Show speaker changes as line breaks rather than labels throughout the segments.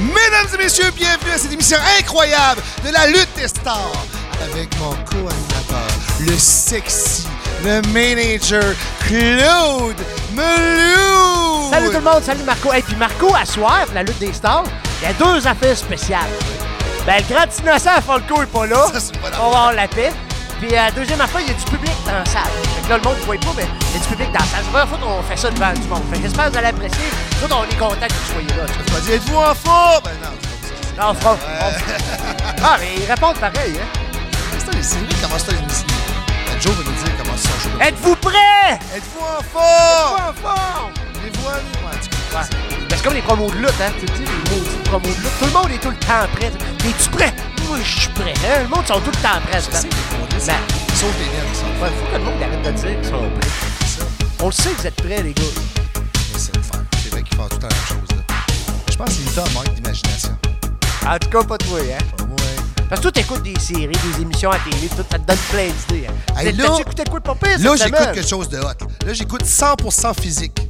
Mesdames et messieurs, bienvenue à cette émission incroyable de la lutte des stars avec mon co-animateur, le sexy, le manager, Claude Melou.
Salut tout le monde, salut Marco. Et puis Marco, à soir, pour la lutte des stars, il y a deux affaires spéciales. Ben, le grand innocent Falco est pas là.
Ça, c'est pas
On va
normal.
avoir la paix. Puis la deuxième affaire, il y a du public dans la salle. Fait que là, le monde ne voit pas, mais il y a du public dans la salle. C'est la première fois qu'on fait ça devant du monde. Fait que j'espère que vous allez apprécier. Nous, autres, on est contents que vous soyez là. tu
Tu vas dire, êtes-vous en forme? Ben non, c'est comme ça.
sais. Non, on fera- on fera- Ah, mais ils répondent pareil, hein.
C'est ça, les séries, comment ça, les séries? Ben, Joe va nous dire comment ça, je
Êtes-vous prêts?
Êtes-vous en forme?
en forme?
Les voiles, ouais, tu comprends.
Ouais. Ben, c'est comme les promos de lutte, hein. Tu sais, les maudites promos de lutte. Tout le monde est tout le temps prêt. Es-tu prêt? Moi, je suis prêt. Hein? Le monde sont tout le temps prêts.
Je sais, mais on dit ça.
Ben,
Ils sont des nerfs, ils sont
ouais, faut que le monde arrête de dire qu'ils sont prêts.
pas ça.
On le sait que vous êtes prêts, les gars.
Mais c'est le faire. C'est vrai qu'ils font tout le temps la même chose, là. Je pense que c'est un manque d'imagination.
En tout cas, pas toi, hein.
Au moins.
Parce que toi, t'écoutes des séries, des émissions à télé, tout, ça te donne plein d'idées. Hein.
Hey,
T'as-
là-
T'as-tu écouté quoi de pas pire
Là,
cette
j'écoute
semaine?
quelque chose de hot. Là, j'écoute 100% physique.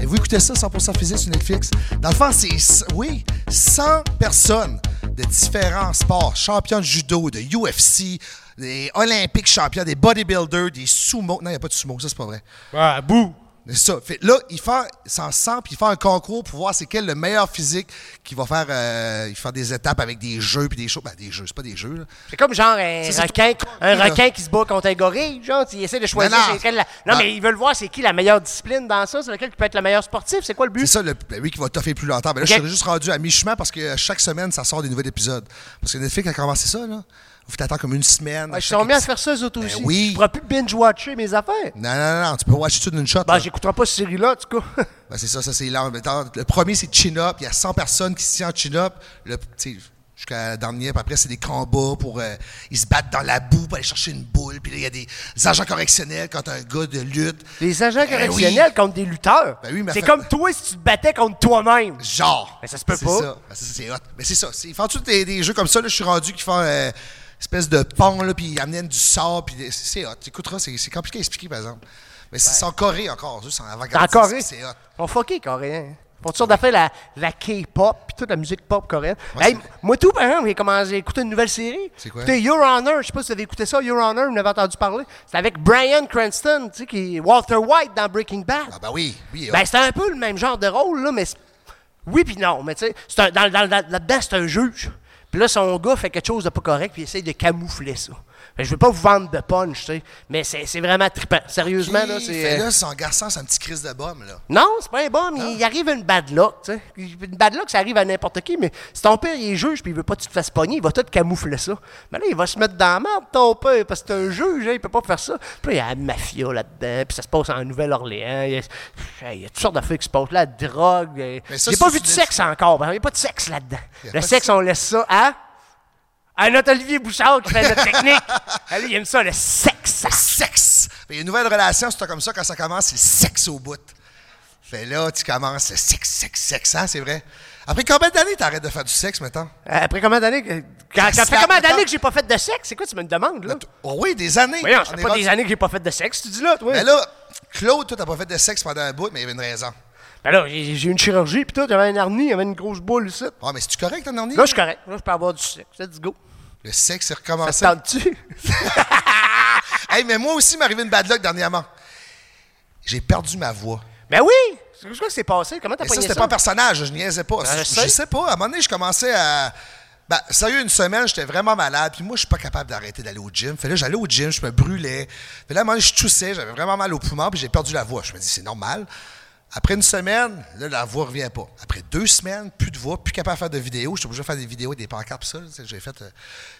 Et vous écoutez ça, 100% physique sur Netflix? Dans le fond, c'est, c- oui, 100 personnes de différents sports. Champions de judo, de UFC, des olympiques champions, des bodybuilders, des sumo. Non, il n'y a pas de sumo, ça, c'est pas vrai.
Ah, bouh!
C'est ça. Fait, là, il fait s'en sent, puis il fait un concours pour voir c'est quel le meilleur physique qui va faire, euh, il va faire des étapes avec des jeux puis des choses. Ben, des jeux, c'est pas des jeux. Là.
C'est comme genre un
Ça, c'est
requin,
tout-
un
là.
requin qui se bat contre un gorille, genre, tu essaies de choisir
non.
c'est lequel la- Non,
Non.
mais ils veulent voir c'est qui la meilleure discipline dans ça, c'est lequel qui peut être le meilleur sportif, c'est quoi le but?
C'est ça, le, ben oui, qui va toffer plus longtemps. Mais là,
Ok.
je serais juste rendu à mi-chemin parce que euh, chaque semaine, ça sort des nouveaux épisodes. Parce que Netflix a commencé ça, là. Vous t'attendre comme une semaine. à
Ah, Je
chaque
suis mis à
épisode.
faire ça, eux autres
Ben
aussi.
oui.
Je pourrais plus binge-watcher mes affaires.
Non, non, non, non, tu peux watcher tout d'une shot.
Ben,
là.
j'écouterai pas cette série-là, en tout cas.
Ben, c'est ça, ça c'est lent. Mais t'as- Le premier, c'est chin-up. Il y a 100 personnes qui se tiennent en chin-up. Le- tu sais, Jusqu'à la dernière, puis après, c'est des combats pour. euh, ils se battent dans la boue pour aller chercher une boule. Puis là, il y a des agents correctionnels quand t'as un gars de lutte.
Les agents
Ben
correctionnels contre des lutteurs.
Ben oui, mais
c'est
fait-
comme toi si tu te battais contre toi-même.
Genre.
Ben, ça se peut
C'est
pas.
ça. Ben, c'est ça, c'est hot. Mais c'est ça. c'est- Ils font tous des, des jeux comme ça. Là, je suis rendu qu'ils font euh, espèce de pont, là, puis ils amènent du sable. Puis des- c'est c'est hot. Tu écouteras, c'est c'est compliqué à expliquer, par exemple. Mais c'est c'est en Corée encore. eux, C'est en avant-garde.
En Corée.
C'est hot.
On fucké, Coréen. Ils font toutes sortes d'affaires, la, la K-pop, puis toute la musique pop coréenne.
Ouais,
Hey,
c'est-
moi, tout, par exemple, j'ai commencé à écouter une nouvelle série.
C'est quoi?
Écoutez, Your Honor, je sais pas si vous avez écouté ça, Your Honor, vous en avez entendu parler. C'est avec Brian Cranston, tu sais, qui est Walter White dans Breaking Bad.
Ah, ben oui. oui hot.
Ben, c'est un peu le même genre de rôle, là, mais. c'est- Oui, puis non, mais tu sais, c'est un- dans, dans- dans- là-dedans, c'est un juge. Puis là, son gars fait quelque chose de pas correct, puis il essaye de camoufler ça. Fait que je veux pas vous vendre de punch, tu sais, mais c'est, c'est vraiment trippant.
Qui
Sérieusement, là, c'est. euh,
fait là, son garçon, c'est un petit crise de bombe, là.
Non, c'est pas un bomb, il, il arrive une bad luck, tu sais. Une bad luck, ça arrive à n'importe qui, mais si ton père, il est juge, puis il veut pas que tu te fasses pogner, il va tout camoufler ça. Mais là, il va se mettre dans la merde, ton père, parce que c'est un juge, hein, il peut pas faire ça. Puis là, il y a la mafia là-dedans, puis ça se passe en Nouvelle-Orléans, il y, a, il y a toutes sortes d'affaires qui se passent, la drogue. euh,
Mais ça,
J'ai
c'est
pas vu
sur
de sexe
Netflix.
encore, par exemple. il n'y a pas de sexe là-dedans.
Il y a
Le
pas de
sexe, on laisse ça à... À notre Olivier Bouchard qui fait notre technique. Ah, Lui, il aime ça, le sexe.
Sexe! Ben, Il y a une nouvelle relation, c'est comme ça, quand ça commence, c'est le sexe au bout. Fait là, tu commences le sexe, sexe, sexe, hein, c'est vrai. Après combien d'années t'arrêtes de faire du sexe maintenant?
Après combien d'années que... Quand, ça fait
Ça-
combien d'années que j'ai pas fait de sexe? C'est quoi tu me demandes, là?
Oh oui, des années!
Voyons,
On
ça fait
est
pas
rendu-
des années que j'ai pas fait de sexe, tu dis là, toi.
Mais là, Claude, toi, t'as pas fait de sexe pendant un bout, mais il y avait une raison.
Ben là, j'ai j'ai eu une chirurgie, pis tout, j'avais une hernie, j'avais une grosse boule ici. Là,
Ah, mais c'est-tu correct, ton ornie?
je suis correct. Là, je peux avoir du sexe. Let's go.
Le sexe est
Ça
recommencé.
te tente-tu?
Hey, mais moi aussi, m'est arrivé une bad luck dernièrement. J'ai perdu ma voix.
ben oui! C'est quoi que c'est passé? Comment t'as
Mais ça,
pogné
c'était
ça?
pas un personnage, je niaisais pas.
Ben, je
je
sais.
sais pas, à un moment donné, je commençais à. Ben, sérieux, une semaine, j'étais vraiment malade. Puis moi, je suis pas capable d'arrêter d'aller au gym. Fait là, j'allais au gym, je me brûlais. Fait là, à un moment donné, je toussais, j'avais vraiment mal au poumon, puis j'ai perdu la voix. Je me dis, c'est normal. Après une semaine, là, la voix revient pas. Après deux semaines, plus de voix, plus capable de faire de vidéos. J'étais obligé de faire des vidéos et des pancartes, pis ça. tu sais, J'ai fait. euh,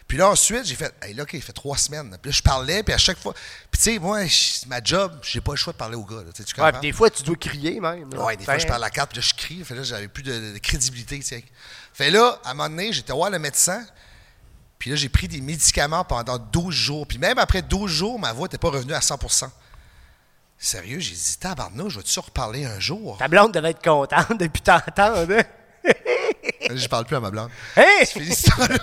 Puis là, ensuite, j'ai fait, hey, là, OK, il fait trois semaines. Puis là, je parlais, puis à chaque fois. Puis tu sais, moi, je- ma job, j'ai pas le choix de parler au gars. là, tu sais, tu
Ouais,
comprends?
pis des fois, tu dois crier même. là.
hein?
Ben,
Ouais, des fois,
Enfin,
je perds la carte, puis là, je crie. Fait là, j'avais plus de, de crédibilité, tu sais. Fait là, à un moment donné, j'étais voir le médecin, puis là, j'ai pris des médicaments pendant 12 jours. Puis même après 12 jours, ma voix n'était pas revenue à 100 Sérieux, j'ai dit, tabarnouche, je vais-tu reparler un jour?
Ta blonde devait être contente depuis tant de temps, hein?
je parle plus à ma blonde.
Hey!
Fini ça, là.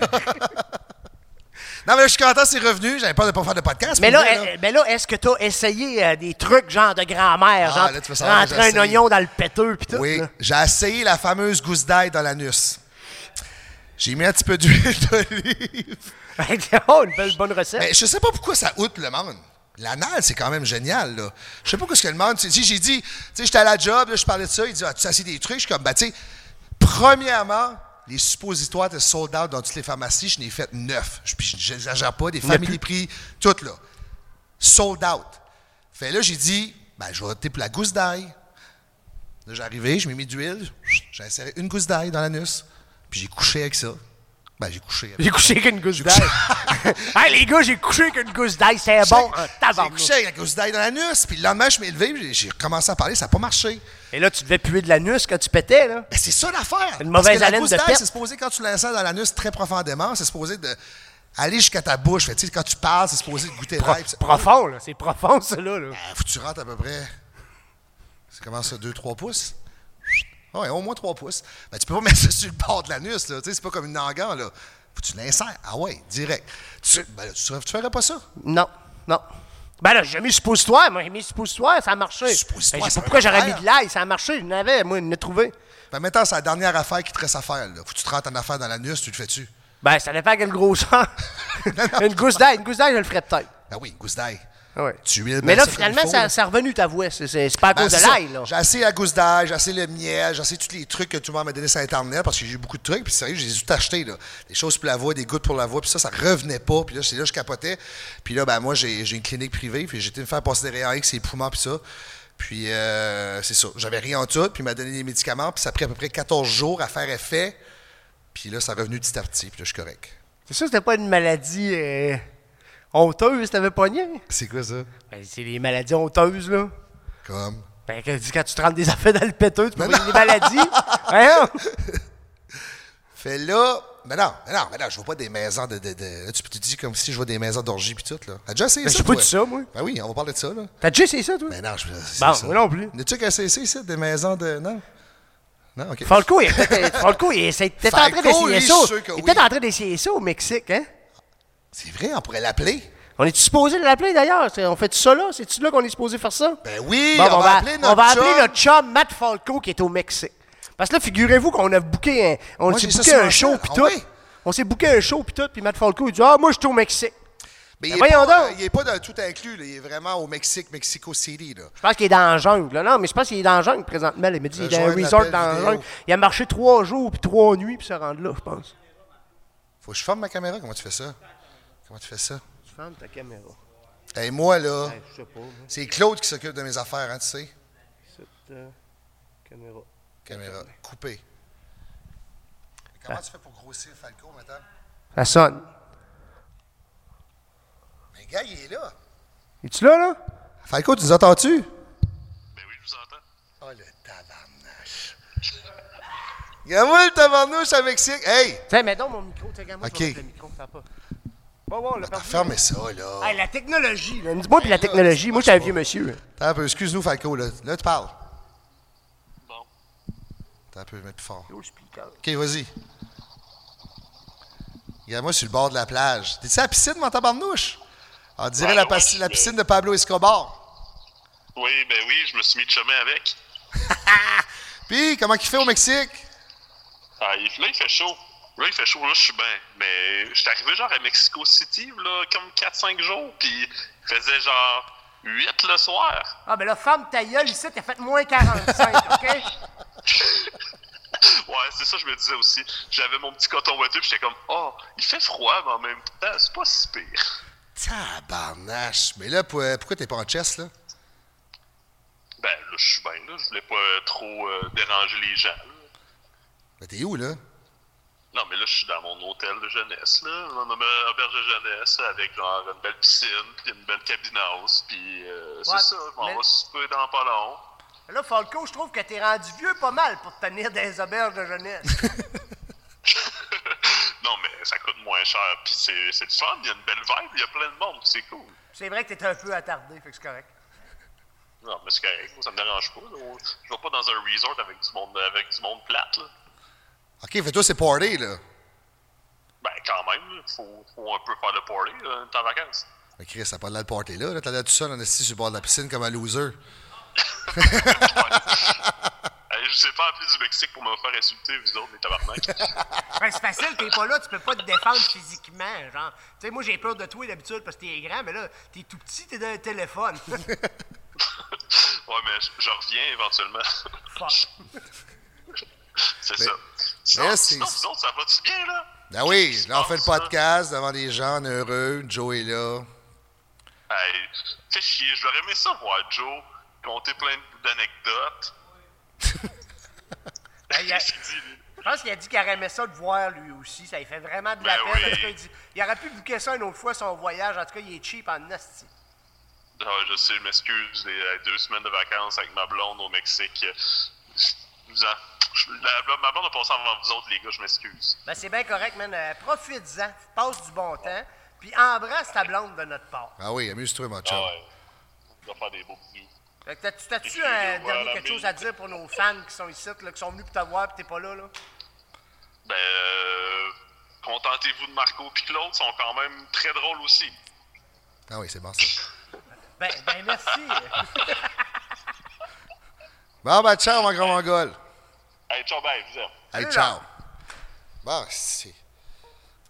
Non, mais là, je suis content, c'est revenu. J'avais peur de ne pas faire de podcast.
Mais
pour
là,
vrai,
euh, mais là, est-ce que t'as essayé euh, des trucs genre de grand-mère,
Ah,
genre
là, tu veux savoir, j'ai
rentrer un
essayé.
oignon dans le péteux pis tout?
Oui,
là?
j'ai essayé la fameuse gousse d'ail dans l'anus. J'ai mis un petit peu d'huile d'olive.
oh, une belle bonne recette.
Mais Ben, je sais pas pourquoi ça outre le monde. L'anal, c'est quand même génial, là. Je sais pas ce que le monde. tu sais, j'ai dit, tu sais, j'étais à la job, là, je parlais de ça, il dit, ah, tu sais, c'est des trucs. Je suis comme, bah, tu sais, premièrement, les suppositoires étaient sold out dans toutes les pharmacies, je n'ai fait neuf. Je puis j'exagère pas, des familles des prix, tout, là. Sold out. Fait là, j'ai dit, ben, je vais opter pour la gousse d'ail. Là, j'ai arrivé, je m'ai mis d'huile, j'ai inséré une gousse d'ail dans l'anus, puis j'ai couché avec ça. Ben, j'ai couché avec
J'ai couché avec une gousse d'ail. hey, les gars, j'ai couché avec une gousse d'ail. C'est bon, hein, en
J'ai
tabarnak.
euh, couché avec la gousse d'ail dans l'anus, puis le lendemain, je m'ai levé, puis j'ai- j'ai recommencé à parler, ça n'a pas marché.
Et là, tu devais puer de l'anus quand tu pétais, là.
Ben, c'est ça l'affaère.
Une
Parce
mauvaise
que la
haleine
gousse
de
d'ail,
perte.
c'est supposé, quand tu l'insères dans l'anus très profondément, c'est supposé de aller jusqu'à ta bouche. Fait, que, tu sais, quand tu parles, c'est supposé de goûter
Pro-
l'air. puis ça-
profond, là. C'est profond, ça, là. là.
Ah, faut que tu rentres à peu près. C'est comment ça, 2-3 pouces? Ouais, au moins 3 pouces. Ben, tu peux pas mettre ça sur le bord de l'anus, là. Tu sais, c'est pas comme une engan, là. Faut que tu l'insères. Ah ouais, direct. Tu, ben, là, tu, tu ferais pas ça.
Non, non. Ben là, j'ai jamais mis suppositoire. Moi, j'ai mis suppositoire, ça a marché.
Suppositoire,
Ben, j'ai
ça
pas pourquoi
veut rien
j'aurais mis
faire.
de l'ail, ça a marché. Je n'avais, moi, je l'ai trouvé.
Ben, maintenant, c'est la dernière affaire qui te reste à faire, là. Faut que tu te rentres en affaire dans l'anus, tu le fais-tu?
Ben, ça dépend à quelle grosseur. une gousse d'ail, une gousse d'ail, je le ferais peut-être.
Ben oui, gousse d'ail.
Ah ouais.
Tu huiles,
Mais
ben,
là,
ça comme
finalement,
il faut,
ça,
là.
ça a revenu ta voix. C'est c'est- c'est pas à
Ben,
cause
c'est
de
ça.
l'ail, là.
J'ai assez la gousse d'ail, j'ai assez le miel, j'ai assez tous les trucs que tout le monde m'a donné sur Internet parce que j'ai eu beaucoup de trucs. Puis sérieux, j'ai tout acheté. Là. Des choses pour la voix, des gouttes pour la voix. Puis ça, ça revenait pas. Puis là, c'est là que je capotais. Puis là, ben, moi, j'ai j'ai une clinique privée. Puis j'étais me faire passer des rayons X, les poumons, puis ça. Puis euh, c'est ça. J'avais rien en tout. Puis il m'a donné des médicaments. Puis ça a pris à peu près 14 jours à faire effet. Puis là, ça revenu petit à petit. Puis là, je suis correct.
C'est sûr que c'était pas une maladie euh, honteuse, t'avais pogné.
C'est quoi ça?
Ben, c'est les maladies honteuses, là.
Comme.
Ben, que- quand tu te rentres des affaires dans le péteux, tu peux
Mais
pogner des maladies. Hein?
Fait là, mais non, mais non, mais non, je vois pas des maisons de. de, de- là, tu te dis comme si je vois des maisons d'orgie puis tout, là. T'as déjà essayé
Ben,
ça?
j'ai pas
toi?
dit ça, moi.
Ben oui, on va parler de ça, là.
T'as déjà essayé ça, toi?
Ben non, je. c'est
Bon,
ça.
moi non plus.
N'as-tu qu'à essayer ça, des maisons de. Non? Non, ok.
Falco, il était euh, Falco, il essaie- t'étais en train
Falco,
d'essayer
lui,
ça.
je suis sûr que
Il
oui.
était en train d'essayer ça au Mexique, hein?
C'est vrai, on pourrait l'appeler.
On est-tu supposé l'appeler d'ailleurs? C'est- On fait ça là? C'est-tu là qu'on est supposé faire ça?
Ben oui,
Bon,
on, va, appeler notre
on va appeler
chum.
notre chum Matt Falco qui est au Mexique. Parce que là, figurez-vous qu'on a booké un, on
Moi,
s'est
j'ai ça
booké
sur
un
mon
show
sel.
pis
Ah
tout.
ouais?
On s'est booké un show pis tout, puis Matt Falco il dit Ah, moi je suis au Mexique.
Mais
Ben
il est
voyons
pas,
donc.
il est pas dans tout inclus, là. Il est vraiment au Mexique, Mexico City, là.
Je pense qu'il est dans la jungle. là. Non, mais je pense qu'il est dans la jungle présentement. là. Il m'a dit il est dans un
Rejoindre
resort
l'appel
dans la
vidéo.
jungle. Il a marché trois jours puis trois nuits puis se rendre là, je pense.
Faut que je ferme ma caméra, comment tu fais ça? Comment tu fais ça?
Tu fermes ta caméra.
Et moi, là,
je sais pas.
c'est Claude qui s'occupe de mes affaires, hein, tu sais.
Cette euh, caméra.
Caméra coupée. Comment tu fais pour grossir Falco, madame?
Ça sonne.
Mais gars, il est là.
Es-tu là, là?
Falco, tu nous entends-tu?
Ben oui, je vous entends.
Oh, le tabarnouche. Regarde-moi le tabarnouche à Mexique. Hey!
Tiens, mets donc mon micro. Tiens, regarde-moi,
Ok.
je vais mettre le micro, ça va pas. Bon, bon, le
T'as fermé Ah, ça, là.
Hey, la technologie, là. Dis-moi, puis la technologie. Moi, j'étais un vieux monsieur. hein.
Attends un peu, excuse-nous, Falco, là. Là, tu parles.
Bon.
Attends un peu, je vais mettre plus fort. OK, vas-y. Regarde-moi sur le bord de la plage. T'es-tu à la piscine, mon tabarnouche? Ah, On dirait
Ouais,
la,
ouais,
pas-
je-
la piscine de Pablo Escobar.
Oui, ben oui, je me suis mis de chemin avec.
Puis, comment qu'il fait au Mexique?
Ah, il- là, il fait chaud. Là, il fait chaud. Là, je suis bien. Mais je suis arrivé genre à Mexico City, là, comme 4-5 jours, puis il faisait genre 8 le soir.
Ah, ben là, femme ta gueule, ici, t'as fait moins 45, OK?
Ouais, c'est ça, je me disais aussi. J'avais mon petit coton boiteux, puis j'étais comme, oh, il fait froid, mais en même temps, c'est pas si pire.
Tabarnache. Mais là, pour- euh, pourquoi t'es pas en chess, là?
Ben là, je suis bien, là. Je voulais pas euh, trop euh, déranger les gens, là.
Ben, t'es où, là?
Non, mais là, je suis dans mon hôtel de jeunesse, là. Mon auber- auberge de jeunesse, avec genre une belle piscine, puis une belle cabine house, puis euh,
Ouais,
c'est ça, on
mais-
va souper dans pas long.
Là, Falco, je trouve que t'es rendu vieux pas mal pour tenir des auberges de jeunesse.
non, mais ça coûte moins cher, puis c'est c'est le fun, il y a une belle vibe, il y a plein de monde, c'est cool.
C'est vrai que t'es un peu attardé, fait que c'est correct.
Non, mais c'est correct, ça me dérange pas. là. Je vais pas dans un resort avec du monde, avec du monde plate, là.
OK, fait toi, c'est party, là.
Ben, quand même, là, faut, faut un peu faire le party, là, t'es en vacances.
Mais Chris, ça pas de l'air de party, là. là T'as l'air tout seul en assis sur le bord de la piscine comme un loser.
Euh, Je vous ai pas appelé du Mexique pour me faire insulter, vous autres, les tabarnak.
Ben, c'est facile, t'es pas là, tu peux pas te défendre physiquement, genre. Tu sais, moi, j'ai peur de toi d'habitude parce que t'es grand, mais là, t'es tout petit, t'es dans le téléphone.
ouais, mais je, je reviens éventuellement.
Fuck.
C'est
Mais-
ça. Sinon,
c'est-
sinon, vous autres, ça va-tu bien, là?
Ben oui, là, on fait le
Qu'est-ce qui se passe,
podcast devant des gens on est heureux. Joe est là.
là? Hey, fais chier, j'aurais aimé ça voir Joe compter plein d'anecdotes.
Ben, il y a-
Qu'est-ce qu'il dit,
Je pense qu'il a dit qu'il aurait aimé ça de voir lui aussi. Ça lui fait vraiment de la
Ben
peine.
oui.
parce qu'il dit- il aurait pu bouquer ça une autre fois, son voyage. En tout cas, il est cheap en nasty.
Ah, je sais, je m'excuse. les, euh, deux semaines de vacances avec ma blonde au Mexique. Euh, vous en- je- la- la- ma blonde a passé avant vous autres, les gars, je m'excuse.
Ben, c'est bien correct, man. Euh, Profites-en. Passe du bon temps. Puis embrasse ta blonde de notre part.
Ah oui, amuse-toi, mon chum.
ouais. On va faire des beaux bisous.
Fait que t'as- t'as-tu
Et puis,
un
voilà,
dernier quelque
mais-
chose à dire pour nos fans qui sont ici, là, qui sont venus pour te voir et t'es pas là, là?
Ben, euh, contentez-vous de Marco puis Claude, sont quand même très drôles aussi.
Ah oui, c'est bon, ça.
Ben, ben merci.
Bon, ben, ciao, mon grand mongol.
Hey, ciao, bye, vous aime.
Hey,
Salut,
ciao. Bon, c'est.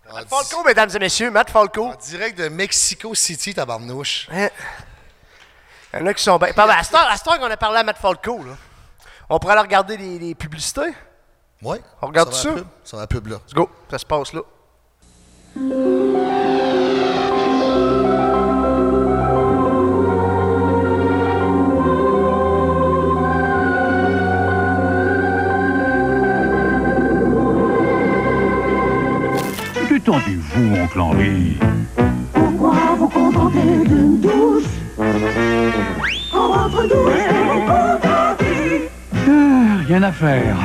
En, di-
Falco, mesdames et messieurs, Matt Falco.
en direct de Mexico City, tabarnouche.
Hein? Il y en a qui sont bien. Pardon, à cette heure, à cette heure qu'on a parlé à Matt Falco, là, on pourrait aller regarder les, les publicités.
Ouais.
On regarde
Sur la
ça?
pub, Sur la pub, là.
Let's go, ça se passe là.
Détendez-vous, oncle Henri.
Pourquoi vous contenter d'une douche En votre douche, vous contentez
Ah, rien à faire.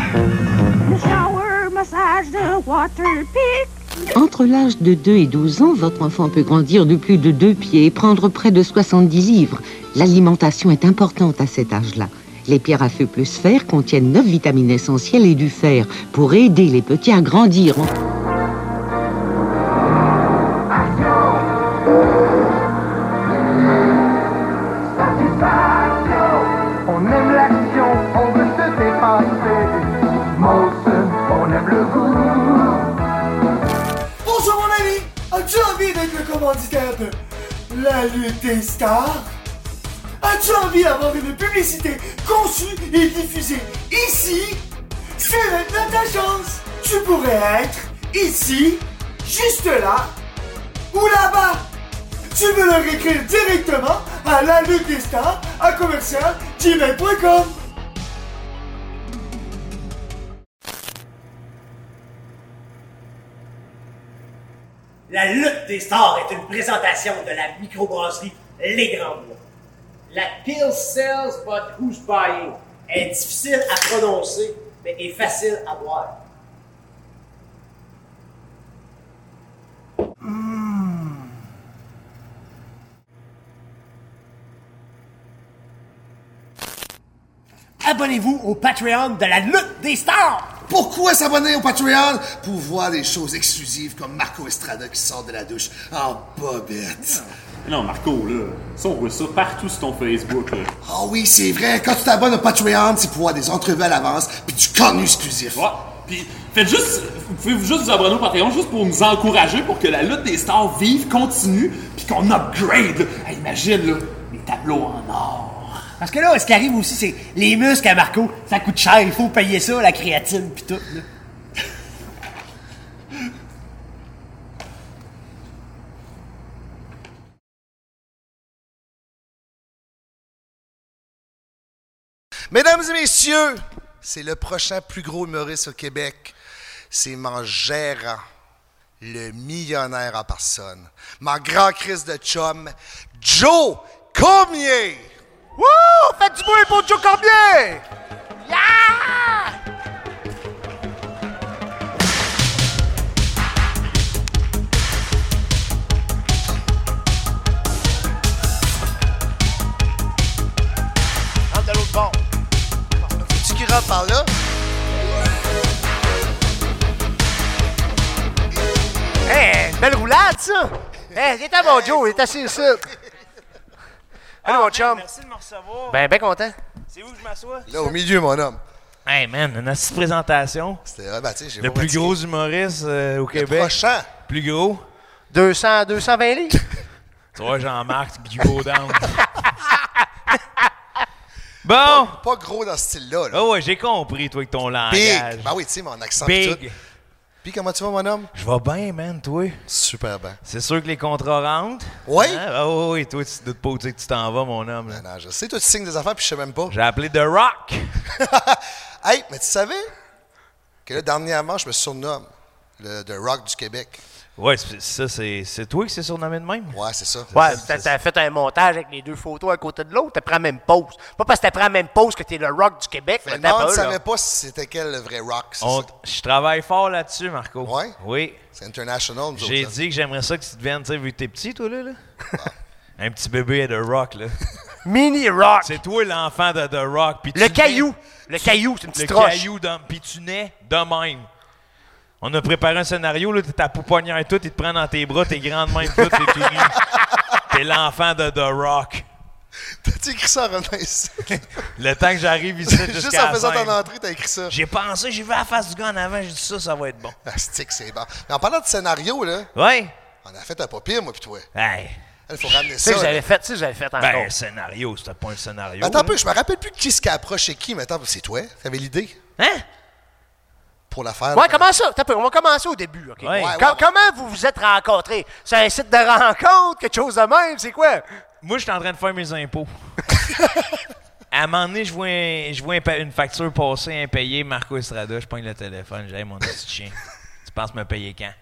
d'une shower, massage de water pick
Entre l'âge de 2 et 12 ans, votre enfant peut grandir de plus de 2 pieds et prendre près de 70 livres. L'alimentation est importante à cet âge-là. Les pierres à feu plus fer contiennent 9 vitamines essentielles et du fer pour aider les petits à grandir.
On aime l'action, on veut se dépasser. Molson, on aime le goût.
Bonjour mon ami, as-tu envie d'être le commanditaire de La Lutte des Stars As-tu envie d'avoir une publicité conçue et diffusée ici C'est maintenant ta chance Tu pourrais être ici, juste là ou là-bas Tu veux leur écrire directement à La Lutte des Stars à commercial gmail.com
La lutte des stars est une présentation de la microbrasserie Les Grands Bois. La pill sells, but who's buying? Est difficile à prononcer, mais est facile à boire. Hmm. Abonnez-vous au Patreon de la lutte des stars!
Pourquoi s'abonner au Patreon pour voir des choses exclusives comme Marco Estrada qui sort de la douche en bobette?
Non, Marco, là, ça, on voit ça partout sur ton Facebook, là.
Ah oui, c'est vrai, quand tu t'abonnes au Patreon, c'est pour voir des entrevues à l'avance puis du contenu exclusif.
Ouais. Ah, Puis, faites juste, vous pouvez juste vous abonner au Patreon juste pour nous encourager pour que la lutte des stars vive, continue, puis qu'on upgrade. là. Hey, imagine, là, les tableaux en or.
Parce que là, ce qui arrive aussi, c'est les muscles à Marco, ça coûte cher, il faut payer ça, la créatine pis tout. Là.
Mesdames et messieurs, c'est le prochain plus gros humoriste au Québec. C'est mon gérant, le millionnaire en personne, mon grand Christ de chum, Joe Cormier.
Wouh! Faites du bruit pour Joe Corbier! Yeah!
Rentre de l'autre bord. Tu qui rentres par là?
Eh,
Hey, belle roulade, ça! Hey, il est à mon Joe, il est assis ici. Allô, mon chum.
Merci de me recevoir.
Ben, ben content.
C'est où que je m'assois?
Là, au milieu, mon homme.
Hey man, une astuce présentation.
C'était ah, ben, tu sais, j'ai
Le
pas
plus
pratiqué.
gros humoriste euh, au Québec.
prochain.
Plus gros.
200, 220 livres.
Tu vois, Jean-Marc, du beau down. Bon!
Pas gros dans ce style-là. là.
Ah ouais, j'ai compris, toi, avec ton langage.
Big! Ben oui, tu sais, mon accent. pis tout.
Big!
Puis comment tu vas, mon homme?
Je vais bien, man, toi.
Super bien.
C'est sûr que les contrats rentrent.
Oui?
Hein? Ah oui, oui, toi, tu te doutes pas où tu sais que tu t'en vas, mon homme. là.
Ah Non, je sais, toi, tu signes des affaires, puis je sais même pas.
J'ai appelé The Rock.
Hey, mais tu savais que là, dernièrement, je me surnomme le The Rock du Québec.
Ouais, c'est- ça, c'est c'est toi qui s'est surnommé de même?
Ouais, c'est ça.
Ouais, t'as t'as fait un montage avec les deux photos à côté de l'autre, t'as pris la même pose. Pas parce que t'as pris la même pose que t'es le rock du Québec.
Mais
là,
le
t'as
monde ne
pas, là.
savait pas si c'était quel le vrai Rock. C'est
On-
ça.
Je travaille fort là-dessus, Marco.
Ouais?
Oui.
C'est international, nous
J'ai
autres, hein. là.
dit que j'aimerais ça que tu deviennes, tu sais, vu que t'es petit, toi, là. là. Un petit bébé de Rock, là.
Mini rock.
C'est toi l'enfant de The Rock. puis
Le
tu nais-
caillou. Le caillou, c'est une
Le
petite roche.
caillou, dans- puis tu nais de même. On a préparé un scénario, là, t'es ta pouponnière et tout, il te prend dans tes bras, t'es grande même, tout, t'es tout nu. T'es l'enfant de The Rock.
T'as-tu écrit ça en revenant ici?
Le temps que j'arrive ici
Juste
jusqu'à
en
la
faisant
scène.
ton entrée, t'as écrit ça.
J'ai pensé, j'ai vu la face du gars en avant, j'ai dit ça, ça va être bon.
Ah, c'est que c'est bon. Mais en parlant de scénario, là,
Ouais?
on a fait un pas pire, moi, puis toi.
Hey.
Il faut ramener
Tu sais,
ça. là.
j'avais fait, tu sais, j'avais fait encore.
Ben, scénario, c'était pas un scénario.
Ah, Attends un
là.
peu, je me rappelle plus de qui se approche et qui, mais attends, c'est toi. T'avais l'idée
Hein?
pour la faire.
Ouais, comment ça? Attends un peu, on va commencer au début, OK?
Ouais.
Com-
ouais.
Comment vous vous êtes rencontrés? C'est un site de rencontre, quelque chose de même, c'est quoi?
Moi, j'étais en train de faire mes impôts. À un moment donné, je vois, un- je vois un pa- une facture passer impayée, Marco Estrada, je pogne le téléphone, j'ai Hey, mon petit chien. Tu penses me payer quand?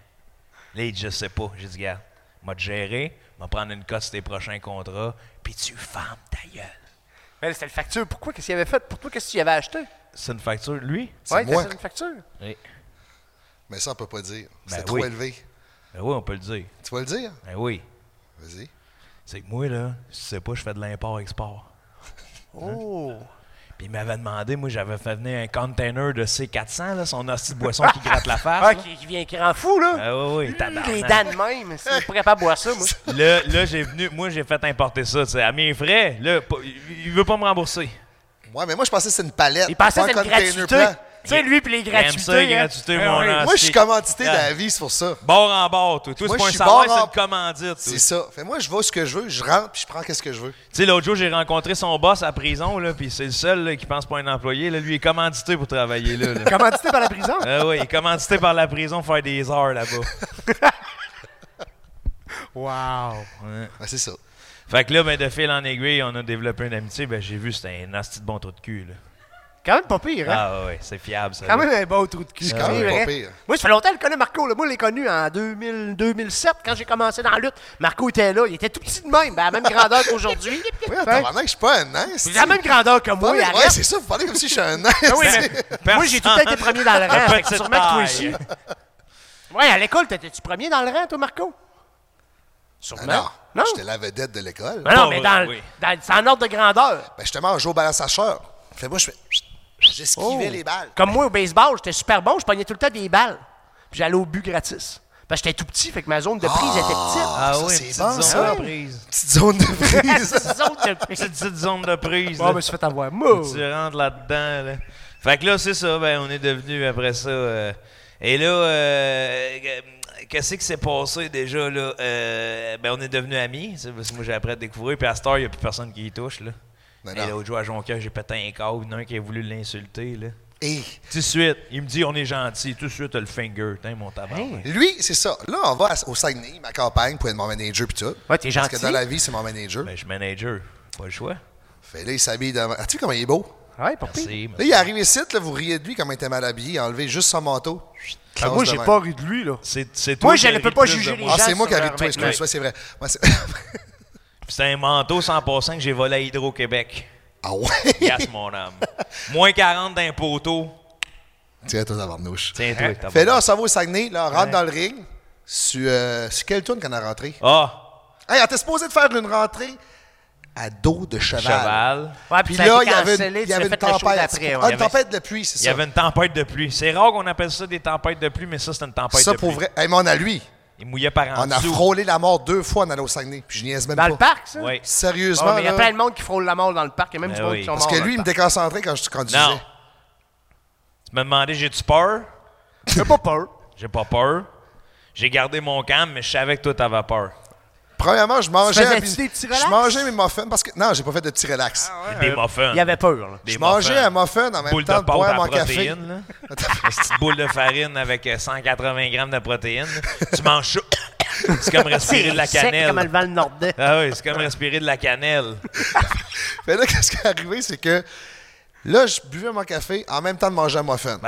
Là, il dit, je sais pas. J'ai dit, garde, m'a te gérer, m'a prendre une cote sur tes prochains contrats, puis tu fermes ta gueule.
Ben, c'était une facture. Pourquoi? Qu'est-ce qu'il avait fait? Pour toi, qu'est-ce qu'il avait acheté?
C'est une facture, lui?
Ouais,
moi.
c'était une facture.
Oui.
Mais ça, on peut pas dire.
Ben
C'est trop
oui.
élevé.
Ben oui, on peut le dire.
Tu vas le dire?
Ben oui.
Vas-y.
C'est que moi, là, je sais pas, je fais de l'import-export.
Oh!
Puis il m'avait demandé, moi, j'avais fait venir un container de C400, là, son hostie de boisson qui gratte la face.
Ah,
là.
qui, qui vient qui rend fou, là!
Ah oui,
Mmh,
oui,
Hum, les
tabarnak.
dents de même, c'est je suis pas capable de boire ça, moi.
Là, là j'ai venu, moi, j'ai fait importer ça, tu sais, à mes frais. Là, pas- il il veut pas me rembourser.
Ouais, mais moi, je pensais que c'est une palette.
Il pensait
pas
que
un
c'était une
container
gratuité.
plan.
Tu sais, lui, puis les
Il aime ça,
gratuités. hein.
gratuité,
Ah,
mon
oui.
ancien.
Moi, je suis commandité
Ah.
dans la vie, c'est pour ça.
Bord en bord, toi. Toi,
Moi,
c'est pas un
je suis bord
salaire, c'est
en-
une commandite. toi.
C'est ça. Fait moi, je vois ce que je veux, je rentre, puis je prends qu'est-ce que je veux.
Tu sais, l'autre jour, j'ai rencontré son boss à la prison, là, puis c'est le seul là, qui pense pas à un employé. Là, lui, il est commandité pour travailler là. là.
Commandité par la prison?
Ah oui, il est commandité par la prison pour faire des heures là-bas.
Wow!
Ouais.
Ah,
Ben, c'est ça.
Fait que là, ben, de fil en aiguille, on a développé une amitié. Ben, j'ai vu, c'était un nasty de bon trou de cul. Là.
Quand même pas pire, hein?
Ah ouais, c'est fiable, ça.
Quand
là.
même un bon trou de cul.
C'est quand même
C'est
pas
vrai.
pire.
Moi, ça fait longtemps que je connais Marco. Là. Moi, je l'ai connu en 2000, 2007, quand j'ai commencé dans la lutte. Marco était là. Il était tout petit de même, ben, à la même grandeur qu'aujourd'hui.
Oui,
Hein?
attends, que je suis pas un nain.
C'est la même grandeur que moi.
Ouais,
arrête.
ouais, c'est ça, vous parlez comme si je suis un nain.
Ah oui, mais moi, j'ai tout le temps été premier dans le rang. fait que
Petite
sûrement que toi
taille.
aussi. Ouais, à l'école, t'étais-tu premier dans le rang, toi, Marco? Sûrement.
Ah Non,
Non?
j'étais la vedette de l'école.
Ben non,
Pas
mais
vrai,
dans,
oui.
dans, c'est en ordre de grandeur.
Ben justement, on joue au balanceur. Fait moi, je fais. J'esquivais
Oh.
les balles.
Comme moi, au baseball, j'étais super bon. Je pognais tout le temps des balles. Puis j'allais au but gratis. Parce que j'étais tout petit, fait que ma zone de prise était petite.
Ah
Ça,
oui,
c'est
une petite
bon,
zone
ça.
de prise.
Petite zone de prise.
Cette zone de prise.
Petite, petite zone de prise.
Bon,
là.
Ah, mais je suis fait avoir. Moi.
Tu rentres là-dedans. Là. Fait que là, c'est ça. Ben, on est devenu après ça. euh, et là, euh, euh, qu'est-ce qui s'est passé déjà? Là? Euh, ben, on est devenu amis. c'est Parce que moi, j'ai appris à découvrir. Puis à Star, il n'y a plus personne qui y touche. Là.
Non,
Et
non.
là, au jour à Jonquière, j'ai pété un câble. Il y en a un qui a voulu l'insulter. là.
Et
Tout de suite, il me dit on est gentil. Tout de suite, t'as le finger. T'as mon tabac.
lui, c'est ça. Là, on va à- au Saguenay, ma campagne, pour être mon manager puis tout.
Ouais, t'es
Parce
gentil.
que dans la vie, c'est mon manager.
Ben, je suis manager. Pas le choix.
Fait là, il s'habille de. Ah, tu sais comment il est beau?
Ouais, pour pire.
Merci.
Là, il est arrivé ici, là, vous riez de lui comme il était mal habillé, il a enlevé juste son manteau.
Ah,
Classe
moi,
de
j'ai
même.
pas ri de lui, là.
C'est, c'est toi
Moi,
qui
je
as
ne
ri
peux
le
pas
plus de
juger les
moi.
Ah,
gens
c'est moi qui
sur
arrive
leur
toi, excuse-moi, c'est vrai. Moi, c'est-
C'est un manteau 100% que j'ai volé à Hydro-Québec.
ah ouais?
Yes, mon homme. Moins 40 d'un poteau.
Tiens, toi, tabarnouche.
Hein?
Tiens-toi, t'as
Fait
pas-
là, on s'en va au Saguenay, là, on rentre dans le ring. Sur, euh, sur quelle tourne qu'on a rentré?
Ah,
Hey, on était supposé de faire une rentrée à dos de cheval.
cheval.
Ouais,
Puis
puis ça a été
là, il y avait une,
cancellé,
il
tu
y
as
avait une
fait le show
tempête.
d'après,
Ah,
ouais.
une tempête de pluie, c'est
Il y
ça.
avait une tempête de pluie. C'est rare qu'on appelle ça des tempêtes de pluie, mais ça, c'est une tempête
Ça
de
pour
pluie.
vrai. Hey, mais on a lui.
Il mouillait par en
On a
dessous.
frôlé la mort deux fois en allant au Saguenay. Puis je niaise même
Dans
pas.
le parc, ça?
Ouais.
Sérieusement.
Ouais, mais il y a
là,
plein de monde qui frôle la mort dans le parc. Il y a même
Ben
du monde
oui.
qui sont
Parce
parce
morts
que
dans
lui, il
le
me déconcentrait quand je conduisais.
Non. Tu m'as demandé, j'ai-tu peur?
J'ai pas peur.
J'ai pas peur. J'ai gardé mon calme, mais je savais que toi, t'avais peur.
Premièrement, je mangeais,
faisais-tu
un bis-
des petits
je mangeais mes muffins parce que non, j'ai pas fait de petits relax.
Des muffins.
Il avait peur. là.
Ah, Des
euh, je mangeais
muffins.
un muffin en même
Boule
temps de,
de pâte
boire
à
mon café.
protéines, là. Une petite boule de farine avec euh, 180 grammes de protéines. là. Tu manges ça. C'est comme respirer de la
C'est sec
cannelle.
comme le vent nordais.
Ah oui, c'est comme respirer de la cannelle.
Mais là, qu'est-ce qui est arrivé, c'est que là, je buvais mon café en même temps de manger un muffin.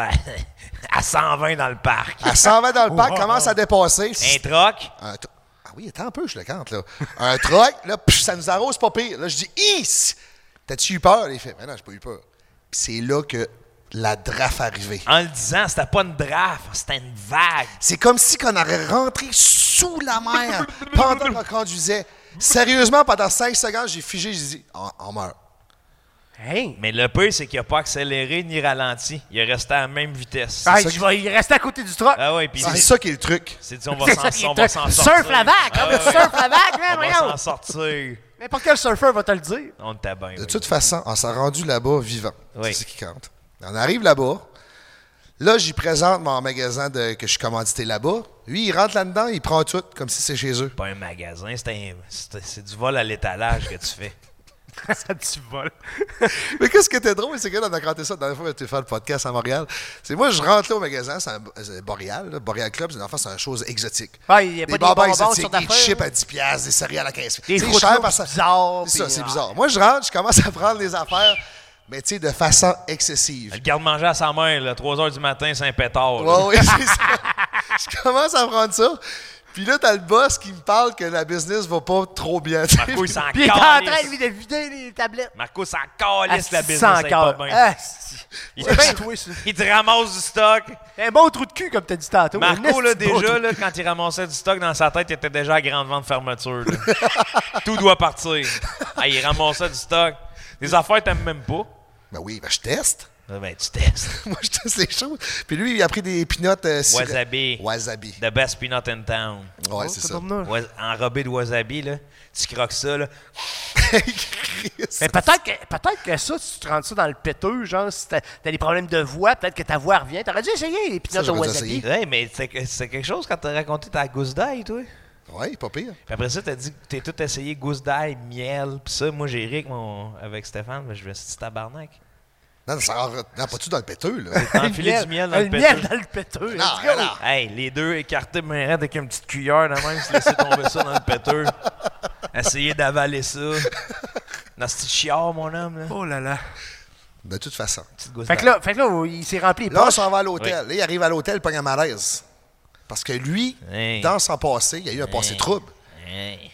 à 120 dans le parc.
À 120 dans le parc,
Wow.
commence à dépasser.
Un troc.
Un tro- ah oui, attends un peu, je le compte, là. Un troc, là, pff, ça nous arrose pas pire. Là, je dis, Is! T'as-tu eu peur? Il fait, mais non, j'ai pas eu peur. Puis c'est là que la drafe arrivée.
En le disant, c'était pas une draft, c'était une vague.
C'est comme si qu'on aurait rentré sous la mer pendant qu'on conduisait. Sérieusement, pendant 5 secondes, j'ai figé, j'ai dit, on, on meurt.
Mais le pire, c'est qu'il a pas accéléré ni ralenti. Il est resté à la même vitesse.
Hey, je vais y rester à côté du truc.
Ah ouais, puis
C'est ça qui est le truc.
C'est dit, on va
C'est ça
s'en
qui est
on va
le
s'en
truc.
sortir.
Surf la vague,
Ah
hein,
ouais,
surf la vague, hein,
On va
voyons.
s'en sortir.
N'importe quel surfeur va te le dire.
On t'a bien.
De toute façon, on s'est rendu là-bas vivant. C'est ce qui compte. On arrive là-bas. Là, j'y présente mon magasin de, que je suis commandité là-bas. Lui, il rentre là-dedans, il prend tout, comme si c'est chez eux.
Pas un magasin, c'est un- c'est c'est du vol à l'étalage que tu fais.
ça tu voles.
Mais qu'est-ce qui était drôle, c'est que là, on a raconté ça la dernière fois que tu fait le podcast à Montréal. C'est moi, je rentre là au magasin, c'est un c'est Boréal, là. Boréal Club, c'est une enfant, c'est une chose exotique.
Ah, il y a pas des
bonbons
bonbons
exotiques,
sur
des
d'affaires,
chips
là.
à 10 piastres, des céréales à 15
Des
C'est
fruits
cher
rouges
parce que
bizarres,
C'est ça,
puis-
c'est
ah.
bizarre. Moi, je rentre, je commence à prendre des affaires, mais tu sais, de façon excessive.
Le garde-manger à sa mère, là, 3 h du matin, c'est un pétard. là.
Ouais, ouais, c'est ça. Je commence à prendre ça. Puis là, t'as le boss qui me parle que la business va pas trop bien.
Marco, il s'en
Puis il est en train,
calisse.
lui, de vider les tablettes.
Marco, s'en calisse la
Asti,
business.
sans
elle est pas
cœur.
bien.
Asti.
Il-
C'est bien toi, ça.
Il te ramasse du stock.
Un bon trou de cul, comme t'as dit tantôt. Un
Marco,
esti
là,
de bon
déjà,
trou.
là, quand il ramassait du stock dans sa tête, il était déjà à grande vente fermeture. là. Tout doit partir. Ah, il ramassait du stock. Des affaires, t'aimes même pas.
Ben oui, ben je teste.
Ah, Ben, tu testes.
Moi, je teste les choses. Puis lui, il a pris des pinottes euh,
Wasabi.
Wasabi.
The best peanut in town.
Oh,
Ouais, c'est ça.
Ois- Enrobé de wasabi, là. Tu croques ça, là.
Mais peut-être que, peut-être que ça, si tu te rentres ça dans le péteux, genre, si t'as, t'as des problèmes de voix, peut-être que ta voix revient. T'aurais dû essayer les
Ça,
pinottes de
j'aurais dû
wasabi.
essayer.
Ouais, mais c'est que- c'est quelque chose quand t'as raconté ta gousse d'ail, toi.
Ouais, pas pire.
Puis après ça, t'as dit que t'es tout essayé gousse d'ail, miel, pis ça. Moi, j'ai ri avec, mon... avec Stéphane, mais je vais se tabarnak.
Non, ça en- non, pas tout dans le péteux, là.
T'as enfilé du miel dans le
miel
péteux.
dans le péteux.
Non,
let's go.
non.
Hey, les deux écartés main raide avec une petite cuillère de même, se laisser tomber ça dans le péteux. Essayer d'avaler ça. Dans ce petit chiard, mon homme, là.
Oh là là.
De toute façon.
Petite gousse
Fait que
d'ail.
là, fait que là il s'est rempli. les
Là, on
poches.
s'en va à l'hôtel. Là, il arrive à l'hôtel, pogne un malaise. Parce que lui,
Hey.
dans son passé, il y a eu un passé
Hey.
trouble.
Hey.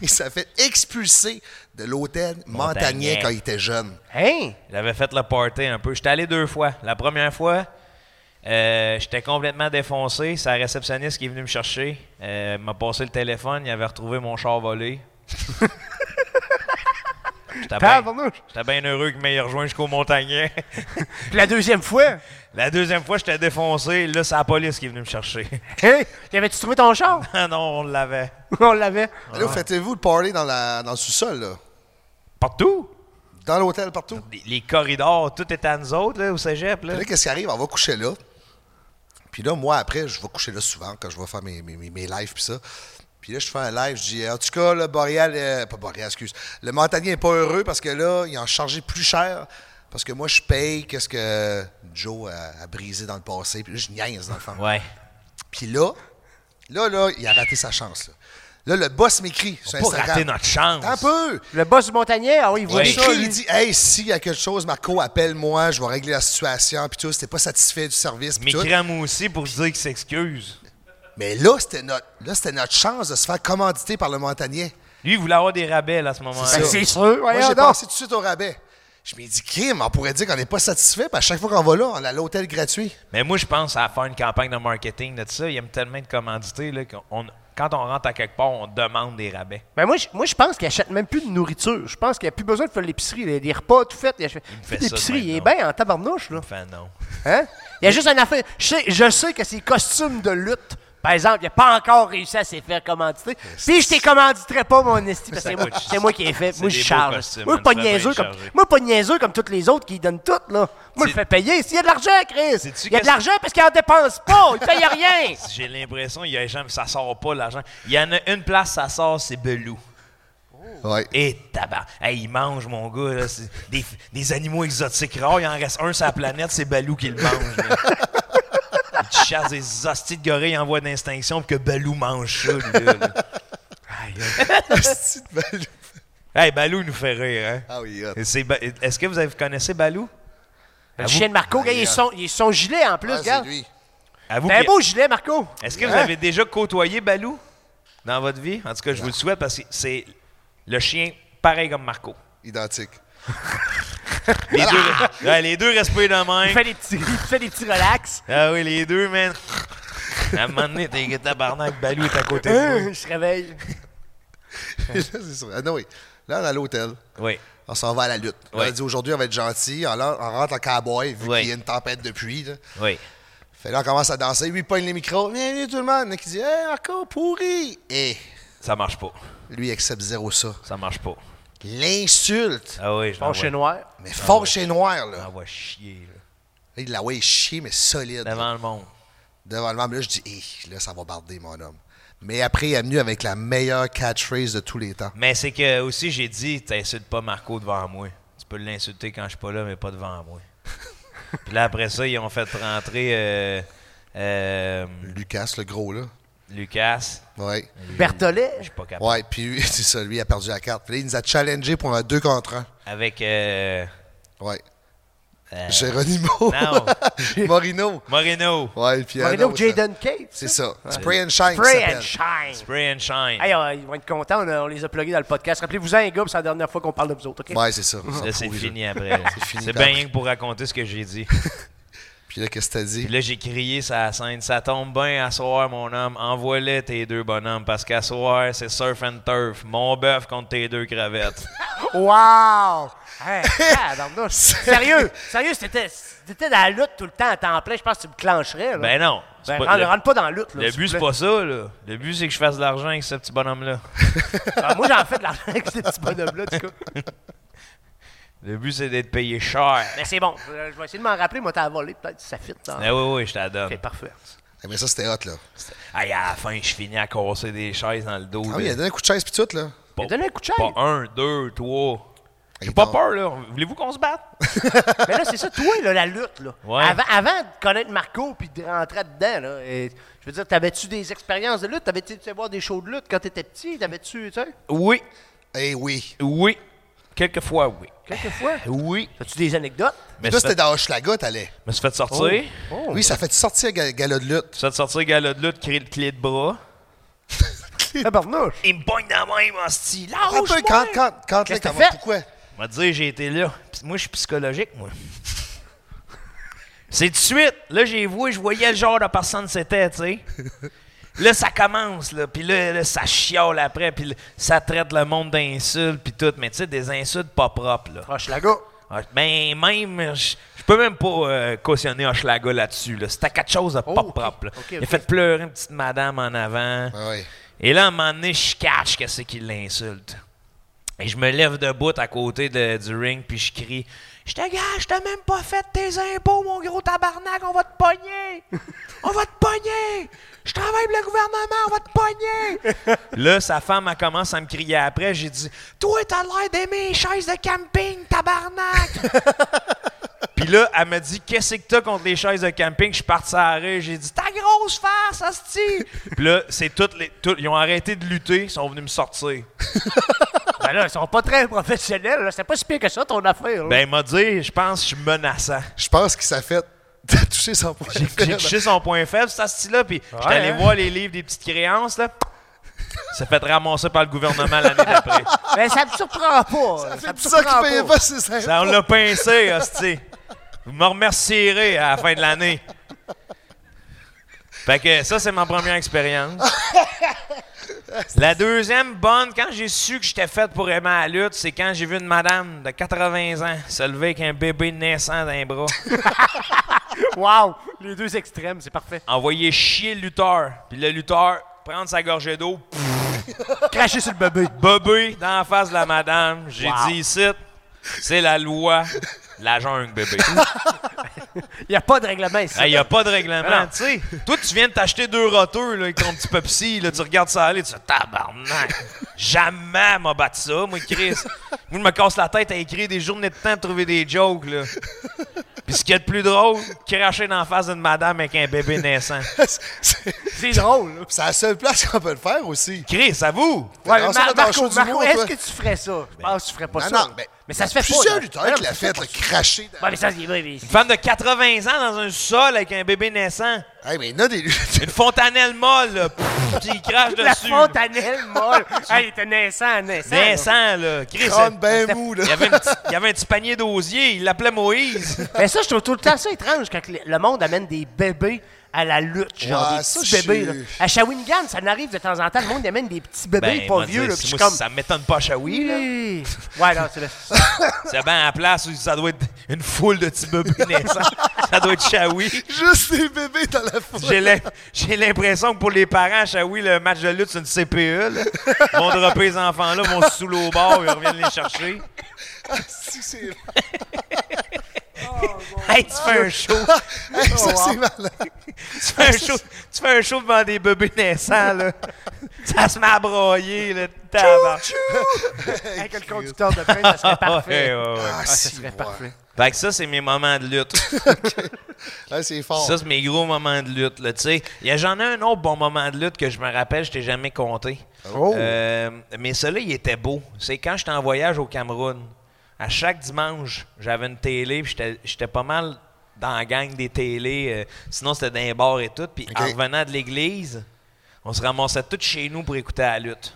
Il s'est fait expulser de l'hôtel Montagnier
Montagnier.
quand il était jeune.
Hein?
J'avais fait le party un peu. J'étais allé deux fois. La première fois, euh, j'étais complètement défoncé. C'est la réceptionniste qui est venue me chercher. Euh, elle m'a passé le téléphone. Il avait retrouvé mon char volé. J'étais bien
Tabarnouche.
j'étais bien heureux qu'il m'ait rejoint jusqu'au Montagnet.
Puis la deuxième fois,
La deuxième fois, j'étais défoncé. Là, c'est la police qui est venue me chercher.
hein? J'avais-tu trouvé ton char?
Ah non, on l'avait.
on l'avait.
Mais Là, vous faites-vous le party dans, la, dans le sous-sol, là?
Partout.
Dans l'hôtel, partout?
Les, les corridors, tout était à nous autres, là, au cégep. Là.
Là, qu'est-ce qui arrive? On va coucher là. Puis là, moi, après, je vais coucher là souvent quand je vais faire mes, mes, mes- mes lives puis ça. Puis là, je fais un live, je dis, en tout cas, le Boréal, euh, pas Boréal, excuse, le Montagnien n'est pas heureux parce que là, ils ont chargé plus cher parce que moi, je paye qu'est-ce que Joe a, a brisé dans le passé. Puis là, je niaise, dans le fond.
Ouais.
Puis là, là, là, il a raté sa chance. Là, là le boss m'écrit sur
Pas
Instagram.
rater notre chance.
Un peu!
Le boss du montagnier, ah oui, il
Il
voit
m'écrit,
ça. lui.
il dit Hey, s'il y a quelque chose, Marco, appelle-moi, je vais régler la situation, puis tout, c'était pas satisfait du service. puis tout.
M'écris à moi aussi pour dire qu'il s'excuse.
Mais là, c'était notre, là, c'était notre chance de se faire commanditer par le montagnier.
Lui, il voulait avoir des rabais là, à ce
C'est
moment-là.
Ben,
ça.
c'est sûr,
Moi,
voyons
j'ai
donc.
pensé tout de suite au rabais. Je me dis, Kim, on pourrait dire qu'on n'est pas satisfait, puis à chaque fois qu'on va là, on a l'hôtel gratuit.
Mais moi, je pense à faire une campagne de marketing de ça. Il aime tellement de commandités là, qu'on, quand on rentre à quelque part, on demande des rabais.
Ben moi, je, moi, je pense qu'il achète même plus de nourriture. Je pense qu'il n'y a plus besoin de faire l'épicerie. Les, les repas, tout fait. Il achète
me
fait
fait
l'épicerie.
ça
Il est
maintenant.
bien en tabarnouche, là.
Enfin, non.
Hein? Il y a juste un affaire. Je sais, je sais que c'est costume de lutte. Par Par exemple, il n'a pas encore réussi à s'y faire commanditer. Puis je t'ai commanditerai pas, mon esti, parce que c'est moi, c'est moi qui ai fait.
C'est
Moi,
des
je
beaux
charge.
costumes,
Moi,
hein,
pas
très bien
niaiseux comme,
chargé.
moi, pas niaiseux comme tous les autres qui donnent tout, là. Moi, je fais payer. S'il y a de l'argent, Chris. Il y a de
qu'est-ce-
l'argent parce qu'il en dépense pas. Il paye rien.
J'ai l'impression il y a jamais ça sort pas l'argent. Il y en a une place ça sort c'est Belou. Et tabac. Hey, il mange, mon gars. là, c'est des, des animaux exotiques rares. Il en reste un sur la planète, c'est Balou qui le mange. là. il chasse des hosties de gorilles en voie d'instinction pour que Balou mange ça. lui, là, là. Aïe, aïe. Hey, Balou nous fait rire. Hein?
Ah oui,
Et c'est Ba- Est-ce que vous avez- connaissez Balou?
Le chien de Marco, regarde, il est son, il est son gilet en plus, regarde.
Avoue
T'as un
qu'il-
beau gilet, Marco.
Est-ce que vous
Hein?
avez déjà côtoyé Balou dans votre vie? En tout cas, je vous le souhaite parce que c'est le chien pareil comme Marco.
Identique.
les, deux, ouais, les deux restent pas dans
Il fait des petits, il fait des petits relax.
Ah oui, les deux, man. À un moment donné, t'es tabarnak, Balou est à côté de
Hein,
nous.
Je réveille.
Là, c'est sûr. Ah non, oui. Là, on est à l'hôtel.
Oui.
On s'en va à la lutte. On a
Oui.
dit aujourd'hui, on va être gentil. On, lan- on rentre en cowboy, vu qu'il y a une tempête de pluie. là.
Oui.
Fait là, on commence à danser. Lui, il pogne les micros. Viens, viens, tout le monde. Il y en a qui dit, hey, encore pourri. Et
Ça marche pas.
lui, il accepte zéro ça.
Ça marche pas.
L'insulte.
Ah oui, je
Fort
l'envoie.
chez
noir.
Ah
Mais fort chez noir, là.
On va chier, là.
Là, il l'a ouais, chier, mais solide.
Devant le monde.
Devant le monde. Là, je dis, hé, là, ça va barder, mon homme. Mais après, il est venu avec la meilleure catchphrase de tous les temps.
Mais c'est que aussi, j'ai dit, t'insultes pas Marco devant moi. Tu peux l'insulter quand je suis pas là, mais pas devant moi. Puis là, après ça, ils ont fait rentrer. euh, euh,
Lucas, le gros, là.
Lucas.
Ouais.
Berthollet.
Je suis pas capable.
Ouais, puis lui, c'est ça, lui, il a perdu la carte. Puis là, il nous a challengé pour un 2 contre 1.
Avec. Euh,
ouais.
euh,
Geronimo.
Non.
Morino.
Moreno.
Ouais, puis un
Moreno
autre, euh,
Jaden Cave.
C'est ça. Spray and Shine.
Spray
ça
and
s'appelle.
Shine.
Spray and shine.
Hey, on- ils vont être contents, on, a- on les a plugués dans le podcast. Rappelez-vous-en, les gars, puis c'est la dernière fois qu'on parle de vous autres, OK?
Ouais, c'est ça.
Là, c'est
Pourri,
fini
là.
après.
C'est fini
C'est
après.
bien rien que pour raconter ce que j'ai dit.
Puis là, qu'est-ce que t'as dit?
Puis là, j'ai crié ça la scène. Ça tombe bien à soir, mon homme. Envoie-les tes deux bonhommes parce qu'à soir, c'est surf and turf. Mon bœuf contre tes deux crevettes.
Wow! Hey, tabarnouche. sérieux, sérieux, c'était, c'était dans la lutte tout le temps à temps plein. Je pense que tu me clencherais. Là.
ben non. c'est
Ben,
pas-
rentre,
le-
rentre pas dans la lutte. Là,
Le
s'il
but,
vous
c'est
plaît.
pas ça, là. Le but, c'est que je fasse de l'argent avec ce petit bonhomme-là.
Ah, moi, j'en fais de l'argent avec ces petits bonhommes-là, du coup.
Le but, c'est d'être payé cher.
Mais c'est bon, euh, je vais essayer de m'en rappeler. Moi, t'as volé, peut-être, si ça fit. Dans...
Ah oui, oui, je t'adonne.
C'est parfait.
Ah, Mais ça, c'était hot, là.
Hey, à la fin, je finis à casser des chaises dans le dos.
Ah oui, il
là.
a donné un coup de chaise, puis tout, là.
Pas-
donné un coup de chaise.
Pas un, deux, trois. J'ai
Hey,
pas
non.
peur, là. Voulez-vous qu'on se batte?
Mais là, c'est ça, toi, là, la lutte, là.
Ouais.
Avant, avant de connaître Marco puis de rentrer dedans, là, et- je veux dire, t'avais-tu des expériences de lutte? T'avais-tu été voir des shows de lutte quand t'étais petit? T'avais-tu, tu sais,
Oui,
Eh oui.
oui. Quelquefois, oui.
quelquefois?
Oui.
As-tu des anecdotes?
Mais
Mais
toi,
c'est
c'était dans Hochelaga, t'allais.
Je me suis fait sortir.
Oh.
Oui, ça fait sortir gal- gala de lutte.
Je me suis fait sortir galop de lutte, clé de, clé de bras.
Tabarnouche.
Il me pogne dans la même, hostie.
Un peu, quand, quand, quand,
Qu'est-ce
là,
que t'as
comment,
fait?
pourquoi?
On va te dire, j'ai été là. Puis Moi, je suis psychologique, moi. C'est tout de suite. Là, j'ai vu, je voyais le genre de personne que c'était, tu sais. Là, ça commence, là. Puis là, là, ça chiale après. Puis là, ça traite le monde d'insultes, puis tout. Mais tu sais, des insultes pas propres, là.
Hochelaga.
Ah, Ben, même, je je peux même pas euh, cautionner Hochelaga là-dessus. Là. C'était quelque chose de pas
Oh, ok.
propre. là.
Ok,
Il a
ok.
fait pleurer une petite madame en avant.
Ah oui.
Et là, à un moment donné, je cache que c'est qu'il l'insulte. Et je me lève debout à côté de- du ring, puis je crie Je te gage, je t'ai même pas fait tes impôts, mon gros tabarnak, on va te pogner On va te pogner Je travaille pour le gouvernement, on va te pogner Là, sa femme, elle commence à me crier après. J'ai dit Toi, t'as l'air d'aimer les chaises de camping, tabarnak Puis là, elle me dit Qu'est-ce que t'as contre les chaises de camping Je suis parti à la rue, j'ai dit Ta grosse face, hostie Puis là, c'est toutes les. toutes- ils ont arrêté de lutter, ils sont venus me sortir.
Ben là, ils sont pas très professionnels, là. C'est pas si pire que ça, ton affaire, là.
Ben, il m'a dit, je pense que je suis menaçant.
Je pense que ça fait... T'as touché son point.
J'ai touché son point faible, cet style-là, puis j'étais
Ouais,
allé
hein?
voir les livres des petites créances, là. Ça fait ramasser par le gouvernement l'année d'après.
Ben, ça me surprend pas. Ça,
C'est
me
pour ça
surprend
qu'il payait pas ses impôts.
Ça, on l'a pincé, hostie. Vous me remercierez à la fin de l'année. Fait que ça, c'est ma première expérience. La deuxième bonne, quand j'ai su que j'étais faite pour aimer la lutte, c'est quand j'ai vu une madame de 80 ans se lever avec un bébé naissant dans les bras.
wow! Les deux extrêmes, c'est parfait.
Envoyer chier le lutteur. Puis le lutteur, prendre sa gorgée d'eau,
Cracher sur le bébé.
Bobé dans la face de la madame. J'ai
Wow.
dit ici, c'est la loi de la jungle, bébé.
Il n'y a pas de règlement ici.
Il n'y a pas de règlement.
Ah non.
tu sais, toi, tu viens de t'acheter deux roteux là, avec ton petit Pepsi. Là, tu regardes ça aller, tu fais tabarnak. Jamais m'a battu ça, moi, Chris. Moi, je me casse la tête à écrire des journées de temps de trouver des jokes. Là. Puis ce qu'il y a de plus drôle, cracher dans la face d'une madame avec un bébé naissant.
C'est drôle.
C'est la seule place qu'on peut le faire aussi.
Chris, à vous!
Ouais,
Alors,
mais
ça,
Mar-
là, dans le
Marco,
show du
Marco,
mois,
est-ce
toi.
que tu ferais ça? Je pense que tu ferais pas
Non,
ça.
non, ben,
mais,
mais-
ça se fait pas.
Plusieurs
là.
lutteurs qui
Ouais,
l'a fait, le cracher. dans-
Ouais, mais ça, c'est vrai. mais-
Une femme de 80 ans dans un sol avec un bébé naissant.
Hey, mais il y en a des
Une fontanelle molle, là, pff, qui crache
La
dessus.
fontanelle molle. hey, il était naissant, naissant. là.
Naissant, là. Chris,
crânes ben mous, là.
il y avait, une petite- il y avait un petit panier d'osier, il l'appelait Moïse.
Mais Ben, ça, je trouve tout le temps ça étrange quand le le monde amène des bébés à la lutte, genre
Ouais,
des
ça,
petits
je suis-
bébés. là. À Shawinigan, ça n'arrive de temps en temps, le monde amène des petits bébés
Ben,
pas
moi,
vieux.
dire,
Là,
si
puis je suis
moi,
comme...
Ça m'étonne pas, Chaoui, là.
Oui. Ouais, non, c'est le...
C'est bien à la place où ça doit être une foule de petits bébés naissants. ça doit être Chaoui.
Juste les bébés dans la foule.
J'ai l'im- j'ai l'impression que pour les parents, à Chaoui, le match de lutte, c'est une CPE. Là. Ils vont dropper les enfants-là, ils vont se saouler au bord, ils reviennent les chercher.
Si, c'est-
Hey, tu fais un show.
Hey, ça,
Oh,
c'est malin.
Tu fais un show, tu fais un show devant des bébés naissants, là. Ça se met à broyer, là. tabarnak.
Avec le conducteur de train, ça serait parfait.
Ouais, ouais, ouais.
Ah,
Ça
si,
serait
ouais.
parfait.
Fait que ça, c'est mes moments de lutte.
Ah, c'est fort.
Ça, c'est mes gros moments de lutte, là. Tu sais, Y a- j'en ai un autre bon moment de lutte que je me rappelle, je t'ai jamais compté.
Oh.
Euh, mais celui-là, il était beau. C'est quand j'étais en voyage au Cameroun. À chaque dimanche, j'avais une télé, puis j'étais- j'étais pas mal dans la gang des télés. euh, sinon, c'était dans les bars et tout. Puis en
Ok.
revenant de l'église, on se ramassait tous chez nous pour écouter la lutte.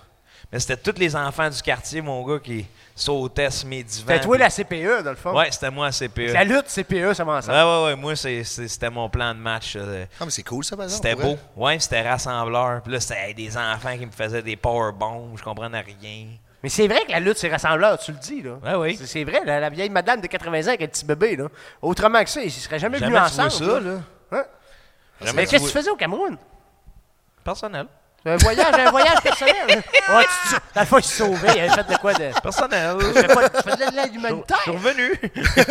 Mais c'était tous les enfants du quartier, mon gars, qui sautaient sur mes divans.
Ben,
Fait Ben, toi
puis-
la CPE, dans le fond.
Ouais, c'était moi à CPE.
La lutte, CPE, ça m'en sert.
E. Ouais, ouais, ouais. Moi, c'est- c'est- c'était mon plan de match. euh, ça.
Ah, mais c'est cool, ça, par exemple.
C'était
pour vrai.
beau. Ouais, c'était rassembleur. Puis là, c'était hey, des enfants qui me faisaient des powerbombs. Je comprenais rien.
Ah,
Mais c'est vrai que la lutte, c'est rassembleur, tu le dis, là.
Ouais, oui.
C'est- C'est vrai, la, la vieille madame de 80 ans avec un petit bébé, là. Autrement que ça, ils se seraient jamais,
Jamais
venus
trouvé
ensemble.
ça,
Hein?
Jamais
Mais qu'est-ce que
trouvé-
tu faisais au Cameroun?
Personnel.
Un voyage, un voyage personnel. là.
Ah,
Ouais, tu, tu, dans le fond, il se sauvait, il avait fait de quoi de...
Personnel.
Il fait pas de- il fait de l'aide
Je
humanitaire.
suis revenu.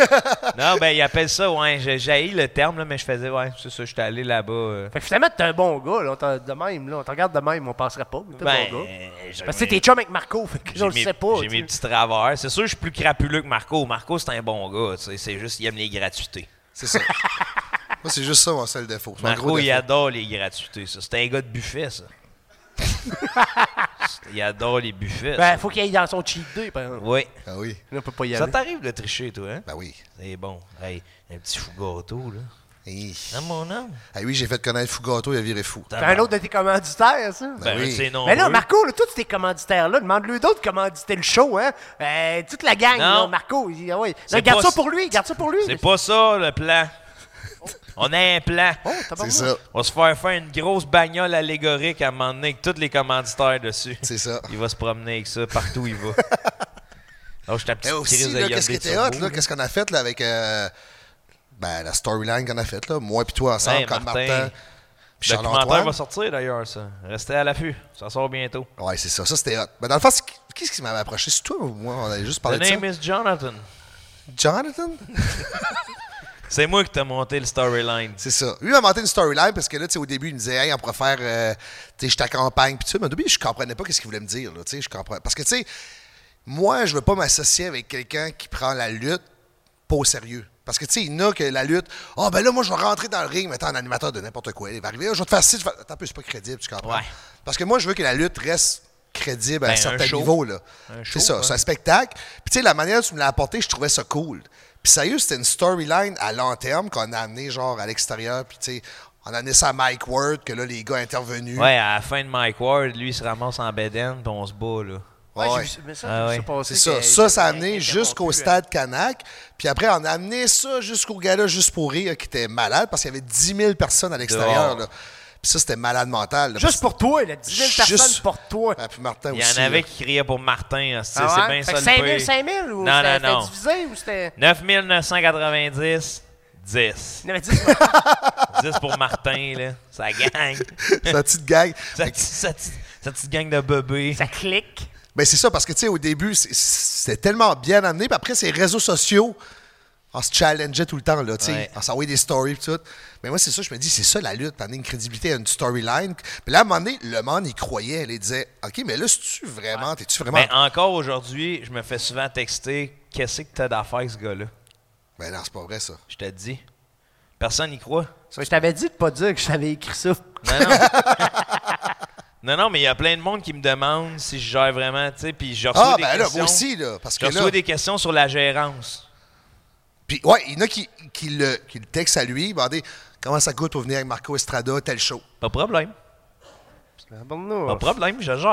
non, ben, ils appellent ça, ouais. J'ai j'ai haï le terme, là, mais je faisais, ouais, c'est ça, j'étais allé là-bas. euh.
Fait que finalement, t'es un bon gars, là. On t'en- de même, là. On te regarde de même, on passerait pas. mais T'es un
Ben,
bon gars.
j'ai
Parce que
mes-
t'es chum avec Marco, fait que je
j'ai
le
mes-
sais pas.
J'ai
tu
mes
sais.
petits travers. C'est sûr, je suis plus crapuleux que Marco. Marco, c'est un bon gars. tu sais, C'est juste, il aime les gratuités.
C'est ça. Moi, c'est juste ça, mon seul défaut. C'est mon
Marco,
gros
il
défaut.
adore les gratuités, ça. C'est un gars de buffet, ça. il adore les buffets.
Ben,
ça.
faut qu'il aille dans son cheat day, par exemple.
Oui.
Ah oui.
Là, on peut pas y
Ça
aller.
t'arrive de tricher, toi, hein?
Ben oui.
C'est bon. Hey, un petit fou gâteau, là.
Hey.
Ah, mon homme.
Ah oui, j'ai fait connaître Fougato, il a viré fou.
T'as un autre de tes commanditaires, ça?
Ben,
oui.
c'est non.
Mais là, Marco, là, tous ces commanditaires-là, demande-lui d'autres commanditer le show, hein? Euh, toute la gang,
Non.
là, Marco. Il, ah ouais.
C'est
là, garde
pas-
ça pour lui, garde ça pour lui.
C'est pas ça, le plan. On a un plan.
T'as pas
C'est
besoin.
ça.
On va se faire faire une grosse bagnole allégorique à un moment donné avec tous les commanditaires dessus.
C'est ça.
Il va se promener avec ça partout où il va. Alors, je
Et
t'appuie
aussi, là, qu'est-ce qui était hot, là, qu'est-ce qu'on a fait, là, avec euh, ben, la storyline qu'on a faite, là, moi puis toi ensemble,
Hey,
comme
Ben, Martin.
Martin, puis
Le documentaire
Charles-Antoine.
va sortir d'ailleurs, ça. Restez à l'affût. Ça sort bientôt.
Ouais, c'est ça, ça c'était hot. Mais dans le fond, c'est- qu'est-ce qui m'avait approché? C'est toi ou moi? On avait juste
The
parlé de ça.
name is Jonathan.
Jonathan?
C'est moi qui t'ai monté le storyline.
C'est ça. Lui il m'a monté une storyline parce que là, tu sais, au début, il me disait, hey, on pourrait faire, euh, tu sais, je t'accompagne. Puis tu sais, mais au début, je comprenais pas qu'est-ce qu'il voulait me dire, là, tu sais, je comprends. Parce que, tu sais, moi, je veux pas m'associer avec quelqu'un qui prend la lutte pas au sérieux. Parce que, tu sais, il y en a que la lutte, oh, ben là, moi, je vais rentrer dans le ring, mais un animateur de n'importe quoi. Il va arriver, Ah, je vais te faire ci, je vais... Attends un peu, c'est pas crédible, tu comprends?
Ouais.
Parce que moi, je veux que la lutte reste crédible à
Ben,
un certain
un show.
niveau, là.
Un show,
C'est ça,
ouais.
c'est un spectacle. Puis, tu sais, la manière dont tu me l'as apporté, je trouvais ça cool. Puis, sérieux, c'était une storyline à long terme qu'on a amené, genre, à l'extérieur. Puis, tu sais, on a amené ça à Mike Ward, que là, les gars intervenus.
Ouais, à la fin de Mike Ward, lui, il se ramasse en bedaine, puis on se bat, là.
Ouais,
Ouais.
j'ai vu ça- mais ça,
Ah
j'ai vu
ouais.
passer
C'est ça.
que-
Ça, ça a
qu'il
amené
était hein.
jusqu'au
rompu,
stade Canac. Puis après, on a amené ça jusqu'au gala Juste pour rire qui était malade parce qu'il y avait 10 000 personnes à l'extérieur.
Dehors.
là. Puis ça, c'était malade mental. là, parce-
Juste pour toi, là, 10 000 personnes
Juste-
pour toi.
Ah, puis Martin
Il y
aussi,
en
là.
avait qui criaient pour Martin. hostie,
Ah ouais?
C'est bien
Fait
ça
que
le
5 000,
pire.
5 000 ou
Non,
c'était-
non, non.
c'était divisé ou c'était.
9990, 10.
Il y en avait 10 000.
10 pour Martin, là. Ça gagne.
Sa petite gang.
Sa petite- sa petite sa petite gang de bébés.
Ça clique.
Ben c'est ça, parce que tu sais, au début, c'est- c'était tellement bien amené, puis après, ces réseaux sociaux, on se challengeait tout le temps, là, tu sais,
Ouais.
on s'envoyait des stories, puis tout. Mais moi, c'est ça, je me dis, c'est ça la lutte, t'en as une crédibilité, une storyline. Puis là, à un moment donné, le monde y croyait, il disait, OK, mais là, c'est-tu vraiment, t'es-tu vraiment.
Mais encore aujourd'hui, je me fais souvent texter Qu'est-ce que t'as d'affaire avec ce gars-là
Ben non, c'est pas vrai, ça.
Je te dis. Personne n'y croit.
Je t'avais dit de pas dire que j'avais écrit ça.
Non, non. non, non, mais il y a plein de monde qui me demande si je gère vraiment, tu sais, puis je reçois
Ah,
des
ben là,
questions.
moi aussi, là, parce
je
que
reçois
là-
des questions sur la gérance.
Puis, ouais, il y en a qui, qui le, qui le textent à lui, demandez, comment ça coûte pour venir avec Marco Estrada, tel show.
Pas de problème. Pas de problème, je gère.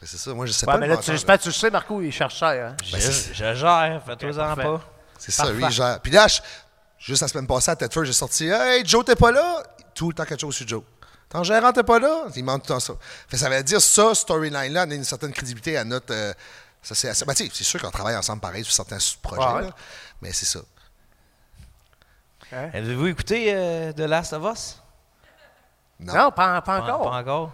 Ben, c'est ça, moi, je sais
Ouais,
pas.
mais
le
là, tu,
montant,
j'espère que tu le sais, Marco, il cherche cher. Hein?
Ben,
Je, je gère, fais-toi-en
parfait.
pas.
C'est ça,
Parfait.
oui, genre. Puis là, je- juste la semaine passée, à Tedford, j'ai sorti Hey, Joe, t'es pas là? Tout le temps quelque chose sur Joe. Ton gérant, t'es pas là? Il manque tout le temps ça. Fait, que ça veut dire ça, storyline-là, on a une certaine crédibilité à notre. euh, ça, c'est assez- ben, tu sais, c'est sûr qu'on travaille ensemble pareil sur certains sous- projets,
Ouais, ouais.
là, mais c'est ça.
Avez-vous écouté euh, The Last of Us?
Non, pas, pas encore.
Pas, pas encore.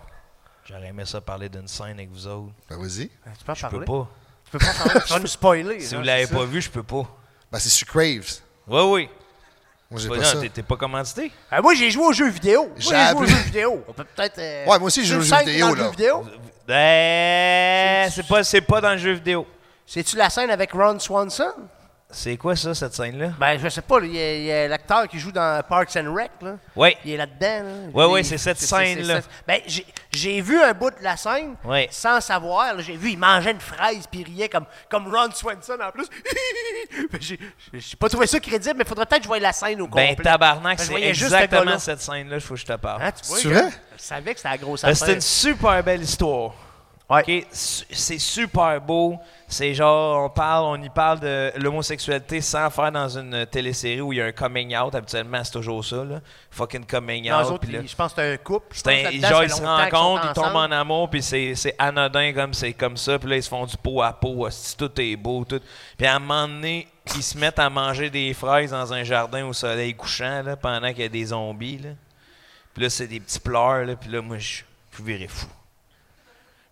J'aurais aimé ça parler d'une scène avec vous autres.
Ben, vas-y.
Tu peux pas
Je peux
parler.
pas.
Tu peux pas parler. Tu vas nous spoiler.
Si
là,
vous
c'est
l'avez
ça.
pas vu, je peux pas.
Ben, c'est sur Craves.
Oui, oui.
Moi, j'ai
Pas-
pas
non,
ça.
t'es- T'es pas commandité?
Ah, moi, j'ai joué aux jeux vidéo. Moi, J'ai joué aux
J'avoue.
jeux vidéo. On peut peut-être. euh,
Ouais, moi aussi, j'ai
une
joué aux
scène
jeux vidéo,
dans le
là.
jeu vidéo.
Ben, c'est pas, c'est pas dans le jeu vidéo.
C'est-tu la scène avec Ron Swanson?
C'est quoi ça, cette scène-là?
Ben, je sais pas. là, Il y a- il y a l'acteur qui joue dans Parks and Rec. Là.
Ouais.
Il est là-dedans. là.
Ouais,
Il-
ouais, c'est cette scène-là.
c'est- Ben, j'ai- j'ai vu un bout de la scène
Ouais.
sans savoir. là. J'ai vu, il mangeait une fraise puis il riait comme, comme Ron Swanson en plus. Ben, j'ai- j'ai pas trouvé ça crédible, mais faudrait peut-être que je voie la scène au complet.
Ben, tabarnak,
Ben, je
c'est
voyais juste ce
exactement
gars-là.
cette scène-là, il faut que je te parle.
Hein, tu vois,
C'est
gars,
vrai?
Je savais que c'était la grosse
Ben,
affaire.
c'est une super belle histoire.
Ouais.
OK? Su- C'est super beau. C'est genre, on parle, on y parle de l'homosexualité sans faire dans une télésérie où il y a un coming out. Habituellement, c'est toujours ça, là. Fucking coming
Dans les
out.
autres,
puis là-
ils- je pense que c'est un couple. Je
C'est un-
pense que
ils-
là-dedans,
genre,
ça
ils se
fait longtemps qu'ils sont
rencontrent, ils tombent
ensemble.
en amour, puis c'est c'est anodin comme c'est comme ça, puis là, ils se font du pot à pot, hostie, tout est beau, tout. Puis à un moment donné, ils se mettent à manger des fraises dans un jardin au soleil couchant, là, pendant qu'il y a des zombies, là. Puis là, c'est des petits pleurs, là, puis là, moi, je je verrais fou.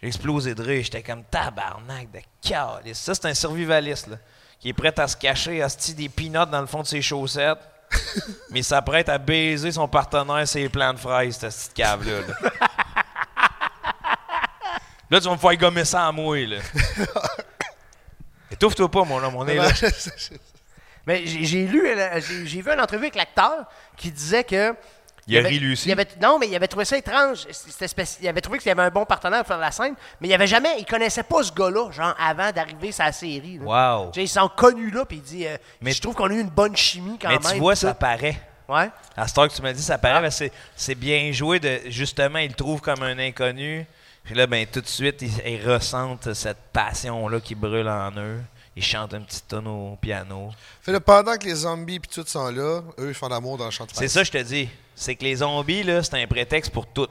J'ai explosé de rire, j'étais comme tabarnak de calice. Ça, c'est un survivaliste, là, qui est prêt à se cacher, à se des pinottes dans le fond de ses chaussettes, mais il s'apprête à baiser son partenaire ses plants de fraises, cette petite cave-là. Là. Là, tu vas me faire gommer ça à moi, là. Étouffe-toi pas, mon homme, on est là.
Mais j'ai j'ai lu, euh, j'ai j'ai vu une entrevue avec l'acteur qui disait que.
Il a
avait-
ri, lui aussi.
il avait- non, mais il avait trouvé ça étrange. C'était spéci- Il avait trouvé qu'il y avait un bon partenaire pour faire la scène, mais il avait jamais, il connaissait pas ce gars-là, genre avant d'arriver sa série. là.
Wow.
Tu sais, Ils sont connus là, puis il dit, euh,
Mais-
je trouve qu'on a eu une bonne chimie quand
Mais
même.
tu vois,
puis
ça
tout.
paraît.
Ouais.
À cette heure que tu me dis, ça paraît, parce que c'est- c'est bien joué. De, justement, il le trouve comme un inconnu. Puis là, ben, tout de suite, ils, ils ressentent cette passion-là qui brûle en eux. Ils chantent un petit tonne au piano.
Fait là, pendant que les zombies puis tout sont là, eux, ils font l'amour dans le champ de
C'est
fraises.
ça, je te dis. C'est que les zombies, là, c'est un prétexte pour tout.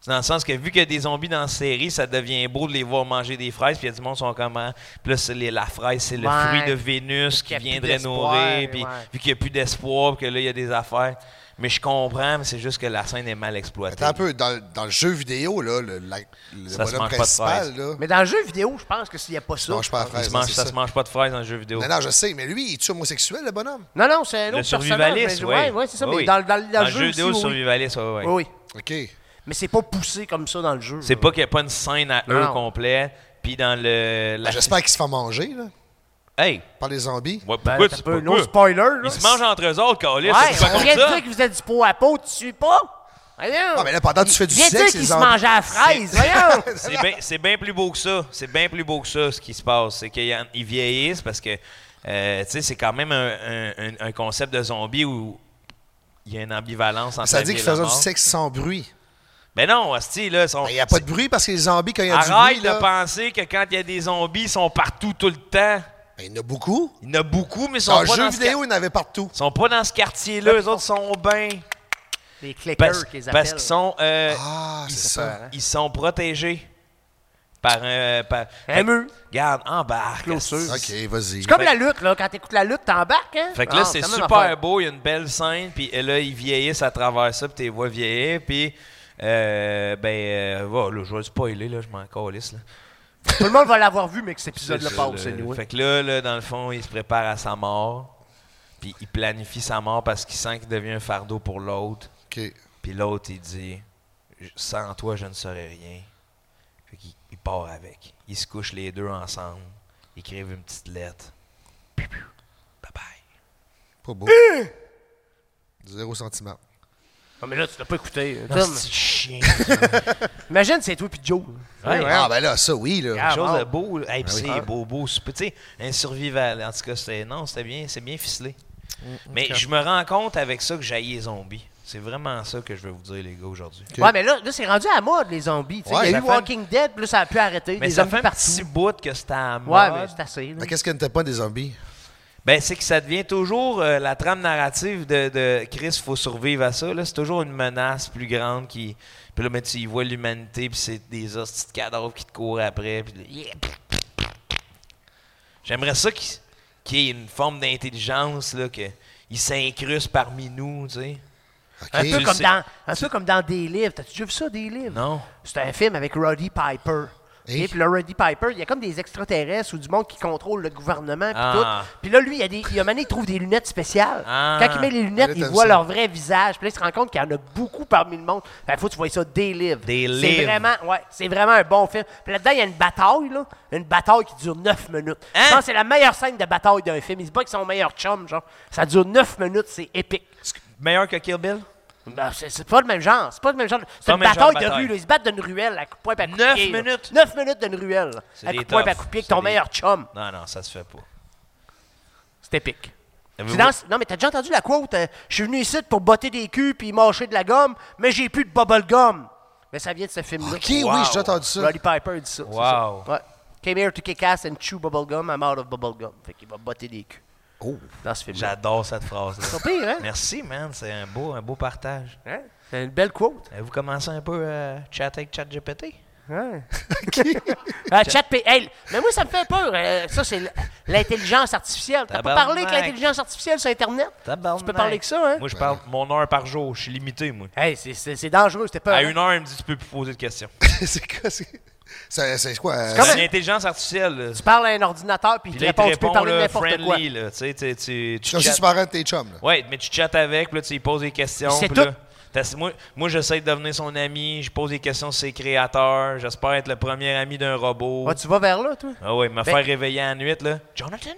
C'est dans le sens que vu qu'il y a des zombies dans la série, ça devient beau de les voir manger des fraises, puis il y a du monde qui sont comme... hein, Puis là, c'est les- la fraise, c'est le
Ouais.
fruit de Vénus qui
Qu'il y a plus
viendrait
d'espoir,
nourrir, puis
ouais.
vu qu'il n'y a plus d'espoir, puis que là, il y a des affaires. Mais je comprends, mais c'est juste que la scène est mal exploitée.
Attends un peu, dans, le- dans le jeu vidéo, là, le, la- le
Ça se
bonhomme
mange pas de
principal,
fraises.
là.
Mais dans le jeu vidéo, je pense que s'il n'y a pas ça.
Non, je parle
Il
fraises.
se
hein,
mange-
c'est
ça
ça.
se mange pas de fraises dans le jeu vidéo.
Non, non, je sais, mais lui, il est homosexuel, le bonhomme?
Non, non, c'est un
le
autre
survivaliste,
personnage. mais-
oui.
ouais, ouais, c'est ça. mais dans, dans- dans
le jeu vidéo,
aussi, oui.
survivaliste, oui, oui.
Oui, oui.
OK.
Mais c'est pas poussé comme ça dans le jeu.
C'est
là.
pas qu'il n'y a pas une scène à eux
Non.
complète, puis dans le... la-
Ben, J'espère qu'il se fait manger, là,
Hey!
par les zombies.
Ouais,
Ben,
pourquoi
t'as
tu-
pas-
pourquoi?
No spoiler, là.
Ils se mangent entre eux autres, Calis.
Ouais,
c'est pas
on
comme
vient de
ça.
dire que vous êtes du pot à pot, tu suis pas? Voyons.
Ah, mais là, pendant que tu fais du
Viens
sexe,
dire
les
qu'ils se
zombies-
mangeaient à la fraise, voyons!
C'est bien c'est bien plus beau que ça. C'est bien plus beau que ça, ce qui se passe. C'est qu'ils en- ils vieillissent parce que, euh, tu sais, c'est quand même un, un- un- un concept de zombie où il y a une ambivalence entre
Ça
la
dit
vie
qu'il
et la
faisait du
mort.
sexe sans bruit.
Mais non, hostie, là, ils sont-
Ben, Il n'y a pas de bruit parce que les zombies, quand il y a
Arrête
du bruit, là,
de penser que quand il y a des zombies, ils sont partout tout le temps.
ben, il y en a beaucoup. Ah,
Il y en a beaucoup, mais ils sont
Dans le
pas
jeu
dans ce
vidéo, il y en avait partout.
Ils sont pas dans ce quartier-là, eux autres sont bien.
Les clickers
Parce,
qu'ils
parce
appellent.
qu'ils sont, euh,
Ah,
ils,
c'est
sont-
ça.
ils sont protégés par un, euh, par, fait-
mur.
Regarde, embarque.
OK, vas-y.
C'est comme la lutte, là. Quand t'écoutes la lutte, t'embarques, hein?
ben Fait que là,
Ah,
c'est
la même
super
affaire.
beau, il y a une belle scène, puis euh, là, ils vieillissent à travers ça, puis t'es vois vieillir, puis. euh, ben, euh, voilà, je vais le spoiler, là, je m'en calisse. Là.
Tout le monde va l'avoir vu, mais que cet épisode-là
C'est ça,
passe,
là.
anyway.
Fait que là, là, dans le fond, il se prépare à sa mort, puis il planifie sa mort parce qu'il sent qu'il devient un fardeau pour l'autre. Puis l'autre, il dit Je- Sans toi, je ne serais rien. Fait qu'il il part avec. Ils se couchent les deux ensemble, ils écrivent une petite lettre. Piou, piou.
Pas beau. Zéro sentiment.
Non, Ah, mais là, tu l'as pas écouté.
Ah,
Non,
Tom.
c'est chien,
Ah, Imagine, c'est toi puis Joe.
Ouais,
ah, ben là, ça, oui. Là.
Quelque chose de beau. là. Hey, puis
Ah oui.
c'est beau, beau. souper. Tu sais, un survival. En tout cas, c'était, non, c'était bien, c'est bien ficelé.
Mm,
Mais
ok.
je me rends compte avec ça que j'haïs les zombies. C'est vraiment ça que je vais vous dire, les gars, aujourd'hui.
Ouais, mais là, là c'est rendu à la mode, les zombies. tu sais.
Ouais,
Il y a
ça
eu
fait-
Walking Dead, puis là, ça a pu arrêter.
Mais
des
ça
zombies
fait un
partout.
petit bout que c'était à mode.
Ouais, mais c'est assez. là.
Mais qu'est-ce que n'était pas des zombies?
Ben, c'est que ça devient toujours euh, la trame narrative de, de Chris, faut survivre à ça. là. C'est toujours une menace plus grande qui. Puis là, mais tu y vois l'humanité, puis c'est des hosties de cadavres qui te courent après. Puis là, yeah, pff, pff, pff. J'aimerais ça qu'il qu'il y ait une forme d'intelligence, là, que il s'incruste parmi nous, tu sais.
Un,
Tu
peu
le
comme
sais-
dans, un peu comme dans des livres. T'as-tu déjà vu ça, des livres?
Non.
C'est un film avec Roddy Piper. Et puis le Roddy Piper, il y a comme des extraterrestres ou du monde qui contrôle le gouvernement. Puis
Ah.
tout. Puis là, lui, il y a des, il y a un moment donné, il trouve des lunettes spéciales.
Ah.
Quand il met les lunettes,
Ah,
il
t'aimes
voit
ça.
leur vrai visage. Puis là, il se rend compte qu'il y en a beaucoup parmi le monde. Il faut que tu vois ça des livres.
Des
C'est
livres.
vraiment, ouais, c'est vraiment un bon film. Puis là-dedans, il y a une bataille, là. Une bataille qui dure 9 minutes.
Hein?
Je pense que c'est la meilleure scène de bataille d'un film. Il se bat avec son meilleur chum, genre. Ça dure 9 minutes, c'est épique.
Meilleur que Kill Bill?
Ben, c'est c'est pas le même genre. C'est pas le même genre. C'est
Pas
une
le même genre
bataille
de
de
bataille.
rue. là. Ils se battent d'une ruelle à coup de poing à coup de
Neuf
pied, là.
minutes.
Neuf minutes d'une ruelle. là.
C'est
À
des
coup de poing à
toughs.
coup de pied avec
C'est
ton
des-
meilleur chum.
Non, non, ça se fait pas.
C'est épique.
Avez-vous-
C'est dans- Non, mais t'as déjà entendu la quote. euh, Je suis venu ici pour botter des culs puis mâcher de la gomme, mais j'ai plus de bubble gum. Mais ça vient de ce film-là.
Ok, oui, Wow. j'ai déjà entendu ça.
Roddy Piper dit ça. c'est
Wow.
ça. Ouais. Came here to kick ass and chew bubble gum. I'm out of bubble gum. Fait qu'il va botter des culs.
Oh.
Dans ce film-là.
J'adore cette phrase.
C'est pas pire, hein?
Merci, man. C'est un beau, un beau partage.
Hein? C'est une belle quote.
Vous commencez un peu à chatter avec ChatGPT?
Ouais. Euh, chat P- hey, mais moi, ça me fait peur. Euh, ça, c'est l- l'intelligence artificielle. T'as pas
Tabarnak.
parlé avec l'intelligence artificielle sur Internet?
Tabarnak.
Tu peux parler que ça, hein?
Moi, je parle mon heure par jour. Je suis limité, moi.
Hey, c'est- c'est c'est dangereux, c'était peur.
À
hein?
une heure, il me dit tu peux plus poser de questions.
c'est quoi? C'est c'est- c'est quoi? euh,
C'est comme l'intelligence artificielle. là.
Tu parles à un ordinateur, puis il
Puis
te
là, il
répond,
te
tu peux
répond,
parler de
là,
n'importe quoi.
friendly. Là. Tu sais, tu, tu, tu
Comme si
chattes-
tu parlais de tes chums. Là.
Ouais, mais tu chattes avec, puis là, tu lui poses des questions.
C'est
puis
tout.
là, t'as- moi, moi j'essaie de devenir son ami. Je pose des questions sur ses créateurs. J'espère être le premier ami d'un robot.
Ah, tu vas vers là, toi?
Ah ouais, me
Ben-
faire réveiller à la nuit, là. Jonathan?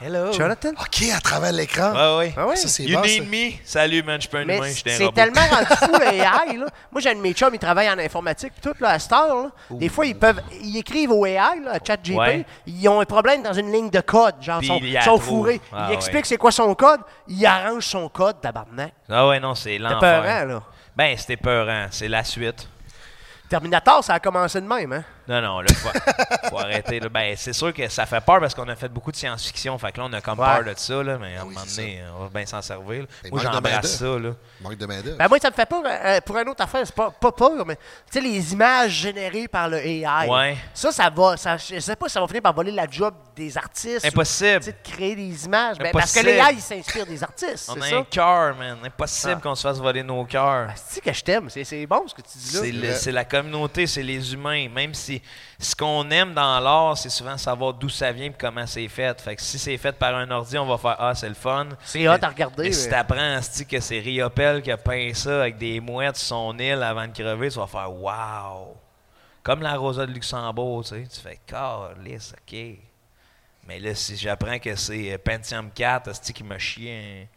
Hello.
Jonathan?
OK, à travers l'écran.
Ah ouais.
Ah ouais. Ça, c'est
you
bon,
need
ça.
me? Salut, man, je suis pas un
Mais
humain, je suis un
c'est
robot.
tellement rendu fou, le AI. Là. Moi, j'ai un de mes chums, il travaille en informatique, puis tout, là, à cette heure. là. Des fois, ils peuvent, ils écrivent au AI, là, à ChatGPT,
Ouais.
ils ont un problème dans une ligne de code, genre,
Puis
sont,
il y a
sont
trop.
fourrés.
Ah,
ils
ouais.
expliquent c'est quoi son code, ils arrangent son code, tabarnak.
Ah ouais, non, c'est l'enfer.
peurant, là.
Ben, c'était peurant. C'est la suite.
Terminator, ça a commencé de même, hein?
Non, non, là, faut, faut arrêter. là. Ben, c'est sûr que ça fait peur parce qu'on a fait beaucoup de science-fiction. Fait que là, on a comme
Ouais.
peur de ça, là, mais à un moment donné, on va bien s'en servir. là. Moi,
manque de
j'embrasse ça, là.
Manque de main-d'œuvre.
Ben moi, ça me fait peur. euh, pour une autre affaire, c'est pas, pas peur, mais tu sais, les images générées par le AI.
Ouais.
Ça, ça va. Ça, je sais pas si ça va finir par voler la job des artistes.
Impossible.
ou, tu sais, de créer des images. Ben, parce que
Impossible.
l'AI, il s'inspire des artistes.
On
c'est
a
ça.
un cœur, man. Impossible
Ah.
qu'on se fasse voler nos cœurs.
Tu sais que je t'aime. C'est- C'est bon ce que tu dis là. Euh,
C'est le- c'est la communauté, c'est les humains. Même si ce qu'on aime dans l'art, c'est souvent savoir d'où ça vient et comment c'est fait. Fait que si c'est fait par un ordi, on va faire Ah, c'est le fun.
C'est hot à
Mais-
regarder,
Mais
mais-
si t'apprends asti, que c'est Riopel qui a peint ça avec des mouettes sur son île avant de crever, tu vas faire Wow! Comme la Rosa de Luxembourg, tu sais. Tu fais Carlis, OK. Mais là, si j'apprends que c'est euh, Pentium 4, asti, qui m'a chié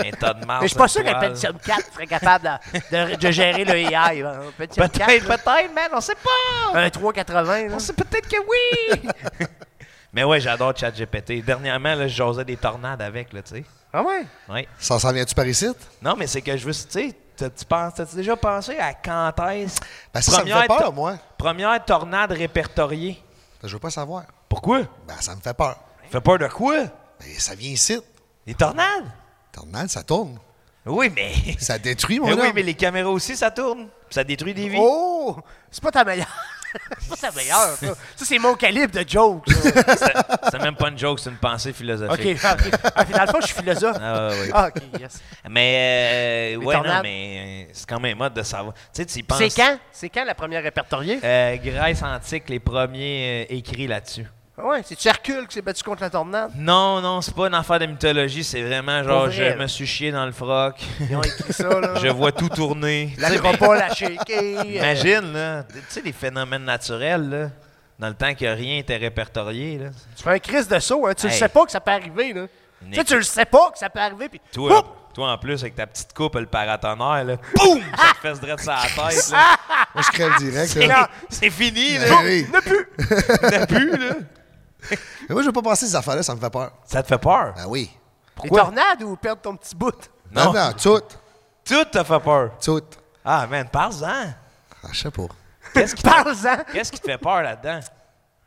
un, un tas de marde
Mais je suis
sur
pas
le
sûr que
poêle.
Pentium 4 serait capable de, de- de gérer le AI. hein. Pentium
Peut-être,
4, là,
peut-être, man, on sait pas!
Un 380. là.
peut-être que oui! Mais ouais, j'adore ChatGPT. Dernièrement, là, je jasais des tornades avec, là, tu sais.
Ah ouais?
Ouais.
Ça s'en vient-tu par ici?
Non, mais c'est que je veux, tu sais, t'as- tu penses, t'as-tu déjà pensé à quand est-ce...
Ben, ça, ça me fait
Première
peur,
to-
moi.
Première tornade répertoriée.
Ben, Je veux pas savoir.
Pourquoi?
Ben, ça me fait peur.
Fait peur de quoi?
Ben, ça vient ici.
Des tornades?
Tornade, ça tourne.
Oui, mais.
Ça détruit, mon
Mais Eh oui,
homme.
mais les caméras aussi, ça tourne. Ça détruit des vies.
Oh! C'est pas ta meilleure. c'est pas ta meilleure, ça. Ça, c'est mon calibre de joke, ça.
C'est même pas une joke, c'est une pensée philosophique.
OK, ah, OK. Ah, dans le fond, je suis philosophe.
Ah, ouais, ouais.
Ah, OK, yes.
Mais, euh,
Les
ouais, non,
tornades.
mais euh, c'est quand même mode de savoir. Tu sais, tu y penses.
C'est quand? C'est quand la première répertoriée?
Euh, Grèce antique, les premiers euh, écrits là-dessus.
Ouais, c'est Hercule qui s'est battu contre la tornade.
Non, non, c'est pas une affaire de mythologie, c'est vraiment genre
Pour vrai.
je me suis chié dans le froc.
Ils ont écrit ça, là.
Je vois tout tourner.
La euh.
Tu sais, mais-
L'acropole à shaker.
Imagine, là. Tu sais, les phénomènes naturels, là. Dans le temps que rien n'était répertorié, là.
Tu fais un crise de saut, hein. Tu le
Hey.
sais pas que ça peut arriver, là.
Une
Tu sais, tu
équipe.
le sais pas que ça peut arriver, puis...
Toi, toi, en plus, avec ta petite coupe, le paratonnerre, là. Boum! Ça te fesse droit sur la tête, là.
Moi, je crève direct.
C'est-
là.
C'est fini,
Ben
là.
oui.
Ne plus!
T'as pu, là.
Mais moi, je veux pas passer ces affaires-là, ça me fait peur.
Ça te fait peur?
Ah oui.
Les tornades ou perdre ton petit bout?
Non,
Non.
non, tout.
Tout t'a fait peur.
Tout.
Ah, man, parle-en.
Ah, je sais pas.
Qu'est-ce qui te-
Parle-en!
qu'est-ce qui te fait peur là-dedans?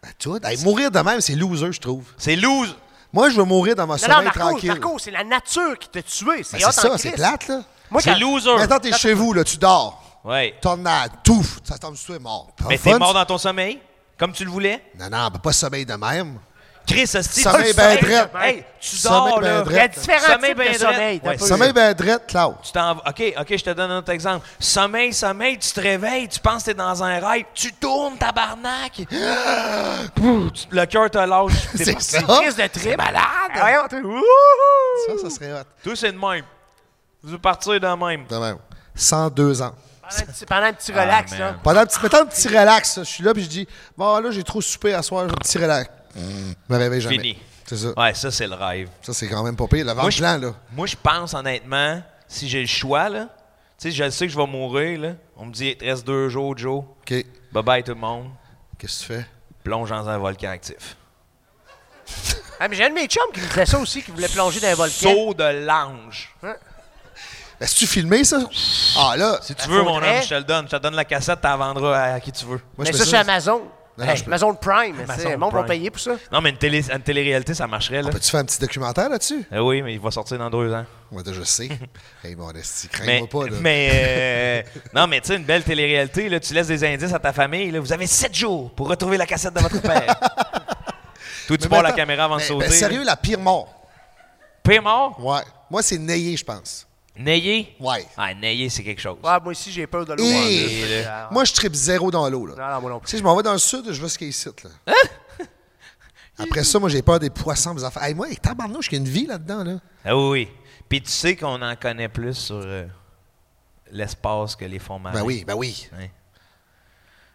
Ah, Tout. Hey, mourir de même, c'est loser, je trouve.
C'est loose.
Moi, je veux mourir dans mon
Non, non,
sommeil
Marco,
tranquille.
Marco, c'est la nature qui t'a tué. C'est
Ben,
hot en
c'est ça, c'est
crise.
plate, là.
Moi,
C'est
quand-
loser.
Maintenant, t'es chez vous, là, tu dors.
Ouais.
Tornade, tout. Ça tombe sur toi, mort. Pas
Mais
Ah, fun,
t'es mort dans ton sommeil, comme tu le voulais.
Non, non, ben, pas sommeil de même.
Chris, hostie,
Sommeil
tu-
ben
Hey,
drette.
Hey, tu
Sommeil
dors,
ben
là.
Il y a
drette.
différents
Sommeil
types
bien
de
drette.
sommeil. t'as
Ouais,
pas eu-
Sommeil ben drette, Claude.
Tu t'en vas- OK, OK, je te donne un autre exemple. Sommeil, sommeil, tu te réveilles, tu penses que t'es dans un rêve, tu tournes, tabarnak. Pouh, tu- le cœur te lâche. t'es
C'est
parti.
ça.
Crise de trip. Ah, malade. Voyons, toi. Wouhou!
Ça, ça serait hot.
Toi, c'est de même. Tu veux partir de même.
De même. 102 ans.
Pendant un petit- Pendant un
Ah,
petit relax,
Ah, man.
là.
Pendant un petit, mettons un petit relax, là. je suis là puis je dis Bon, là, j'ai trop soupé à soir, j'ai un petit relax. Je me réveille jamais.
Fini.
C'est ça.
Ouais, ça, c'est le rêve.
Ça, c'est quand même pas pire. Le ventre
je-
blanc, là.
Moi, je pense honnêtement, si j'ai le choix, là, tu sais, je le sais que je vais mourir, là. On me dit, il te reste deux jours, Joe.
OK.
Bye bye tout le monde.
Qu'est-ce que tu fais
Plonge dans un volcan actif.
Ah, mais j'ai un de mes chums qui me disait ça aussi, qui voulait plonger dans un volcan.
Saut de l'ange.
Est-ce que tu filmé, ça Ah, là.
Si tu veux, mon
faudrait.
homme, je te le donne. Je te donne la cassette, tu la vendras à qui tu veux.
Moi, je
mais
fais
ça, c'est
ça.
Amazon.
Non, non,
Hey,
je peux-
Amazon Prime.
Amazon
c'est- Le monde va
Prime.
payer pour ça.
Non, mais une, télé, une télé-réalité, ça marcherait, là.
Peux-tu faire un petit documentaire là-dessus
Eh oui, mais il va sortir dans deux ans.
Moi, déjà, je sais. hey, mon esti,
Mais,
crains-moi pas, là.
mais euh, non, mais tu sais, une belle télé-réalité, là, tu laisses des indices à ta famille. Là, vous avez sept jours pour retrouver la cassette de votre père. Toi, tu
Mais
pars la
mettons-
caméra avant de
mais-
sauter.
mais sérieux, la pire mort.
P mort,
Ouais. Moi, c'est nayer, je pense.
Nayé.
Ouais.
Ah, Nayé, c'est quelque chose.
Ouais, moi aussi, j'ai peur de l'eau.
Et-
Ouais, là.
Moi, je tripe zéro dans l'eau, là.
Non, non, moi non plus.
Tu sais, je m'en vais dans le sud, je vais skier ici, là. Après ça, moi, j'ai peur des poissons, des affaires. Hey, moi, tabarnouche, qu'il y a une vie là-dedans, là.
Ah oui, oui. Puis tu sais qu'on en connaît plus sur euh, l'espace que les Hein? fonds marins.
Ben oui, ben oui.
Ouais.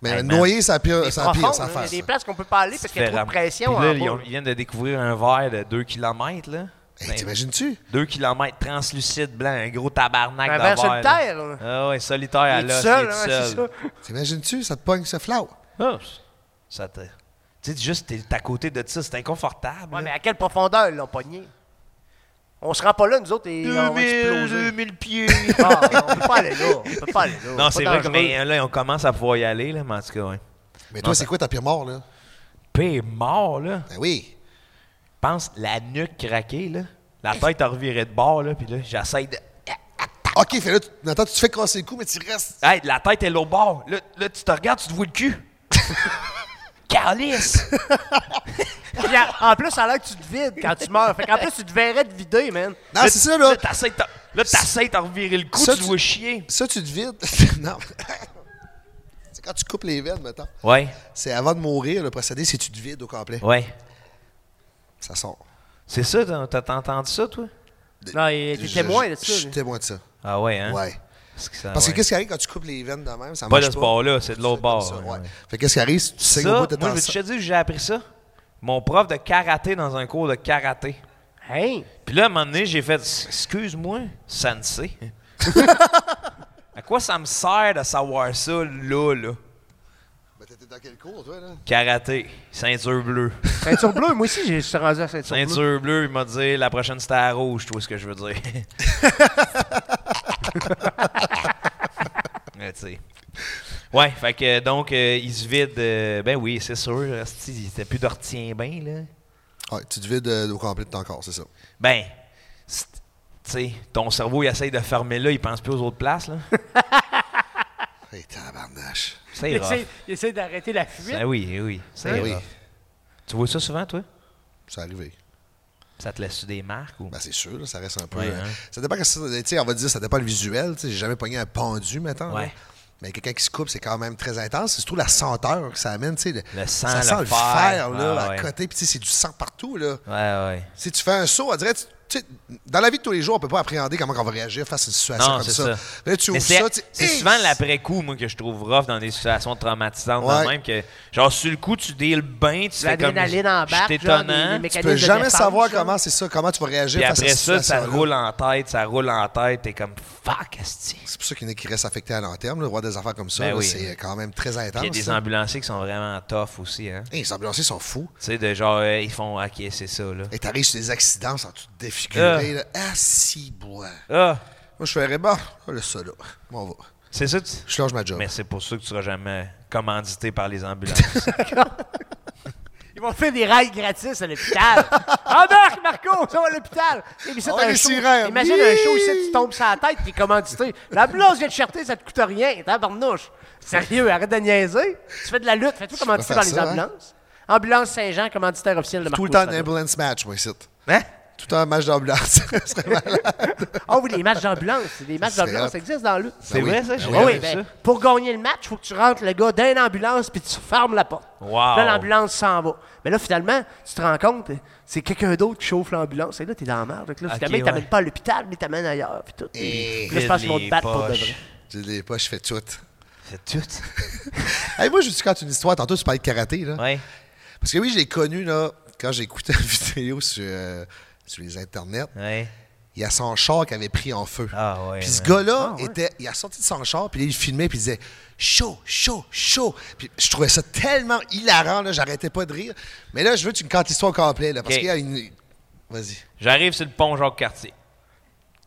Mais
Hey, man.
noyer, ça a pire,
C'est
ça a pire,
profond,
ça
là.
fait.
Il y a des
ça.
places qu'on peut pas aller parce qu'il y a trop de
Différemment.
pression. hein,
Puis là,
en
ils, ont-
bas.
ils viennent de découvrir un verre de 2 km, là.
Hey,
Ben,
T'imagines-tu?
2 km translucide blanc, un gros tabarnak
Un
de
verre sur
verre,
le
là.
terre, là.
Ah ouais, solitaire
Il
à
est tout
l'os,
seul,
il est
hein,
tout
c'est ça.
seul.
T'imagines-tu? Ça te pogne ce flow.
Ah, ça te... Tu sais, juste, t'es à côté de ça, c'est inconfortable.
Ouais, mais
là.
à quelle profondeur ils l'ont pogné? On se rend pas là, nous autres, et on va
2000,
exploser.
2000 pieds.
Ah, on peut pas aller là. On peut pas aller là.
non,
Pas
c'est vrai que
dangereux.
mais, hein. là, on commence à pouvoir y aller, là, mais en tout cas, ouais.
Mais toi,
Non,
c'est quoi ta pire mort, là?
P est mort, là.
Ben oui.
Pense, la nuque craquée, là. La tête a reviré de bord, là, puis là, j'essaie de...
Ok, fait là, tu- Nathan, tu te fais casser le cou, mais tu restes.
Hey, la tête est l'autre bord. Là, là, tu te regardes, tu te vois le cul. Carlis!
Puis en- en plus, ça a l'air que tu te vides quand tu meurs. Fait qu'en plus, tu te verrais te vider, man.
Non, c'est ça, là.
Là, t'essaies de te- là, t'essaies de te revirer le cou,
Ça,
tu te
tu-
vois chier.
Ça, tu te vides. non. c'est quand tu coupes les veines, mettons.
Ouais,
C'est avant de mourir, le procédé, c'est tu te vides au complet.
ouais.
Ça sort.
C'est ça, t'as t'as- t'as entendu ça, toi?
Non, il
Je-
était témoin
je-
de ça.
Je suis
lui.
témoin de ça.
Ah ouais, hein?
Ouais.
Parce que, ça,
Parce
ouais.
que qu'est-ce qui arrive quand tu coupes les veines de même? Ça
Pas
marche
de ce bord-là, c'est de l'autre bord.
Ça, ouais.
ouais.
Fait que qu'est-ce qui arrive si tu saignes
Ça,
au bout de
moi, je
ton
veux
sang?
te dire, j'ai appris ça. Mon prof de karaté dans un cours de karaté.
Hein?
Puis là, à un moment donné, j'ai fait Excuse-moi, sensei. à quoi ça me sert de savoir ça, là, là?
Ben, t'étais dans quel cours, toi, là?
Karaté, ceinture bleue.
Ceinture bleue, moi aussi, je suis rendu à ceinture, bleue.
Ceinture bleue, il m'a dit la prochaine c'était à rouge, tu vois ce que je veux dire. ouais, tu sais. Ouais, fait que donc euh, il se vide. euh, ben oui, c'est sûr. asti, Il était plus de retien bien, là.
Ouais, tu te vides euh, au complet de ton corps, c'est ça.
Ben, c'est- tu tu sais, ton cerveau, il essaye de fermer là, il pense plus aux autres places, là.
Hey, tabarnache.
C'est
Il
rough.
essaie, il essaie d'arrêter la fuite.
Ben oui, eh oui. C'est
Ben oui.
rough. Tu vois ça souvent, toi?
C'est arrivé.
Ça te laisse des marques ou?
Ben, c'est sûr, là, ça reste un peu.
Ouais,
euh,
hein.
Ça dépend, que ça- tu sais, on va dire, ça dépend le visuel. tu sais, J'ai jamais pogné un pendu, maintenant.
Ouais.
Mais quelqu'un qui se coupe, c'est quand même très intense. C'est surtout la senteur que ça amène. tu sais, Le,
Le sang,
ça
le
sent le
fer.
fer, là,
Ah,
à
ouais.
côté. Puis, tu sais, c'est du sang partout. Là.
Ouais, ouais.
Si tu fais un saut, on dirait. tu- tu sais, dans la vie de tous les jours, on peut pas appréhender comment on va réagir face à une situation
Non,
ben, comme
c'est
ça.
ça.
Là, tu
Mais
ouvres
c'est-
ça, tu sais,
C'est
hey!
souvent l'après-coup, moi, que je trouve rough dans des situations traumatisantes.
Ouais.
de Même que, genre, sur le coup, tu deals bien, tu fais comme...
L'adrénaline embarque,
C'est
genre, des-
étonnant.
des
Tu peux
mécanismes de
jamais
défense,
savoir
genre.
comment c'est ça, comment tu vas réagir
Puis
face à
après
cette
ça, ça
situation-là.
roule en tête, ça roule en tête. T'es comme, fuck, esti.
C'est pour ça qu'il y en a qui restent affectés à long terme. Le roi des affaires comme ça,
Ben
là,
oui.
c'est quand même très
Puis
intense.
il y a des
là.
ambulanciers qui sont vraiment tough aussi, hein.
Hey, les ambulanciers sont fous.
Tu sais, de genre, euh, ils font, ok, c'est ça, là.
Et t'arrives sur des accidents sans tout défigurer.
Ah.
là. Ah, si, bois.
Ah!
Moi, je eh ben, ferais, bon, le ça, là. Bon, on va.
C'est ça, tu...
Je change ma job.
Mais c'est pour ça que tu seras jamais commandité par les ambulances.
Ils vont faire des rails gratis à l'hôpital. Embarque, Marco, ça va à l'hôpital. Et puis ça,
Oh,
t'as un
les
show.
sirènes.
Imagine
Oui.
un show ici, tu tombes sur la tête, t'es commandité. L'ambulance vient te chercher, ça te coûte rien, tabarnouche. Sérieux, arrête de niaiser. Tu fais de la lutte, fais-toi commandité
faire
dans les
ça, hein.
ambulances. Ambulance Saint-Jean, commanditaire officiel de Marco.
Tout le temps un
Strada.
ambulance match, moi, ici.
Hein?
Tout le temps un match d'ambulance. Ce serait malade.
Ah oui, les matchs d'ambulance. Les matchs
serait
d'ambulance
hot.
ça existe dans la lutte.
C'est
oui,
vrai, ça?
ben
J'ai
oui,
Ah oui,
jamais vu
ben, pour gagner le match, il faut que tu rentres le gars dans l'ambulance puis tu fermes la porte.
Wow.
Là, l'ambulance s'en va. Mais là, finalement, tu te rends compte, c'est quelqu'un d'autre qui chauffe l'ambulance. Et là, t'es dans la merde. Fait que Là,
Ok,
finalement, il t'amène
ouais.
pas à l'hôpital, mais il t'amène ailleurs. Puis tout.
Et
Puis là, je pense qu'ils vont
les
te battre pour de
poches.
vrai.
J'ai des poches, je fais tout.
C'est tout.
Hey, moi, je vous raconte une histoire. Tantôt, tu parlais de karaté, là.
Ouais.
Parce que oui, j'ai connu, là, quand j'écoutais une vidéo sur, euh, sur les internets,
Ouais.
il y a son char qui avait pris en feu.
Ah ouais.
Puis ce
ouais.
gars-là, était, il a sorti de son char, puis il filmait, puis il disait chaud, chaud, chaud. Puis je trouvais ça tellement hilarant, là, j'arrêtais pas de rire. Mais là, je veux que tu me contes l'histoire complète, là, parce
Ok.
qu'il y a une. Vas-y.
J'arrive sur le pont Jacques-Cartier.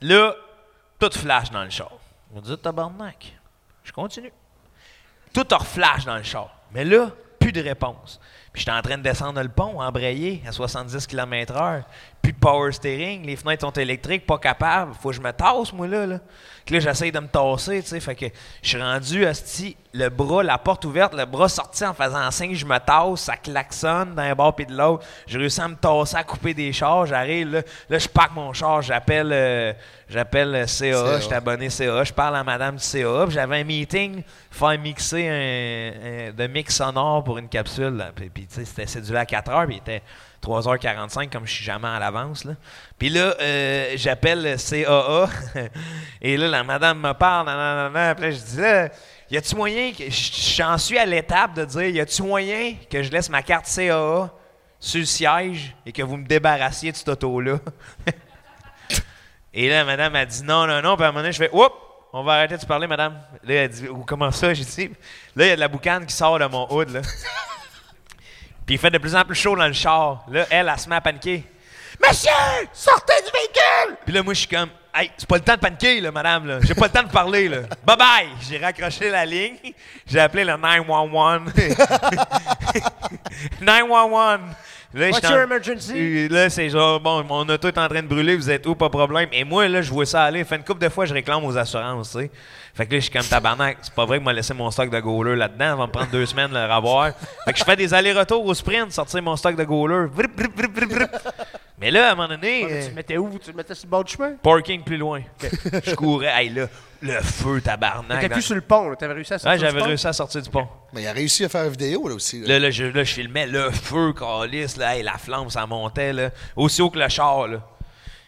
Là, tout flash dans le char. Je me dis, tabarnak. Je continue. Tout reflash dans le char. Mais là, plus de réponse. Puis j'étais en train de descendre le pont, embrayé à 70 km/h. Plus de power steering, les fenêtres sont électriques, pas capable. Faut que je me tasse, moi, là. là. Fait que là, j'essaye de me tasser, tu sais. Fait que je suis rendu, hostie, le bras, la porte ouverte, le bras sorti en faisant signe, je me tasse, ça klaxonne d'un bord puis de l'autre. J'ai réussi à me tasser, à couper des chars. J'arrive, là, là je parque mon char, j'appelle euh, j'appelle euh, CA,
CA.
je suis abonné CA, je parle à madame du CA. puis J'avais un meeting, faire mixer un, un- de mix sonore pour une capsule. là. Puis, puis, tu sais, c'était cédulé à 4 heures, puis il était 3h45, comme je suis jamais à l'avance. là. Puis là, euh, j'appelle CAA, et là, la madame me parle, nan, nan, nan, nan. puis là, je dis là, y a-tu moyen, que je- j'en suis à l'étape de dire, y a-tu moyen que je laisse ma carte CAA sur le siège et que vous me débarrassiez de cette auto-là? Et là, madame a dit non, non, non. Puis à un moment donné, je fais Oups, on va arrêter de parler, madame. Là, elle dit Ou comment ça J'ai dit Là, il y a de la boucane qui sort de mon hood, là. Puis il fait de plus en plus chaud dans le char. Là, elle, elle, se met à paniquer. Monsieur, sortez du véhicule Puis là, moi, je suis comme Hey, c'est pas le temps de paniquer, là, madame. Là. J'ai pas le temps de parler, là. Bye bye J'ai raccroché la ligne. J'ai appelé le 911. 911 Là,
What's
j'étais en-
your emergency?
et là, c'est genre, bon, mon auto est en train de brûler, vous êtes où, pas de problème. Et moi, là, je vois ça aller. Fait une couple de fois, je réclame aux assurances, tu sais. Fait que là, je suis comme tabarnak. C'est pas vrai que m'a laissé mon stock de goaler là-dedans. Ça va me prendre deux semaines de le revoir. Fait que je fais des allers-retours au sprint, sortir mon stock de goaler. Vrip, vrip, vrip, vrip, vrip. Mais là, à un moment donné.
Tu
euh,
le mettais où? Tu le mettais sur le bord du chemin?
Parking plus loin. Je courais. Hey, là, le feu, tabarnak.
T'étais
Dans-
plus sur le pont, là. T'avais réussi à sortir
Ouais,
du
j'avais
pont?
réussi à sortir du pont.
Mais il a réussi à faire une vidéo, là aussi. là.
Là, là, je, là, je filmais le feu, calice, là, hey, la flamme, ça montait, là, aussi haut que le char, là.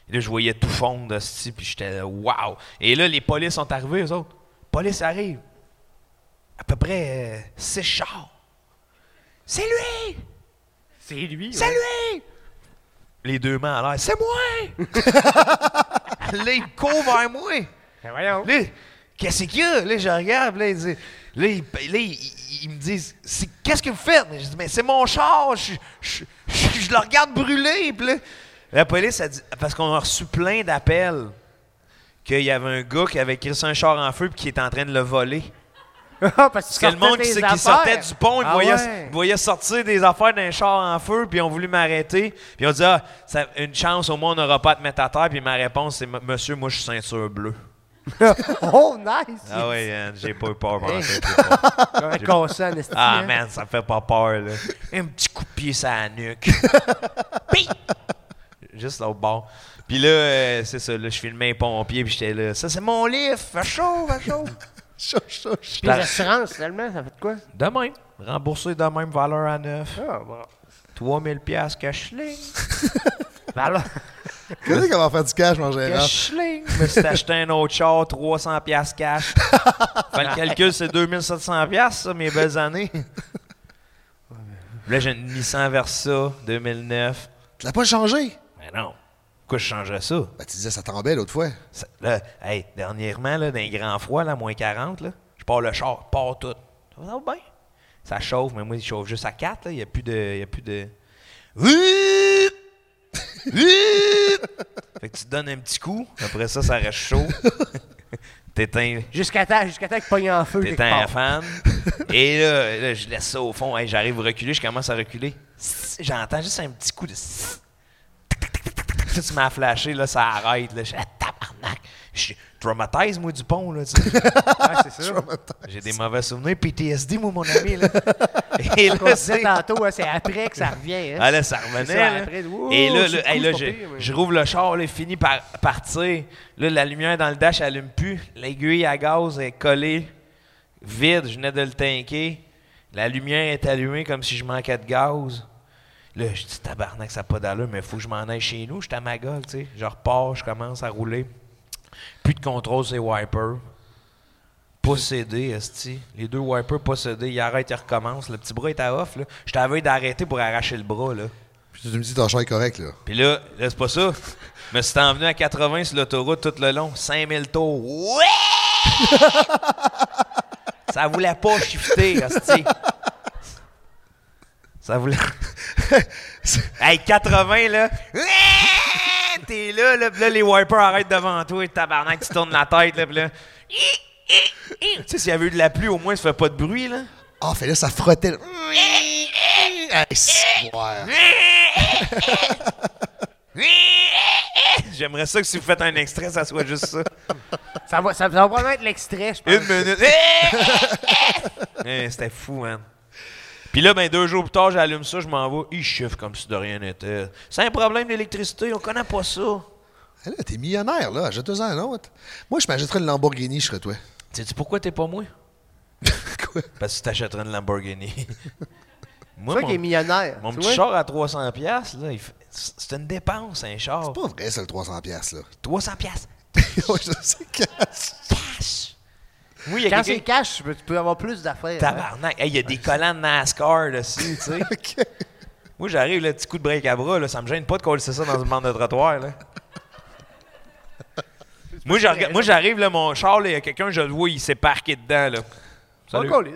Et là, je voyais tout fondre, hostie, puis j'étais là, wow. Et là, les polices sont arrivés, eux autres. Police arrive. À peu près euh, six chars. C'est lui!
C'est lui.
C'est lui! Les deux mains à l'air. C'est moi! là, il court vers moi.
Ben voyons.
Là, qu'est-ce qu'il y a? Là, je regarde, puis là, il dit- là, il- là, il- il- ils me disent, C'est- qu'est-ce que vous faites? Mais Je dis, mais c'est mon char, je, je- je- je le regarde brûler. Puis là, la police a dit, parce qu'on a reçu plein d'appels qu'il y avait un gars qui avait crissé un char en feu puis qui était en train de le voler.
Parce
Parce que le monde qui,
c'est
s- qui sortait du pont,
Ah
ils me voyaient,
Ah ouais.
ils me voyaient sortir des affaires d'un char en feu, puis ils ont voulu m'arrêter. Puis ils ont dit Ah, ça- une chance, au moins, on n'aura pas à te mettre à terre. Puis ma réponse, c'est M- Monsieur, moi, je suis ceinture bleue.
Oh, nice!
Ah oui, Yann, j'ai pas eu peur. pendant
Hey.
que j'ai pas-
J'aurais
j'ai-
cassé en esti,
Ah,
hein.
man, ça me fait pas peur, là. Un petit coup de pied sur la nuque. Pi! Juste là au bord. Puis là, euh, c'est ça, là, je filmais un pompier, puis j'étais là. Ça, c'est mon livre. Fais chaud, fais chaud.
chaud, chaud, chaud.
Puis les assurances, finalement, ça fait de quoi?
De même. Remboursé de même, valeur à neuf. 3000 pièces cash-ling. valeur.
Tu sais comment faire du cash, mon gérant?
Cash-ling. Je me suis acheté un autre char, 300 pièces cash. Fait le calcul, c'est 2700 pièces, ça, mes belles années. Là, j'ai une Nissan Versa 2009.
Tu l'as pas changé?
Mais non. Pourquoi je changerais ça?
Ben, tu disais, ça trembait l'autre fois.
Ça- là, hey, dernièrement, là, dans les grands froids, là, moins 40, là, je pars le char, pars tout. Ça va bien. Ça chauffe, mais moi, il chauffe juste à 4. là. Il n'y a plus de. Il y a plus de. Huuuup! Huuup! fait que tu te donnes un petit coup, après ça, ça reste chaud. T'éteins
Jusqu'à temps, jusqu'à temps qu'il pogne en feu. quelque
T'es
part.
un fan. Et là, là, je laisse ça au fond. Hey, J'arrive à reculer, je commence à reculer. Sss, J'entends juste un petit coup de. sss. Tic, tic, tic, tic, tic, tic. Tu m'as flashé, là, ça arrête. Là. Je suis ah, tabarnak. Je suis traumatisé, moi, du pont. Là, tu sais. J'ai des mauvais souvenirs. PTSD, moi, mon ami. Là. Et
Comme on
là,
disait
c'est.
tantôt, hein, c'est après que ça revient. hein.
Ah là, ça
C'est
revenait. là.
après, ouh,
Et là,
c'est
là,
cool,
hey, là,
c'est
je,
pas pire, mais-
je rouvre le char, là, il finit par partir. Là, la lumière dans le dash, elle allume plus. L'aiguille à gaz est collée, vide. Je venais de le tanker. La lumière est allumée comme si je manquais de gaz. Là, je dis tabarnak, ça n'a pas d'allure, mais il faut que je m'en aille chez nous. Je suis à ma gueule, tu sais. Je repars, je commence à rouler. Plus de contrôle, c'est wiper. Possédé, esti. Les deux wipers possédés. Il arrête, il recommence. Le petit bras est à off, là. Je t'avais d'arrêter pour arracher le bras, là.
Puis tu me dis, ton char est correct, là.
Puis là, là c'est pas ça. Je me suis envenu à 80 sur l'autoroute tout le long. 5000 tours. Ouais! ça voulait pas shifter, hostie. Ça voulait... hey, 80, là... Ouais! T'es là, là, pis là, les wipers arrêtent devant toi, et tabarnak, tu tournes la tête, là, pis là... Tu sais, s'il y avait eu de la pluie, au moins, ça fait pas de bruit, là.
Ah, fait là, ça frottait. là. Hey, c'est-
J'aimerais ça que si vous faites un extrait, ça soit juste ça.
Ça va, ça va probablement être l'extrait, je pense.
Une minute. Hey, C'était fou, man. Puis là, ben, deux jours plus tard, j'allume ça, je m'en vais. Il chiffre comme si de rien n'était. C'est un problème d'électricité, on connaît pas ça.
Hey, Là, t'es millionnaire, là. Jette-en un autre. Moi, je m'achèterais une Lamborghini, je serais toi.
Sais-tu pourquoi t'es pas moi? Parce que tu t'achèterais une Lamborghini. Moi,
C'est toi
mon-
qui est millionnaire.
Mon
tu
petit
vois?
char à 300$, piastres, là, il fait- c'est une dépense, un char. C'est
pas vrai, c'est le 300$, piastres, là.
300$. piastres.
Ouais, je sais cash.
Cash. Oui, il y a
Quand
quelqu'un-
c'est cash, tu peux- tu peux avoir plus d'affaires. hein.
Tabarnak. Hey, Il y a des collants de NASCAR dessus, tu sais. Moi, j'arrive, le petit coup de break à bras, là, ça me gêne pas de coller ça dans une bande de trottoir. Là. moi, je regarde- moi, j'arrive, là, mon char, là, il y a quelqu'un, je le vois, il s'est parqué dedans. Là. Salut.
Encore, lui.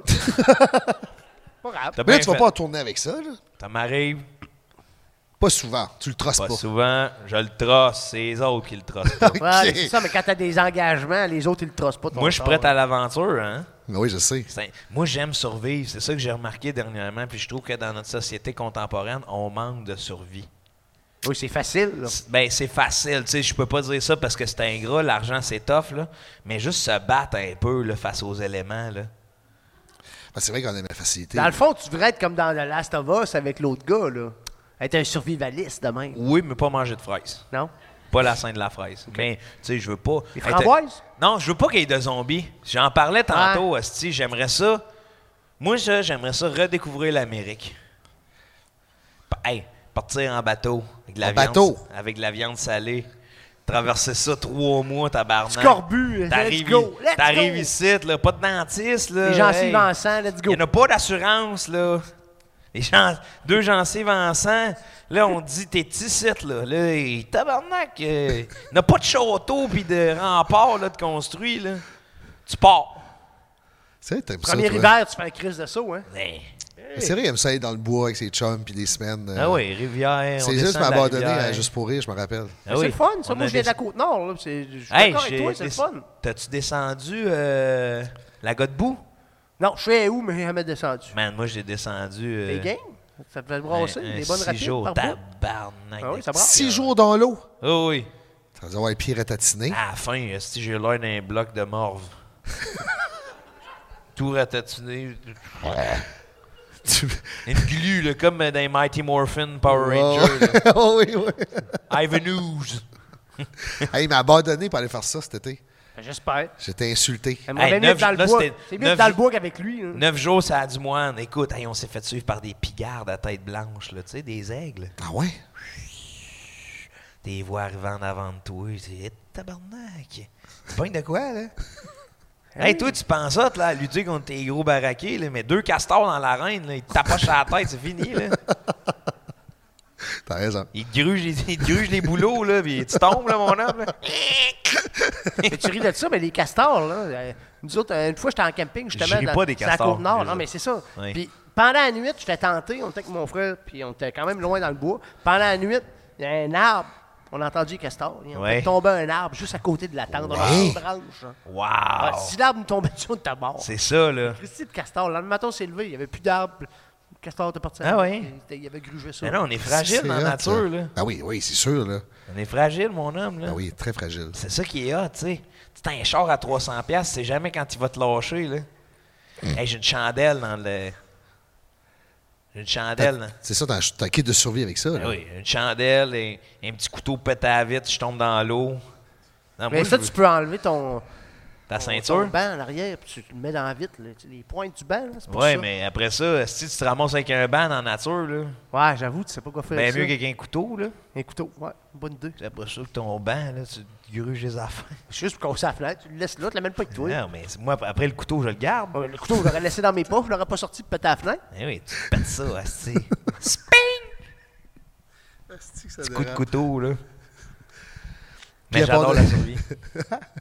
Pas grave.
T'as
Mais là,
bien
tu vas
fait.
pas en tourner avec ça, là.
Ça m'arrive
Pas souvent. Tu le trosses
pas
pas.
souvent, je le trosse, c'est les autres qui le trossent pas.
Ouais, c'est ça, mais quand t'as des engagements, les autres, ils le trossent pas. ton
Moi, je suis
char,
prêt
hein.
à l'aventure, hein?
Mais oui, je sais.
C'est- Moi, j'aime survivre. C'est ça que j'ai remarqué dernièrement. Puis je trouve que dans notre société contemporaine, on manque de survie.
Oui, c'est facile. là.
Ben, c'est facile, tu sais, je peux pas dire ça parce que c'est ingrat, l'argent c'est tough, là. Mais juste se battre un peu là, face aux éléments, là.
Ben, c'est vrai qu'on aime la facilité.
Dans le fond, tu devrais être comme dans The Last of Us avec l'autre gars, là. Être un survivaliste de même.
Oui, mais pas manger de fraises.
Non?
Pas la scène de la fraise. Mais, tu sais, je veux pas.
Les
être-
framboises?
Non, je veux pas qu'il y ait de zombies. J'en parlais tantôt, Asti. J'aimerais ça. Moi, ça, j'aimerais ça redécouvrir l'Amérique. Pa- Hey, partir en bateau. Avec de la
En
viande,
bateau?
Avec de la viande salée. Traverser ça trois mois, tabarnak.
Scorbut,
T'arrives
let's go, let's
t'arrives
go.
ici, là, pas de dentiste. Là,
Les gencives en sang, let's go.
Il n'y en a pas d'assurance, là. Les gens, deux gencives en sang, là, on dit, t'es ici, là. Là, et tabarnak, euh, il n'y a pas de château puis de rempart, là, de construit, là. Tu pars.
Tu sais, t'aimes ça,
Premier
toi.
hiver, tu fais un crise de saut, hein?
Mais-
Mais C'est vrai, il aime ça aller dans le bois avec ses chums puis des semaines. euh,
Ah oui, rivière. on
C'est juste
descend de la
m'abandonner
rivière.
hein.
à hein, Juste pour rire, je me rappelle.
Ah
C'est
oui,
le fun, ça.
on
Moi,
a
je viens de
des-
la Côte-Nord, là. c'est- Je suis
Hey,
d'accord avec
j'ai
toi, c'est le
des-
fun.
T'as-tu descendu euh, la Godbout?
Non, je sais où, mais elle m'a descendu.
Man, moi, j'ai descendu. euh,
Les gains? Ça fait brasser
un- un
des bonnes
six
rapides
jours,
par bout.
tabarnak.
Ah oui, ça brasse.
Six jours dans l'eau. Ah.
Oh oui.
Euh, Ça doit avoir les pieds ratatinés.
À la fin, euh, si j'ai l'air d'un bloc de morve. Tout ratatiné. Une glu, là, comme dans les Mighty Morphin Power
Oh.
Rangers. là.
Oh oui, oui.
Ivan Ooze.
Hey, il m'a abandonné pour aller faire ça cet été.
J'espère.
J'étais insulté.
Elle m'aurait
Hey,
mieux
neuf-
dans le
là,
bois.
c'était
C'est mieux
neuf-
dans le bois qu'avec lui. hein.
Neuf jours, ça a du moine. Écoute, hey, on s'est fait suivre par des pigardes à tête blanche, là, tu sais, des aigles.
Ah ouais?
Des voix arrivant en avant de toi. C'est Eh, tabarnak. Tu pognes de quoi, là? hey, toi, tu penses ça, là, à lutter contre tes gros baraqués, là, mais deux castors dans l'arène, là, ils te tapochent à la tête, c'est fini, là.
T'as raison.
Ils te grugent, ils te grugent les boulots, là, puis tu tombes, là, mon homme. là.
Mais tu ris de ça, mais les castors, là. euh, Nous autres, euh, une fois, j'étais en camping,
Je
justement.
ris
dans-
pas des
c'est
castors,
À Côte-Nord,
les
non,
autres.
mais c'est ça.
Oui.
Puis pendant la nuit, j'étais tenté, on était avec mon frère, puis on était quand même loin dans le bois. Pendant la nuit, il y a un arbre. On a entendu les castors. Ils ont
Ouais.
fait tomber un arbre juste à côté de la tente. dans
Ouais.
une branche. hein.
Wow!
Ah, si l'arbre nous tombait dessus, on était mort.
C'est ça, là.
Christy de castor. Le lendemain matin, on s'est levé. Il n'y avait plus d'arbre. Le castor était parti.
Ah ouais?
Il était- Il avait grugé ça.
Mais non, on est fragile
C'est
en
hot,
nature, là.
Ah oui, oui, c'est sûr, là.
On est fragile, mon homme, là.
Ah oui, très fragile.
C'est ça qui est hot, tu sais. Tu t'as un char à 300$, piastres, c'est jamais quand il va te lâcher, là.
Mm.
Hey, j'ai une chandelle dans le. J'ai une chandelle, dans-
C'est ça, t'as t'as un kit de survie avec ça, là.
Ah oui, une chandelle et un petit couteau pété à la vitre, je tombe dans l'eau. Non,
Mais
moi,
ça,
je
tu
veux-
peux enlever ton,
Ta
ton
ceinture?
banc en arrière, puis tu le mets dans la vitre, là, tu- les pointes du banc, là, c'est pour
Ouais,
ça.
mais après ça, si tu te ramasses avec un ban en nature, là,
Ouais, j'avoue, tu sais pas quoi faire
ben
avec
mieux
ça.
qu'un couteau, là.
Un couteau, ouais, une bonne idée.
C'est pas sûr que ton ban, là, tu te gruges les affaires.
Juste pour qu'on s'afflate, tu le laisses là, tu l'amènes pas avec toi.
Non, mais c'est- moi, ap- après le couteau, je le garde.
Ah.
Ouais, le couteau, je l'aurais laissé dans mes poches, je l'aurais pas sorti de péter à la fenêtre.
Eh oui, tu pètes ça, asti. Petit coup de couteau, là. Mais
à part
j'adore
de-
la survie.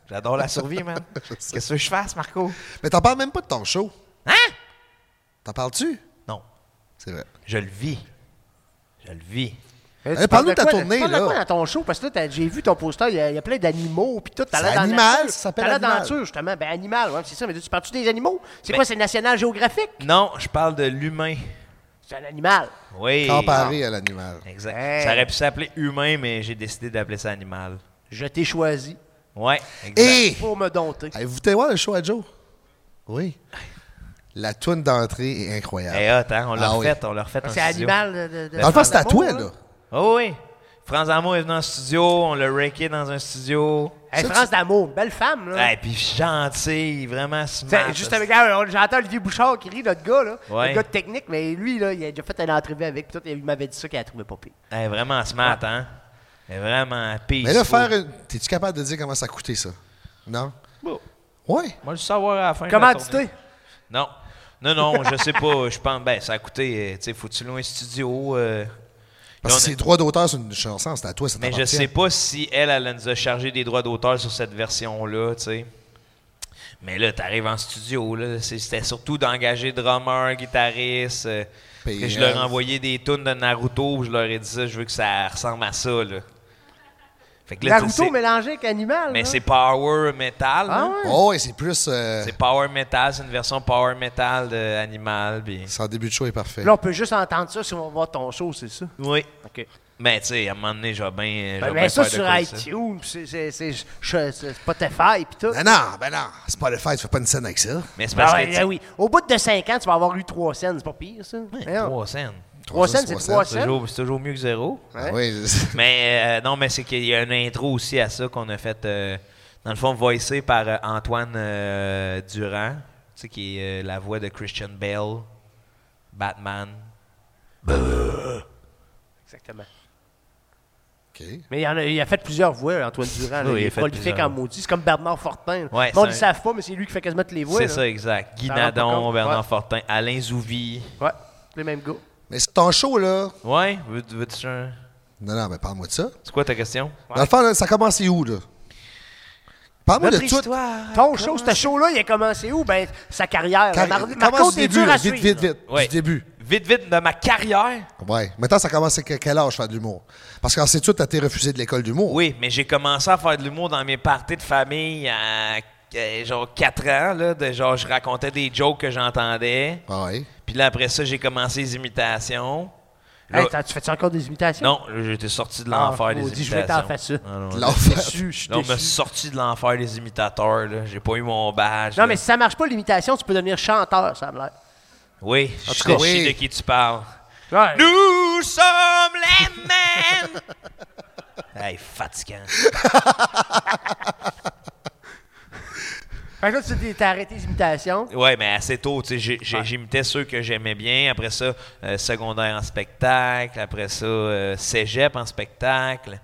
J'adore la survie, man. Qu'est-ce que je fasse, Marco?
Mais t'en parles même pas de ton show.
Hein?
T'en parles-tu?
Non,
C'est vrai.
je le vis. Je le vis.
Eh,
Eh, parle-nous
tu parles
de ta
quoi,
tournée,
Tu parles
là.
de quoi dans ton show? Parce que là, t'as- j'ai vu ton poster, il y, a- il y a plein d'animaux, puis tout. T'as
C'est
l'air dans
animal,
la nature.
ça s'appelle
T'as l'air dans la
animal.
nature, justement. Ben, animal, ouais, c'est ça. Mais tu parles-tu des animaux? C'est
Ben-
quoi, c'est National Géographique?
Non, je parle de l'humain.
C'est un animal.
Oui.
Comparé à l'animal.
Exact.
Hey.
Ça aurait pu s'appeler humain, mais j'ai décidé d'appeler ça animal.
Je t'ai choisi
Ouais,
Eh!
exact.
Et!
pour me dompter.
Hey, vous voulez voir le show à Joe? Oui. La toune d'entrée est incroyable.
Eh, hot, hein? On l'a
Ah oui.
refait, on l'a refait en
C'est
studio.
animal de. de-
Eh,
Dans le fond, c'est à
d'amour,
toi, là.
Oh oui. Franz Amour est venu en studio, on l'a racké dans un studio.
Hey,
Ça,
France
tu-
d'amour, belle femme, là.
Et puis gentil, vraiment
T'sais,
smart.
juste avec, ah, on- j'entends Olivier Bouchard qui rit, notre gars, là.
Ouais.
Le gars de technique, mais lui, là, il a déjà fait une entrevue avec, pis tout, il m'avait dit ça qu'il a trouvé pas pire.
Eh, vraiment smart, hein? Eh, vraiment peace.
Mais là, faire une... T'es-tu capable de dire comment ça a coûté, ça? Non? Ouais.
Moi, je savoir à la fin. de la
Comment tu
tournée.
t'es?
Non. Non, non, je sais pas. Je pense, ben, ça a coûté, euh, tu sais, faut-tu loin studio? euh,
Parce que
là, on a-
c'est droit d'auteur sur une chanson, c'est à toi, ça
Mais je
t'appartient.
hein.
sais pas si elle, elle nous a chargé des droits d'auteur sur cette version-là, tu sais. Mais là, t'arrives en studio, là. c'est- C'était surtout d'engager drummer, guitariste. euh,
Puis,
que je leur
euh,
envoyais des tunes de Naruto, puis je leur ai dit ça, je veux que ça ressemble à ça, là. Fait que là, tu sais,
Naruto
c'est-
mélangé avec animal.
Mais
là. Ah
c'est power metal, là.
Oh, ouais, c'est plus. euh,
C'est power metal, c'est une version power metal de Animal, puis-
Son début de show est parfait.
Là, on peut juste entendre ça si on va voir ton show, c'est ça.
Oui.
OK.
Mais tu sais, à un moment donné, je vais bien. je vais
Ben,
bien
mais ça
faire de
sur
quoi de ça.
iTunes, c'est- c'est c'est- je- c'est Spotify, pis tout.
Ben non, ben non, c'est pas le fait, tu fais pas une scène avec ça.
Mais c'est
Ben
parce
ouais,
que.
ben oui. Au bout de 5 ans, tu vas avoir eu 3 cents, c'est pas pire, ça. Voyons.
Trois scènes.
Trois
cents,
cents, c'est
trois
trois
cents,
C'est
cents.
toujours, c'est toujours mieux que zéro.
Ah oui, c'est-
Mais euh, non, mais c'est qu'il y a une intro aussi à ça qu'on a faite, euh, dans le fond, voicée par euh, Antoine euh, Durand, tu sais, qui est euh, la voix de Christian Bale, Batman.
Exactement.
OK.
Mais il, en a, il a fait plusieurs voix, Antoine Durand. là.
Oui, il
il
a
est
fait
prolifique
plusieurs.
en maudit. C'est comme Bernard Fortin. là.
Ouais,
Bon,
c'est
ils ne
un-
savent pas, mais c'est lui qui fait quasiment toutes les voix.
c'est
là.
ça, exact. Guy
Ça rend pas
Nadon,
compte,
Bernard
ouais.
Fortin, Alain Zouvi.
Ouais, les mêmes gars.
Mais c'est ton show, là.
Ouais, veux- veux-tu un-
Non, non, mais parle-moi de ça.
C'est quoi ta question?
Dans le fond, là, ça a commencé où, là? Parle-moi de tout.
histoire.
Ton show, ce show-là, il a commencé où? Ben, sa carrière.
Car-
là. Mar-
Commence
Marco,
du
t'es
début,
dur à
là,
suivre.
vite, vite,
là.
vite,
Ouais.
du début.
Vite, vite, de ma carrière.
Ouais. Maintenant, ça commence à que- quel âge faire de l'humour? Parce qu'en sais-tu, t'as été refusé de l'école d'humour.
Oui, mais j'ai commencé à faire de l'humour dans mes parties de famille à euh, genre 4 ans, là, de genre je racontais des jokes que j'entendais.
Ah Ouais.
Puis là, après ça, j'ai commencé les imitations. Là-
Hey, t'as- tu fais encore des imitations?
non, là, j'étais sorti de l'enfer
Ah,
des
maudit,
imitations.
je vais t'en faire ça.
Ah, non,
De
là,
l'enfer.
là,
Déçu, je suis
là, on m'a
déçu.
sorti de l'enfer des imitateurs. là. J'ai pas eu mon badge.
Non,
là.
mais si ça marche pas, l'imitation, tu peux devenir chanteur, ça a l'air.
Oui, je
tout cas,
sais
oui.
de qui tu parles.
Nous sommes les mêmes!
Hey, fatigant.
fait que là, tu t'es- t'as arrêté les imitations.
Ouais, mais assez tôt, tu sais, j'ai- j'ai- j'imitais ceux que j'aimais bien. Après ça, euh, secondaire en spectacle. Après ça, euh, cégep en spectacle.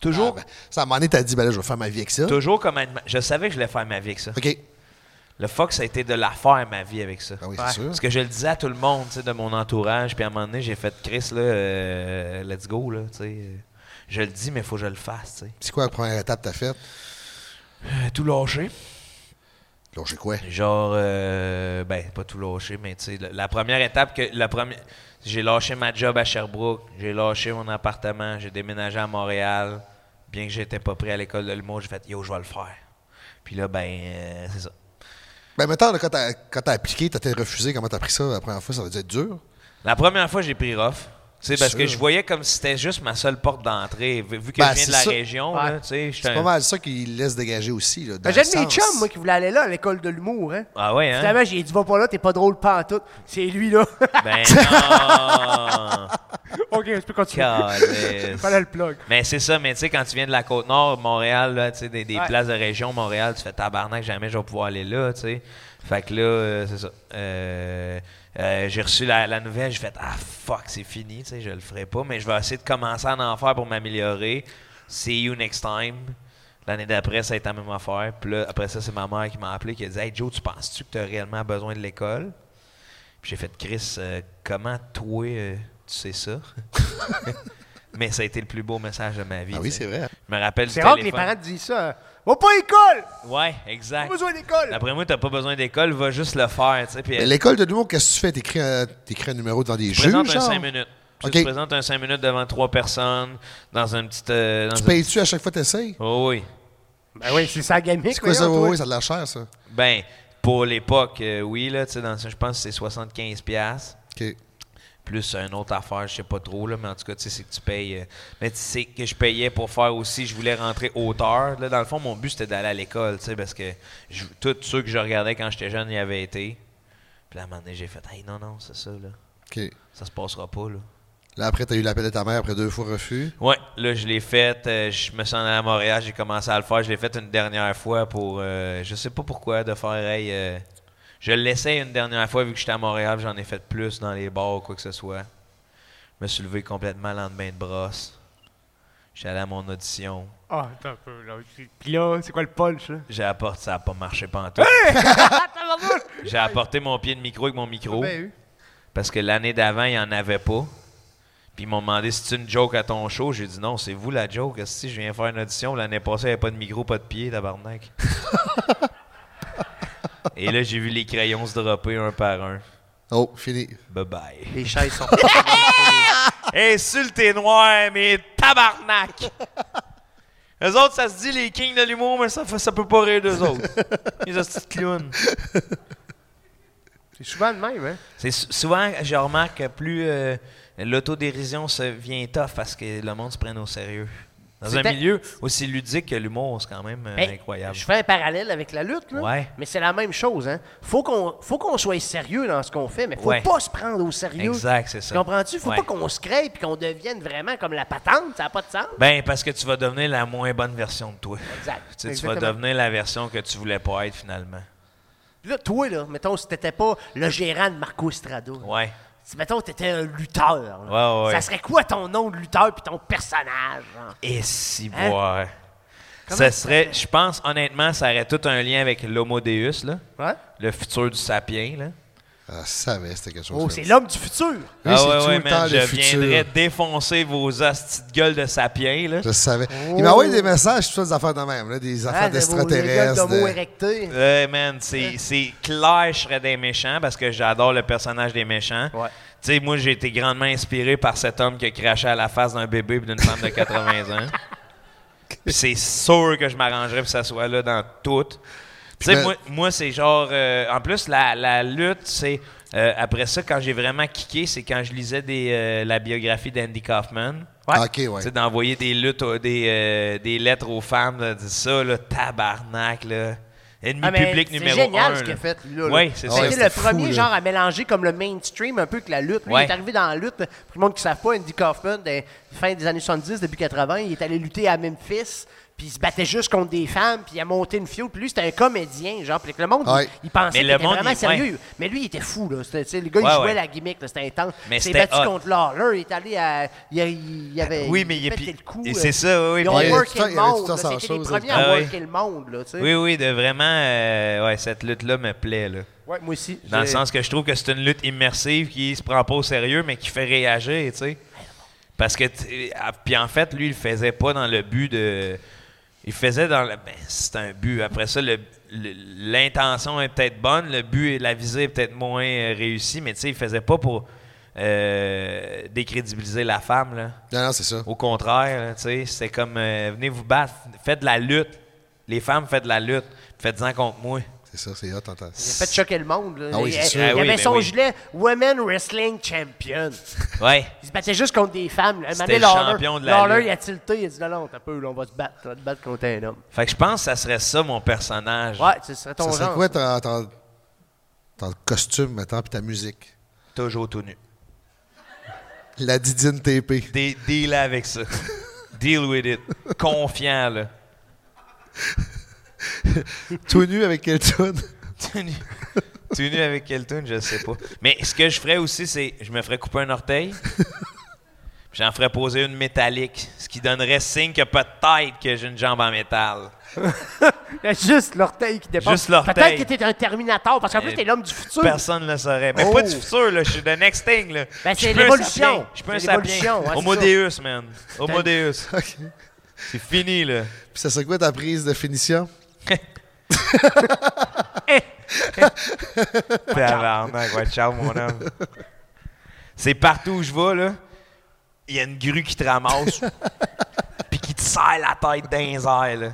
Toujours.
Ça, à un moment donné, t'as dit, Ah, ben là, je vais faire ma vie avec ça.
Toujours comme anima- Je savais que je voulais faire ma vie avec ça.
OK.
Le fuck, ça a été de la faire ma vie avec ça.
Ah oui, c'est Ouais. sûr.
Parce que je le disais à tout le monde, tu sais, de mon entourage. Puis à un moment donné, j'ai fait Chris, là, euh, let's go, là, tu sais. Je le dis, mais faut que je le fasse, tu sais.
C'est quoi la première étape que t'as faite?
tout lâcher.
Lâcher quoi?
Genre, euh, ben, pas tout lâcher, mais tu sais, la, la première étape que. La première, j'ai lâché ma job à Sherbrooke, j'ai lâché mon appartement, j'ai déménagé à Montréal. Bien que j'étais pas prêt à l'école de l'humour, j'ai fait yo, je vais le faire. Puis là, ben, euh, c'est ça.
Ben, mettons, là, quand t'as quand t'as appliqué, t'as été refusé, comment t'as pris ça la première fois? Ça va être dur.
La première fois, j'ai pris rough. C'est parce
Sûr.
que je voyais comme si c'était juste ma seule porte d'entrée. Vu vu que
Ben,
je viens
c'est
de la
ça.
région,
Ouais.
là, tu sais, je suis
C'est
un-
pas mal ça qu'il laisse dégager aussi. Là, dans
J'ai
le
de Ben, mes
sens. Ah
chums, moi, qui voulaient aller là, à l'école de l'humour, hein.
Ah ouais, hein?
Finalement, j'ai dit, va pas là, t'es pas drôle pantoute. C'est lui, là.
Ben non!
OK, tu peux continuer.
Calisse.
Fallait le plug.
Mais c'est ça, mais tu sais, quand tu viens de la Côte-Nord, Montréal, là, tu sais, des, des
Ouais.
places de région, Montréal, tu fais tabarnak, jamais je vais pouvoir aller là, tu sais. Fait que là, euh, c'est ça. Euh, euh, j'ai reçu la, la nouvelle, j'ai fait « Ah, fuck, c'est fini, tu sais, je le ferai pas, mais je vais essayer de commencer à en faire pour m'améliorer. See you next time. » L'année d'après, ça a été la même affaire. Puis là, après ça, c'est ma mère qui m'a appelé, qui a dit « Hey, Joe, tu penses-tu que tu as réellement besoin de l'école? » Puis j'ai fait « Chris, euh, comment toi, euh, tu sais ça? » Mais ça a été le plus beau message de ma vie.
Ah oui,
tu sais.
c'est vrai.
Je me rappelle
C'est
du
rare que les
téléphone.
parents te disent ça. hein. Va pas à l'école!
Ouais, Ah. exact.
Pas besoin d'école!
Après moi, t'as pas besoin d'école, va juste le faire. tu sais, puis
Mais L'école de l'humour, qu'est-ce que tu fais? T'écris un, t'écris un numéro devant des
tu
juges?
présentes un
genre?
5 minutes. Tu
OK.
te présentes un 5 minutes devant trois personnes, dans une petite. euh, dans
Tu
une-
payes-tu à chaque fois que t'essayes?
Oh oui.
Ben oui, c'est ça gamique.
C'est quoi ça? Oui, oui, ça a de l'air cher, ça.
Ben, pour l'époque, euh, oui, là, tu sais, dans ça, je pense que c'est 75$. piastres.
OK.
Plus une autre affaire, je sais pas trop, là, mais en tout cas, tu sais, c'est que tu payes. euh, mais tu sais que je payais pour faire aussi, je voulais rentrer auteur. Là, dans le fond, mon but, c'était d'aller à l'école, tu sais, parce que je- tous ceux que je regardais quand j'étais jeune y avaient été. Puis là, à un moment donné, j'ai fait, hey, non, non, c'est ça, là.
OK.
Ça se passera pas, là.
Là, après, t'as eu l'appel de ta mère après deux fois refus.
Ouais, là, je l'ai fait. euh, je me suis en allé à Montréal, j'ai commencé à le faire. Je l'ai fait une dernière fois pour. euh, je sais pas pourquoi, de faire. Hey, euh, je l'essayais une dernière fois vu que j'étais à Montréal, j'en ai fait plus dans les bars ou quoi que ce soit. Je me suis levé complètement le lendemain de brosse. J'étais allé à mon audition.
Ah, attends un peu. Là. Puis là, c'est quoi le punch, là?
J'ai apporté, ça a pas marché pantoute. J'ai apporté mon pied de micro avec mon micro.
Ah ben oui.
Parce que l'année d'avant, il n'y en avait pas. Puis ils m'ont demandé si c'est une joke à ton show. J'ai dit non, c'est vous la joke. Si je viens faire une audition, l'année passée, il n'y avait pas de micro, pas de pied, tabarnak. Et là, j'ai vu les crayons se dropper un par un.
Oh, fini.
Bye bye.
Les chaises sont
Insultez noir, mais tabarnak! Eux autres, ça se dit les kings de l'humour, mais ça, fait- ça peut pas rire d'eux autres. Les hosties de clowns.
C'est souvent le même, hein?
C'est sou- souvent, je remarque que plus euh, l'autodérision se vient tough parce que le monde se prenne au sérieux. Dans un
C'était-
milieu aussi ludique que l'humour, c'est quand même euh,
Ben,
incroyable.
Je fais un parallèle avec la lutte, là.
Ouais.
Mais c'est la même chose, hein? Faut qu'on, faut qu'on soit sérieux dans ce qu'on fait, mais faut
Ouais.
pas se prendre au sérieux.
Exact, c'est ça.
Tu comprends-tu? Faut
Ouais.
pas qu'on se crée et qu'on devienne vraiment comme la patente, ça n'a pas de sens.
Ben, parce que tu vas devenir la moins bonne version de toi.
Exact.
Tu sais, tu vas
Exactement.
devenir la version que tu voulais pas être finalement.
Puis Là, toi, là, mettons, si t'étais pas le gérant de Marco Estrada, là.
Ouais.
si mettons t'étais un lutteur, là,
Ouais, ouais.
ça serait quoi ton nom de lutteur puis ton personnage? genre?
Et si
Hein?
boire.
Comment ça
Ça serait, je pense honnêtement, ça aurait tout un lien avec l'Homo Deus, là.
Ouais.
Le futur du sapien, là.
Ah, ça savais, c'était quelque chose.
Oh,
comme
c'est
ça.
l'homme du futur!
Lui,
ah
c'est
ouais,
tout
ouais,
le
man,
temps
je
le futur.
viendrais défoncer vos hosties de gueule de sapien, là.
Je savais.
Oh.
Il m'a envoyé des messages, toutes des affaires de même, là, des affaires
Hein, c'est vos- les gars
d'extraterrestres.
d'homo
de-
erectus.
Ouais, man, c'est c'est clair, je serais des méchants parce que j'adore le personnage des méchants. Tu sais, moi, j'ai été grandement inspiré par cet homme qui a craché à la face d'un bébé et d'une femme de 80 ans. Puis c'est sûr que je m'arrangerais pour que ça soit là dans tout. Tu sais,
ben-
moi, moi, c'est genre. euh, en plus, la, la lutte, c'est. euh, après ça, quand j'ai vraiment kické, c'est quand je lisais des, euh, la biographie d'Andy Kaufman.
Ouais. Ok, ouais.
Tu sais, d'envoyer des, luttes aux- des, euh, des lettres aux femmes, là, de ça, là, tabarnak, là. Ennemi
Ah, mais
public
c'est
numéro
génial
un,
ce qu'il a
là.
fait, lui. là, là.
Oui, c'est ça.
C'était le premier, genre, à mélanger comme le mainstream un peu que la lutte. Lui,
Ouais.
il est arrivé dans la lutte. Pour le monde qui ne savent pas, Andy Kaufman, des- fin des années 70, début 80, il est allé lutter à Memphis. Puis il se battait juste contre des femmes, puis il a monté une fio. Puis lui, c'était un comédien, genre. Puis que le monde,
Ouais.
il, il pensait
Mais
qu'il
le
était
monde,
vraiment
il-
sérieux.
ouais.
Mais lui, il était fou, là. C'était- tu sais, Le gars,
Ouais,
il jouait
ouais.
la gimmick, là, c'était intense.
Mais
Il s'est
c'était
battu
hot.
contre Lawler. Il est allé à... Il, a- il avait...
Oui, mais il-
il pétait
puis-
le coup.
et
euh,
c'est ça, oui,
Ils ont
puis-
worké
Il
le
y avait tout
monde.
ça
là.
sans
C'était les
chose,
premiers
hein. Ah
à
ouais.
worker le monde, là, tu sais.
Oui, oui, de vraiment. euh, ouais, cette lutte-là me plaît, là.
Ouais, moi aussi.
Dans le
J'ai-
sens que je trouve que c'est une lutte immersive qui se prend pas au sérieux, mais qui fait réagir, tu sais. Parce que, t- ah, puis en fait, lui, il le faisait pas dans le but de. Il faisait dans le. Ben, c'est un but. Après ça, le- le- l'intention est peut-être bonne, le but et la visée est peut-être moins euh, réussie, mais tu sais, il faisait pas pour euh, décrédibiliser la femme, là.
Non, non, c'est ça.
Au contraire, là, tu sais, c'est comme euh, venez vous battre, faites de la lutte. Les femmes, faites de la lutte, faites-en contre moi.
C'est ça, c'est hot, t'entends.
Il a fait choquer le monde. là.
Ah oui,
il,
c'est sûr.
il
Ah oui,
avait
ben
son
oui.
gilet Women Wrestling Champion.
Ouais.
Il se battait juste contre des femmes. là. Un moment donné,
C'était le
Lawler-
champion de la
Lawler,
lutte.
il a tilté. Il a dit non, non, t'as peu, là, on va se battre. On va te battre contre un homme.
Fait que je pense que ça serait ça mon personnage.
Ouais, ce serait ton
Ça serait
genre.
quoi ton, ton- ton costume, maintenant, puis ta musique?
Toujours tout nu.
La Didine TP.
Dé- deal avec ça. deal with it. Confiant, là.
Tout nu avec quel tune?
Tout nu. Tout nu avec quel tune, je sais pas. Mais ce que je ferais aussi, c'est je me ferais couper un orteil. puis J'en ferais poser une métallique, ce qui donnerait signe que peut-être que j'ai une jambe en métal.
Il y a juste l'orteil qui dépasse.
Juste l'orteil. Eh,
Peut-être que t'es un Terminator, parce qu'en plus,
Et
t'es l'homme du futur.
Euh, Personne ne le saurait. Mais
Oh.
pas du futur, là. Je suis de next thing, là.
Ben, c'est
Je suis plus un
l'évolution.
sapien. Je suis pas un
C'est
sapien.
l'évolution, hein, c'est
Homo
ça.
Deus, man. Homo Deus. C'est fini, là.
Puis ça serait quoi ta prise de finition?
Eh,
Tabarnak, ouais, ciao, mon homme. C'est partout où je vais, là. Il y a une grue qui te ramasse, puis qui te serre la tête dans les airs, là.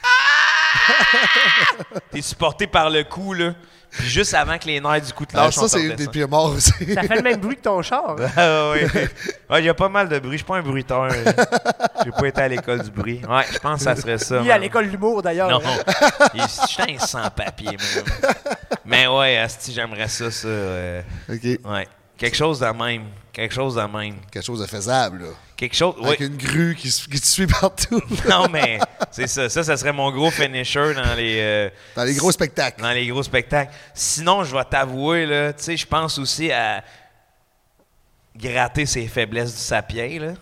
Ah! T'es supporté par le cou, là. Puis juste avant que les nerfs du cou te
Ah,
lâchent,
ça,
on te
c'est une
redescend.
des pires morts aussi.
Ça fait le même bruit que ton char. hein.
Ah ouais. ouais. Ouais, il y a pas mal de bruit. Je suis pas un bruiteur. hein. J'ai pas été à l'école du bruit. Ouais, je pense que ça serait ça.
Lui, à
man.
l'école de l'humour, d'ailleurs. hein.
Non, il- je suis un sans-papier, moi. Mais ouais, asti, j'aimerais ça, ça. euh, Ouais. Quelque chose de même. Quelque chose de même.
Quelque chose de faisable, là.
Quelque chose, oui.
Avec une grue qui, se- qui te suit partout.
Non, mais c'est ça. Ça, ça serait mon gros finisher dans les... euh,
dans les gros spectacles.
Dans les gros spectacles. Sinon, je vais t'avouer, là, tu sais, je pense aussi à gratter ses faiblesses du sapien, là.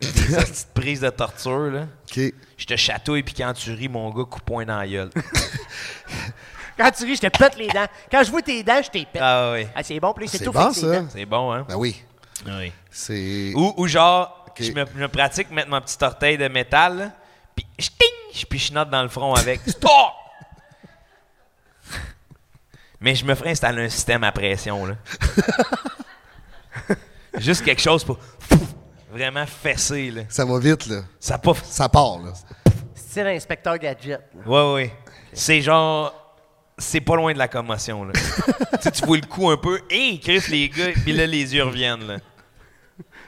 Des petites prises de torture, là.
OK.
Je te chatouille, puis quand tu ris, mon gars, coup point dans la gueule.
Quand tu ris, je te pète les dents. Quand je vois tes dents, je t'ai pète.
Ah oui.
Ah, c'est bon, puis là, c'est
C'est
tout
bon,
fait que
ça.
tes dents.
C'est bon, hein?
Ben oui.
Oui.
C'est.
Ou, ou genre, je, me, je me pratique mettre mon petit orteil de métal, là, puis je ting, puis je note dans le front avec. Stop! Mais je me ferais installer un système à pression, là. Juste quelque chose pour vraiment fesser, là.
Ça va vite, là.
Ça, pouf.
ça part, là.
Style inspecteur gadget.
Ouais, ouais. C'est genre. C'est pas loin de la commotion, là. tu sais, tu vois le coup un peu. Hé, Chris, les gars, puis là, les yeux reviennent, là.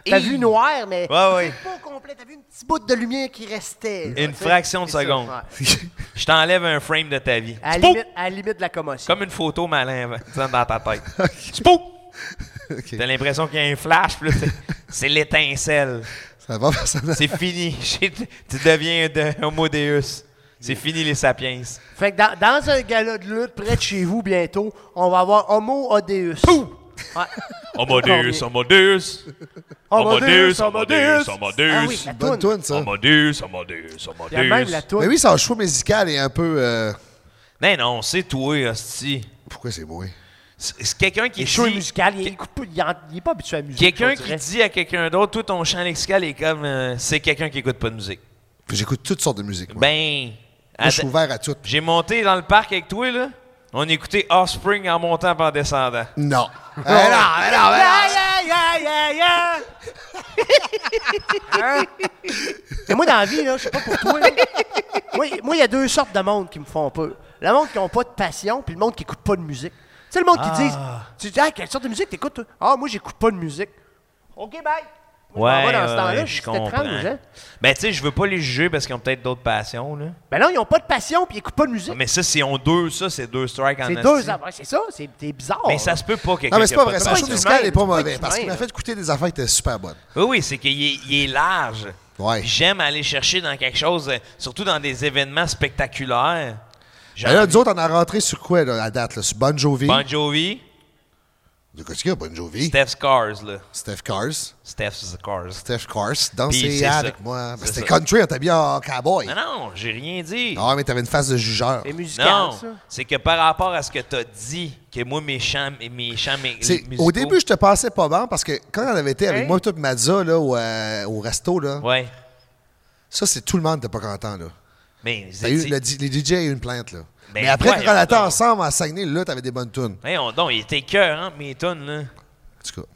T'as
Et-
vu noir, mais
Ouais, ouais.
c'est pas au complet. T'as vu une petite bout de lumière qui restait. là,
Une
tu sais.
fraction de
C'est ça,
seconde.
ouais.
Je t'enlève un frame de ta vie.
À la,
Spook!
limite, à la limite de la commotion.
Comme une photo malin hein, dans ta tête. Spook! T'as l'impression qu'il y a un flash, puis là, c'est- c'est l'étincelle.
Ça va, ça va.
C'est fini. J'ai- tu deviens un homo deus. C'est fini les sapiens.
Fait que dans, dans un gala de lutte près de chez vous bientôt, on va avoir Homo Odeus. Ouais.
Oh,
Homo
Oh,
deus, homo deus.
Homo deus,
homo deus, homo deus.
Ah oui, la
Bonne
toune.
toune, ça.
Homo deus, homo deus, homo
Il y a même
deus.
la toune.
Mais oui, son choix musical est un peu. euh,
Non, non, c'est toi, hostie.
Pourquoi c'est hein? moi?
C'est c'est quelqu'un qui
Il est chaud et
dit-
musical, il est, coupé- il en- il est pas habitué à la musique.
Quelqu'un
on dirait.
qui dit à quelqu'un d'autre, toi, ton chant lexical est comme... euh, c'est quelqu'un qui écoute pas de musique.
J'écoute toutes sortes de musique. Moi,
Ben...
Moi, je suis
atta-
ouvert à tout.
J'ai monté dans le parc avec toi, là. On écoutait Offspring en montant et en descendant.
Non. Eh non, eh non, eh non.
Aïe, aïe,
aïe, aïe, aïe. Hein?
Mais moi, dans la vie, là, je sais pas pour toi. là. Moi, il moi, il y a deux sortes de monde qui me font peur. Le monde qui n'a pas de passion, puis le monde qui écoute pas de musique. Tu sais, le monde
Ah.
qui dit Tu dis, ah, quelle sorte de musique t'écoutes toi? Ah, moi, j'écoute pas de musique. OK, bye. Moi, je m'en
Ouais,
vais dans ce
ouais,
temps-là,
ouais,
je
je
suis peut-être
comprends.
franc, hein.
Ben, tu sais, je veux pas les juger parce qu'ils ont peut-être d'autres passions, là.
Ben non, ils ont pas de passion, puis ils écoutent pas de musique.
Mais ça, c'est on deux, ça, c'est deux strikes en
C'est
esti.
deux affaires. C'est ça, c'est c'est bizarre.
Ah, Mais ça se peut pas, quelqu'un
Non, mais c'est
qui a
pas vrai.
de
Sa show
passion.
musicale n'est pas mauvais
humain,
parce qu'il m'a
là.
fait écouter des affaires qui étaient super bonnes.
Oui, oui, c'est qu'il est, il est large. Puis J'aime aller chercher dans quelque chose, euh, surtout dans des événements spectaculaires. J'ai
Mais Ben, là,
envie-
nous autres, on a rentré sur quoi, là, à date, là, sur Bon Jovi?
Bon Jovi.
Qu'est-ce qu'il y a, Bon Jovi?
Steph Cars, là.
Steph Cars.
Steph Cars.
Steph Cars,
Puis
danser
c'est
avec
ça.
moi. Ben,
C'est
C'était
ça.
country, on t'a bien en cowboy.
Non, non, j'ai rien dit.
Ah, mais t'avais une face de jugeur.
C'est
non, c'est que par rapport à ce que t'as dit, que moi, mes chants, mes- mes chants mes,
C'est-
musicaux-
Au début, je te passais pas bon parce que quand on avait été avec
Hein?
moi, toute Madza, là, au, euh, au resto, là,
Ouais.
ça, c'est tout le monde qui était pas content. Là.
Mais
T'as eu- le di- les DJ a eu une plainte. Là.
Ben,
mais après,
voyons
quand on était ensemble à Saguenay, là, t'avais des bonnes tunes.
Voyons donc, il était cœur, hein, mes tunes, là.
En tout cas.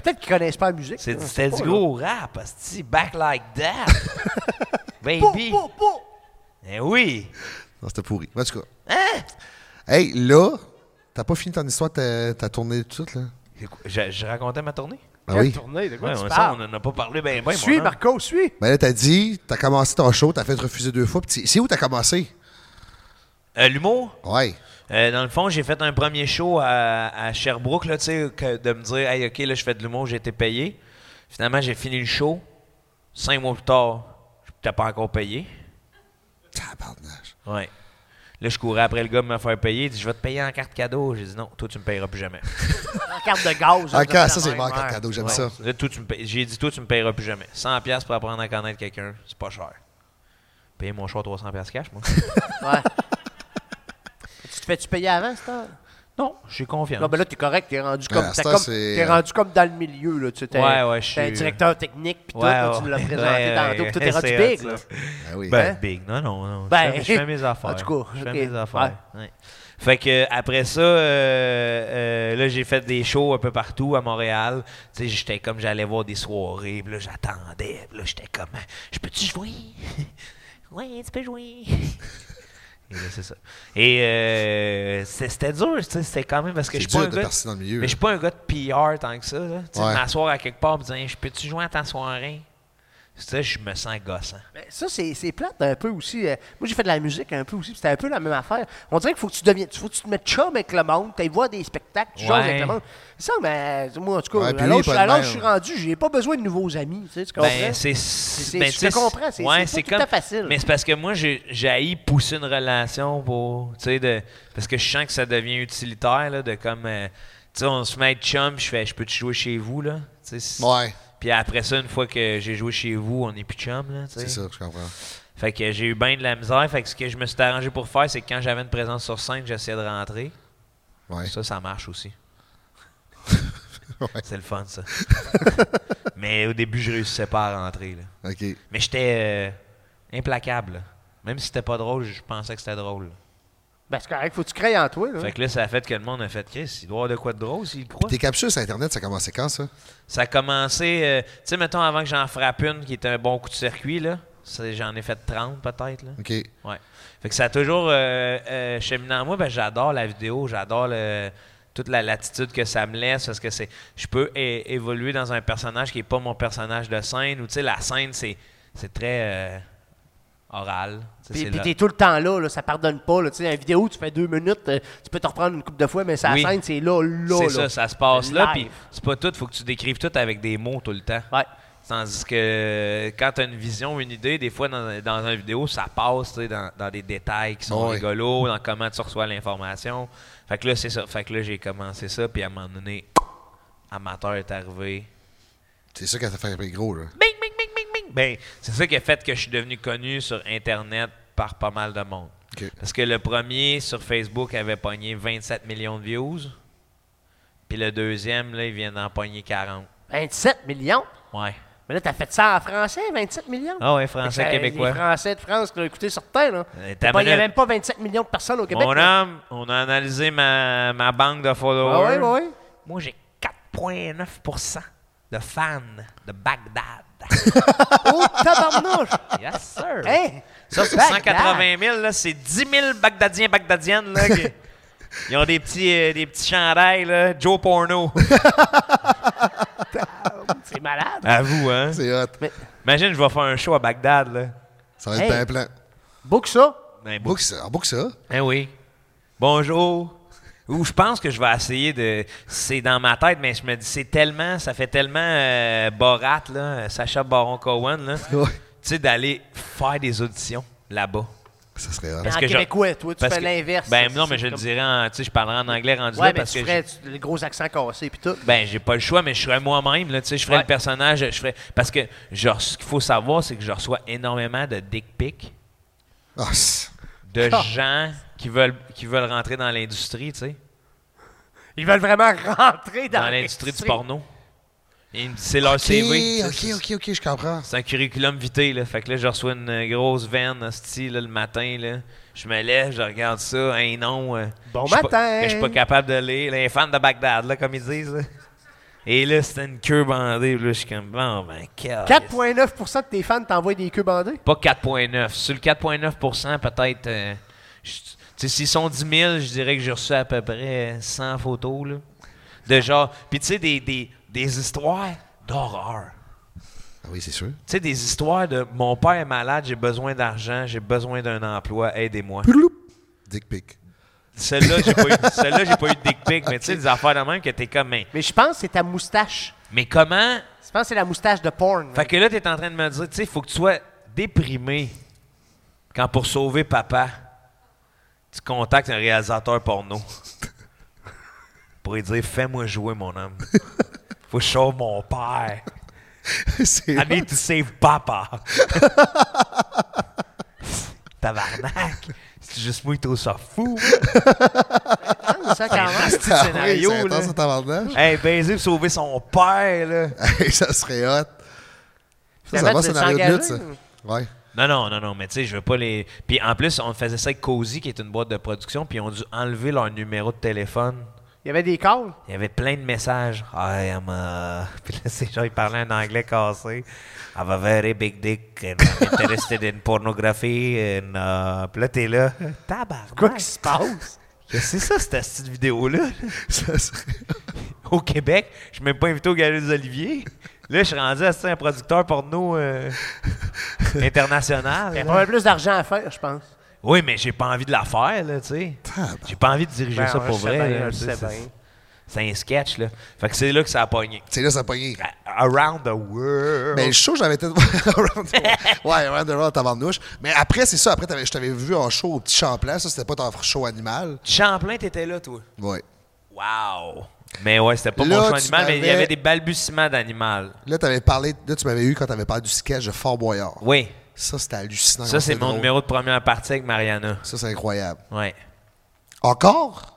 Peut-être qu'ils connaissent pas la musique.
C'est
là,
du-
on sait
C'était
pas,
du
là.
gros rap, hostie, back like that. Baby. Eh oui.
Non, c'était pourri. En tout cas.
Hein?
Hey, là, t'as pas fini ton histoire, t'as t'as tourné tout de suite, là?
Je, je racontais ma tournée.
Ah oui. Quelle
tournée? De
quoi tu
on,
parles?
on en a pas parlé ben, bien, bien.
Suis,
Marco, suis.
Ben là, t'as dit, t'as commencé ton show, t'as fait te refuser deux fois. puis t'es- C'est où t'as commencé?
L'humour?
Ouais.
Euh, dans le fond, j'ai fait un premier show à, à Sherbrooke, là, tu sais, que- de me dire, hey, OK, là, je fais de l'humour, j'ai été payé. Finalement, j'ai fini le show. Cinq mois plus tard, je n'étais pas encore payé. Ouais. Là, je courais après le gars de me faire payer. Il dit, je vais te payer en carte cadeau. J'ai dit, non, toi, tu me payeras plus jamais.
En carte de gaz.
Ah,
on
quand-
fait
ça, c'est
même.
bon, en carte
Ouais.
cadeau, j'aime
Ouais.
ça.
Là, toi, tu me payes- J'ai dit, toi, tu me payeras plus jamais. 100$ piastres pour apprendre à connaître quelqu'un, c'est pas cher. Payer mon choix 300$ piastres cash, moi.
Ouais. Tu te fais-tu payer avant, ça?
Non, j'ai confiance.
Non, ben là, t'es correct, t'es rendu
Ah,
comme,
à
t'as
ce temps,
comme-
c'est-
t'es rendu comme dans le milieu, là, tu sais, t'es
Ouais, ouais, je
t'es un
suis- euh,
directeur technique, puis tout,
Ouais,
là, tu
ouais.
nous l'as présenté
Ouais,
tantôt,
ouais,
puis tout est rendu
c'est
big,
hot,
là.
ça. Ben,
Hein?
big, non, non, non.
Ben,
je, fais, je fais mes affaires.
en tout cas,
je fais
ok.
mes affaires. Ouais. Fait que après ça, euh, euh, là, j'ai fait des shows un peu partout à Montréal. Tu sais, j'étais comme j'allais voir des soirées, puis là, j'attendais, puis là, j'étais comme, je peux-tu jouer? Ouais, tu peux jouer. Et là, c'est ça. Et euh, c'est- c'était dur, tu sais, c'était quand même parce que
C'est
je suis pas
dur
un
de
gars.
percer dans le milieu,
mais
là.
je suis pas un gars de PR tant que ça. Là. Tu sais,
Ouais.
m'asseoir à quelque part et me dire, je peux-tu jouer à ta soirée? Ça, je me sens gossant.
Ben, Ça, c'est c'est plate un peu aussi. Euh, Moi, j'ai fait de la musique un peu aussi, puis c'était un peu la même affaire. On dirait qu'il faut que tu deviennes, faut que tu te mettes chum avec le monde, t'ailles voir des spectacles, tu
Ouais.
jases avec le monde. Ça, mais moi, en tout cas,
Ouais, puis lui,
alors,
il est
je,
pas de
alors
même.
je suis rendu, j'ai pas besoin de nouveaux amis, tu sais, tu comprends?
Ben, c'est.
C'est-
ben,
je
tu
te
sais,
comprends, c'est- c'est pas tout à fait facile.
Mais c'est parce que moi, j'ai j'ai haï pousser une relation pour. Tu sais, de- parce que je sens que ça devient utilitaire, là, de comme. euh, tu sais, on se met à être chum, je fais, je peux te jouer chez vous, là. Tu sais, c'est-
Ouais.
Puis après ça, une fois que j'ai joué chez vous, on n'est plus chum, là. tu sais.
C'est ça, je comprends.
Fait que j'ai eu bien de la misère. Fait que ce que je me suis arrangé pour faire, c'est que quand j'avais une présence sur scène, j'essayais de rentrer. Ça, ça marche aussi. C'est le fun, ça. Mais au début, je réussissais pas à rentrer. là. Mais j'étais euh, implacable. là. Même si c'était pas drôle, je pensais que c'était drôle. là.
Ben, c'est correct, faut que tu crées en toi, là.
Fait que là, ça a fait que le monde a fait Chris, il doit y avoir de quoi de drôle s'il le croit.
Tes captures sur Internet, ça a commencé quand, ça?
Ça a commencé, euh, tu sais, mettons, avant que j'en frappe une qui était un bon coup de circuit, là. ça- J'en ai fait 30 peut-être. là.
OK.
Ouais. Fait que ça a toujours euh, euh, cheminé en moi. Ben, j'adore la vidéo, j'adore le- toute la latitude que ça me laisse parce que c'est, je peux é- évoluer dans un personnage qui n'est pas mon personnage de scène. Ou tu sais, la scène, c'est, c'est très euh, oral. Tu sais,
Puis,
c'est
puis
là.
t'es tout le temps là, là ça pardonne pas. Là. Tu sais, une vidéo, tu fais deux minutes, euh, tu peux te reprendre une couple de fois, mais ça
Oui.
scène, c'est là, là.
C'est
là.
ça, ça se passe là.
Live.
Puis c'est pas tout, faut que tu décrives tout avec des mots tout le temps. Tandis que euh, quand tu as une vision, une idée, des fois dans, dans une vidéo, ça passe tu sais, dans, dans des détails qui sont
Ouais.
rigolos, dans comment tu reçois l'information. Fait que là, c'est ça. Fait que là, j'ai commencé ça, puis à un moment donné, amateur est arrivé.
C'est ça qui a fait un prix gros, là.
Bing, bing, bing, bing, bing. Ben, c'est ça qui a fait que je suis devenu connu sur Internet par pas mal de monde.
OK.
Parce que le premier sur Facebook avait pogné 27 millions de views. Puis le deuxième, là, il vient d'en pogner 40.
27 millions.
Ouais.
Mais là, t'as fait ça en français, 27 millions.
Ah ouais,
Fait
français,
que ça,
québécois.
Les Français de France qui l'ont écouté sur Terre, là.
Euh,
Il
t'as
n'y a
minute.
même pas 27 millions de personnes au Québec.
Mon
là.
homme, on a analysé ma, ma banque de followers.
Ah ouais, ouais, ouais.
Moi, j'ai 4,9 de fan de Bagdad.
Oh, tabarnouche! Hein?
Yes, sir!
Hey,
ça, sur
Bagdad.
180 000, là, c'est 10 000 Bagdadiens, Bagdadiennes. Là, qui- ils ont des petits, euh, des petits chandails, là, Joe Porno.
C'est malade.
À vous, hein?
C'est hot.
Imagine, je vais faire un show à Bagdad. Là.
Ça va être
Hey.
plein plein.
Book ça.
Ben,
Book ça. ah, Book ça.
Eh oui. Bonjour. Ou je pense que je vais essayer de. C'est dans ma tête, mais je me dis, c'est tellement. Ça fait tellement euh, Borat, là, Sacha Baron Cohen, là.
Ouais.
Tu sais, d'aller faire des auditions là-bas.
Ça serait hot.
En
je-
québécois, toi, tu
parce
fais
que-
l'inverse,
Ben
ça,
non,
c'est
mais je le
comme-
dirais en. Tu sais, je parlerai en anglais rendu là
Ouais, mais
parce
tu
que.
ferais
je-
tu- le gros accent cassé puis tout.
Ben, j'ai pas le choix, mais je serais moi-même, là. Tu sais, je ferais
Ouais.
le personnage. Je ferais. Parce que, genre, ce qu'il faut savoir, c'est que je reçois énormément de dick pics
Ah, c'est-
de
Ah.
gens qui veulent, qui veulent rentrer dans l'industrie, tu sais.
Ils veulent vraiment rentrer dans,
dans l'industrie du porno. Et Ah, C'est leur CV.
Ok, ok, ok, ok, je comprends.
C'est un curriculum vitae, là. Fait que là, je reçois une euh, grosse veine, hostie, là, le matin, là. Je me lève, je regarde ça, un nom... euh,
Bon
je suis pas-
matin.
Que je suis pas capable de lire. Les fans de Bagdad, là, comme ils disent, là. Et là, c'était une queue bandée, puis là, je suis comme, bon, ben, quel...
4,9 de tes fans t'envoient des queues bandées.
Pas 4,9. Sur le 4,9 peut-être... euh, je- tu sais, s'ils sont 10 000, je dirais que j'ai reçu à peu près euh, 100 photos, là. De genre... Puis tu sais, des, des, des histoires d'horreur.
Ah oui, c'est sûr.
Tu sais, des histoires de mon père est malade, j'ai besoin d'argent, j'ai besoin d'un emploi, aidez-moi.
Dick pic.
Celle-là, j'ai pas eu, celle-là, j'ai pas eu de dick pic, mais tu sais, des affaires de même que t'es comme, mais,
Mais je pense que c'est ta moustache.
mais comment?
Je pense que c'est la moustache de porn.
Fait que là, t'es en train de me dire, tu sais, faut que tu sois déprimé quand pour sauver papa, tu contactes un réalisateur porno pour lui dire, fais-moi jouer, mon homme. Faut que je sauve mon père.
C'est
I need to save papa. Tabarnak. C'est juste moi qui trouve ça fou.
Ah, ça, quand même.
C'est
Ah
un
oui,
scénario,
c'est intense,
là.
cet avantage.
Hey, baiser pour sauver son père, là.
Hey, ça serait hot. Ça, ça
Finalement,
va,
tu veux
scénario de lutte, ça.
t'engager,
Ouais.
Non, non, non, non, mais tu sais, je veux pas les... Puis en plus, on faisait ça avec Cozy, qui est une boîte de production, puis ils ont dû enlever leur numéro de téléphone.
Il y avait des calls.
Il y avait plein de messages. Ah, I am a... Puis là, ces gens, ils parlaient un anglais cassé. I have a very big dick and I'm interested in pornography and... uh, Puis là, t'es là. Tabarnak.
Quoi qui se passe?
Qu'est-ce que c'est ça, cette petite vidéo-là?
Ça serait...
au Québec. Je suis même pas invité au Gala des Oliviers. Là, je suis rendu à un producteur porno euh, international.
Il y a
là.
pas mal plus d'argent à faire, je pense.
Oui, mais j'ai pas envie de la faire, là, tu sais. J'ai pas envie de diriger
Ben,
ça
ouais,
pour
je sais
vrai.
bien, je
là, tu sais,
sais
c'est-
bien.
C'est un sketch, là. Fait que c'est là que ça a pogné.
C'est là, ça a pogné.
Ah,
A- Around the world.
Mais le show, j'avais été. Around the World. ouais, Around the World, t'as vendu douche. Mais après, c'est ça. Après, t'avais- je t'avais vu en show au petit Champlain. Ça, c'était pas ton show animal.
Champlain, t'étais là, toi.
Ouais.
Wow. Mais ouais, c'était pas
Là,
mon choix
tu
animal, mais il y
m'avais-
avait des balbutiements d'animal.
Là, t'avais parlé. Là, tu m'avais eu quand t'avais parlé du sketch de Fort Boyard.
Oui.
Ça, c'était hallucinant.
Ça, c'est mon
drôle.
numéro de première partie avec Mariana.
Ça, c'est incroyable.
Ouais.
Encore?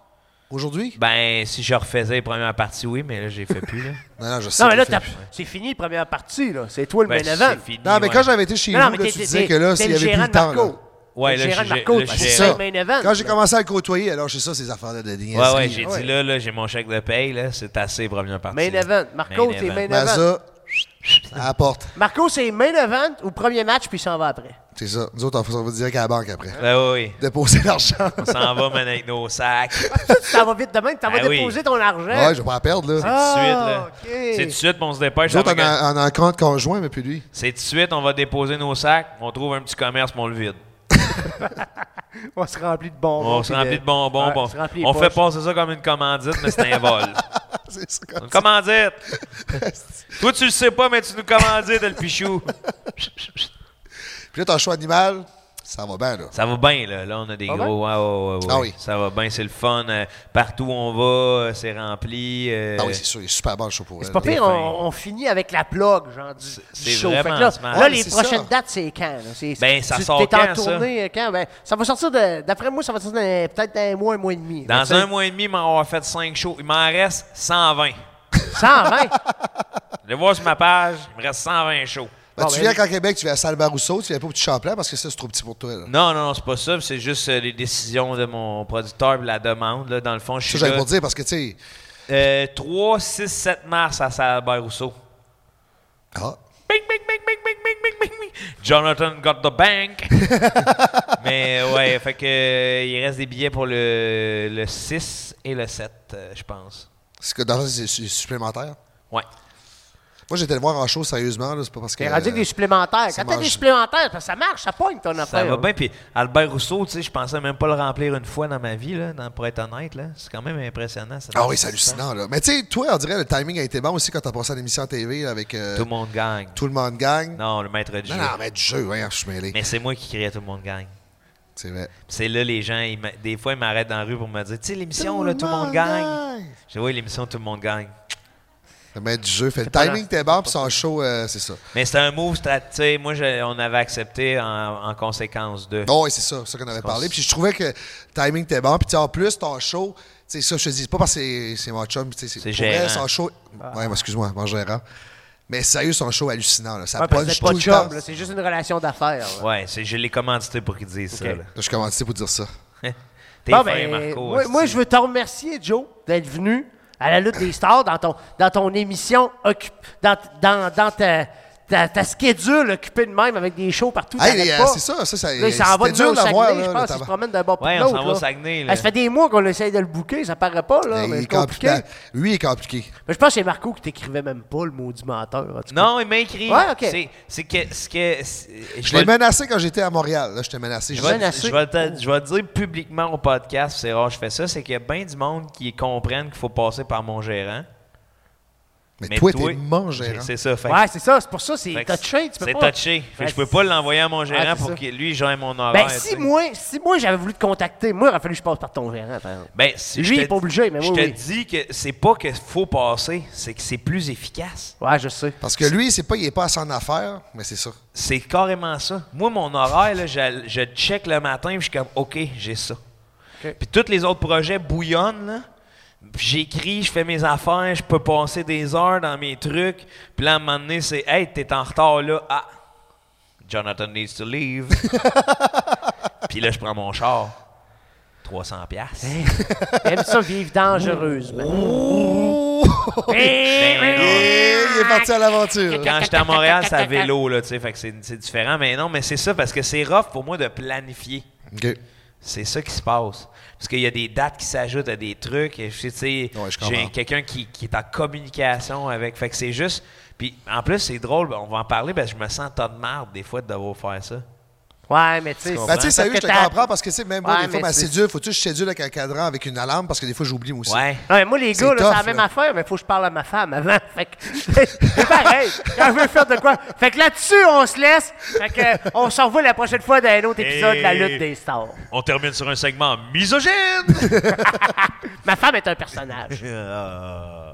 Aujourd'hui?
Ben, si je refaisais les premières parties, oui, mais là, j'ai fait plus, là.
Non, non, je sais.
Non, mais là,
je
t'as-
fais plus.
c'est fini, la première partie. là. C'est toi le
Ben,
main event.
c'est fini,
Non, mais
ouais.
quand j'avais été chez
Non,
vous,
non,
là,
mais
tu
t'es-
disais
t'es-
que là,
t'es
s'il y
le
avait plus
gérant
le
de
temps. là.
Marco.
Ouais,
Le
là,
gérant
j'ai-
de Marco,
là,
c'est
C'est
j'ai-
ça.
le main event,
Quand j'ai
là.
commencé à le côtoyer, alors j'ai ça, ces affaires de Denis.
Ouais, ouais, j'ai dit là, là, j'ai mon chèque de paye, là, c'est assez, première partie.
Main
là.
event. Marco,
Main
t'es
event.
main event.
Maza, à la porte.
Marco, c'est main event au premier match, puis il s'en va après.
C'est ça. Nous autres, on va dire qu'à la banque après.
Ben oui, oui.
Déposer l'argent.
On s'en va, man, avec nos sacs. Tout de suite,
Tu t'en vas vite demain, tu t'en vas
Ah oui.
déposer ton argent.
Ouais, je vais pas la perdre, là.
Ah,
là.
ok.
C'est tout de suite, on se dépêche.
Nous
on
autres,
va
on a, on a un compte conjoint, mais puis lui.
C'est tout de suite, on va déposer nos sacs, on trouve un petit commerce, puis on le vide.
On se remplit de bonbons.
On se
puis
remplit de bonbons,
Ouais,
puis on-
on se remplit les
on fait
poches.
passer ça comme une commandite, mais c'est un vol.
C'est ça.
Une commandite! Toi, tu le sais pas, mais tu nous commandites, le pichou.
Puis là, ton choix animal, ça va bien, là.
Ça va bien, là. Là, on a des
Ça va
gros. Ouais, ouais, ouais, ouais.
Ah oui.
Ça va bien, c'est le fun. Euh, partout où on va, euh, c'est rempli. euh,
Ah oui, c'est sûr, il est super bon le show pour elle.
C'est pas pire,
fin.
on, on finit avec la plug, genre du,
c'est
du show.
vraiment
Fait que là,
smart.
là,
Ouais,
les
c'est
prochaines
ça.
dates, c'est quand? là? C'est-
Ben, ça
tu-
sort
T'es en
quand, ça?
tournée euh, quand? Ben, ça va sortir, de- d'après moi, ça va sortir dans- peut-être dans un mois, un mois et demi.
Dans
Mais tu
un
sais,
mois et demi, il m'en aura fait 5 shows. Il m'en reste 120.
120!
Allez voir sur ma page, il me reste 120 shows.
Ben,
Bon,
tu
ben,
viens
oui.
qu'en Québec, tu viens à Salvarousseau, tu viens pas au petit Champlain parce que ça, c'est trop petit pour toi, là.
Non, non, non, c'est pas ça. C'est juste euh, les décisions de mon producteur et la demande. Là. Dans le fond, je
Ça,
suis
j'allais
là,
pour dire parce que, tu sais,
euh, 3, 6, 7 mars à Salbert Rousseau.
Ah.
Bing, bing, bing, bing, bing, bing, bing, bing, bing. Jonathan got the bank. Mais ouais, fait que euh, il reste des billets pour le, le 6 et le 7, euh, je pense.
Est-ce que dans c'est c'est supplémentaire?
Ouais.
Moi, j'étais le voir en show, sérieusement. là, C'est pas parce que.
T'es rendu avec des supplémentaires. Quand t'as
mange.
des supplémentaires, parce que ça marche, ça pogne ton
Ça
affaire.
va bien. Puis Albert Rousseau, tu sais, je pensais même pas le remplir une fois dans ma vie, là, dans- pour être honnête. là. C'est quand même impressionnant. ça.
Ah oui, c'est hallucinant. Là. Mais tu sais, toi, on dirait le timing a été bon aussi quand t'as passé à l'émission à TV là, avec euh,
Tout le monde gagne.
Tout le monde gagne.
Non, le maître du
Non,
jeu.
non, mais du jeu, hein, je suis mêlé.
Mais c'est moi qui créais Tout le monde gagne.
C'est vrai.
Puis C'est là, les gens, ils m'a- des fois, ils m'arrêtent dans la rue pour me dire Tu sais, l'émission,
Tout
là,
le
tout le monde
monde
gagne.
gagne.
J'ai oui, l'émission, tout le monde gagne.
Le maître du jeu fait le
pas
timing,
dans-
t'es bon, puis son show, euh, c'est ça.
Mais c'était un move, strat- tu sais, moi, je- on avait accepté en, en conséquence de.
Oh, oui, c'est ça, c'est ça qu'on avait parlé. Puis je trouvais que le timing était bon. Puis tu sais, en plus, ton show, tu sais, ça, je te dis, c'est pas parce que c'est- c'est mon chum. tu sais,
C'est
pour vrai,
gérant.
son show.
Ah.
Ouais, mais excuse-moi, mon gérant. Mais sérieux, son show hallucinant. Là. Ça
Ouais, parce que
punch
c'est
tout
pas
le
de job,
temps.
là, c'est juste une relation d'affaires. là.
Ouais, c'est- je l'ai commandité pour qu'ils disent ça. là.
Je commençais pour dire ça.
T'es
Bon,
fin,
ben,
Marco.
Moi, moi, je veux te remercier, Joe, d'être venu à la lutte des stars dans ton, dans ton émission, occup- dans, dans, dans ta, ta, ta schedule occupée de même avec des shows partout.
Hey,
t'arrêtes
les,
pas.
euh, c'est ça, ça, ça-
Là, il s'en va
c'était
de
dur
dur
à voir,
Saguenay,
là,
je
le
pense. Il se
tabac.
promène d'un bord pour
Ouais, on
l'autre.
s'en va au
là.
Saguenay, là.
Ah, Ça fait des mois qu'on essaye de le bouquer, ça paraît pas, là.
Il
mais
est
c'est compliqué.
compliqué. Lui, il est compliqué.
Mais je pense que c'est Marco qui t'écrivait même pas le mot du menteur. en tout cas.
Non, il m'a écrit.
Ouais, ok.
C'est- C'est que. c'est que- c'est-
Je
vais
l'ai
le-
menacé quand j'étais à Montréal. Là, je t'ai menacé.
Je
Je
vais,
dis,
je vais te, je vais te dire publiquement au podcast, c'est rare que je fais ça, c'est qu'il y a bien du monde qui comprennent qu'il faut passer par mon gérant.
Mais toi, t'es mon gérant.
C'est ça. Fait, que-
Ouais, c'est ça. C'est pour ça, c'est
fait que
touché. Tu peux
c'est
pas.
touché. Fait que
Ouais,
je peux pas l'envoyer à mon
Ouais,
gérant
c'est
pour
ça.
que lui gère mon horaire.
Ben, si
tu sais.
moi, si moi j'avais voulu te contacter, moi, il aurait fallu que je passe par ton gérant, par exemple.
Ben, si
Lui,
je
il
te-
est pas obligé, mais
Je
moi,
te
oui.
dis que c'est pas qu'il faut passer, c'est que c'est plus efficace.
Ouais, je sais.
Parce que lui, c'est pas, il est pas à son affaire, mais c'est ça.
C'est carrément ça. Moi, mon horaire, là, je, je check le matin puis je suis comme, OK, j'ai ça. Puis tous les autres projets bouillonnent. là. Puis J'écris, je fais mes affaires, je peux passer des heures dans mes trucs. Puis là, à un moment donné, c'est Hey, t'es en retard là. Ah, Jonathan needs to leave. Puis là, je prends mon char. 300$. piastres.
J'aime ça vivre dangereusement.
Et il est parti à l'aventure.
Ben, Quand j'étais à Montréal, c'est à vélo, là, tu sais, fait que c'est c'est différent. Mais non, mais c'est ça, parce que c'est rough pour moi de planifier.
OK. Ben,
C'est ça qui se passe. Parce qu'il y a des dates qui s'ajoutent à des trucs. Et, je sais, tu sais,
Ouais, je
j'ai
comprends.
quelqu'un qui, qui est en communication avec. Fait que c'est juste. Puis en plus, c'est drôle, ben, on va en parler parce que je me sens tas de marde des fois de devoir faire ça.
Ouais, mais tu sais.
Ben, tu sais,
c'est
sérieux,
parce
je te
que t'as-
comprends parce que, tu sais, même moi,
Ouais,
des fois,
mais
ma
c'est-
cédule, faut-tu que je cédule avec un cadran, avec une alarme, parce que des fois, j'oublie moi aussi.
Ouais.
Non, mais moi, les
C'est
gars, là, c'est la
tough,
même
là.
affaire, mais faut que je parle à ma femme avant. Fait que c'est pareil. Quand je veux faire de quoi. Fait que là-dessus, on se laisse. Fait que euh, on s'en revoit la prochaine fois dans un autre épisode de la lutte des stars.
On termine sur un segment misogyne!
Ma femme est un personnage.
Euh,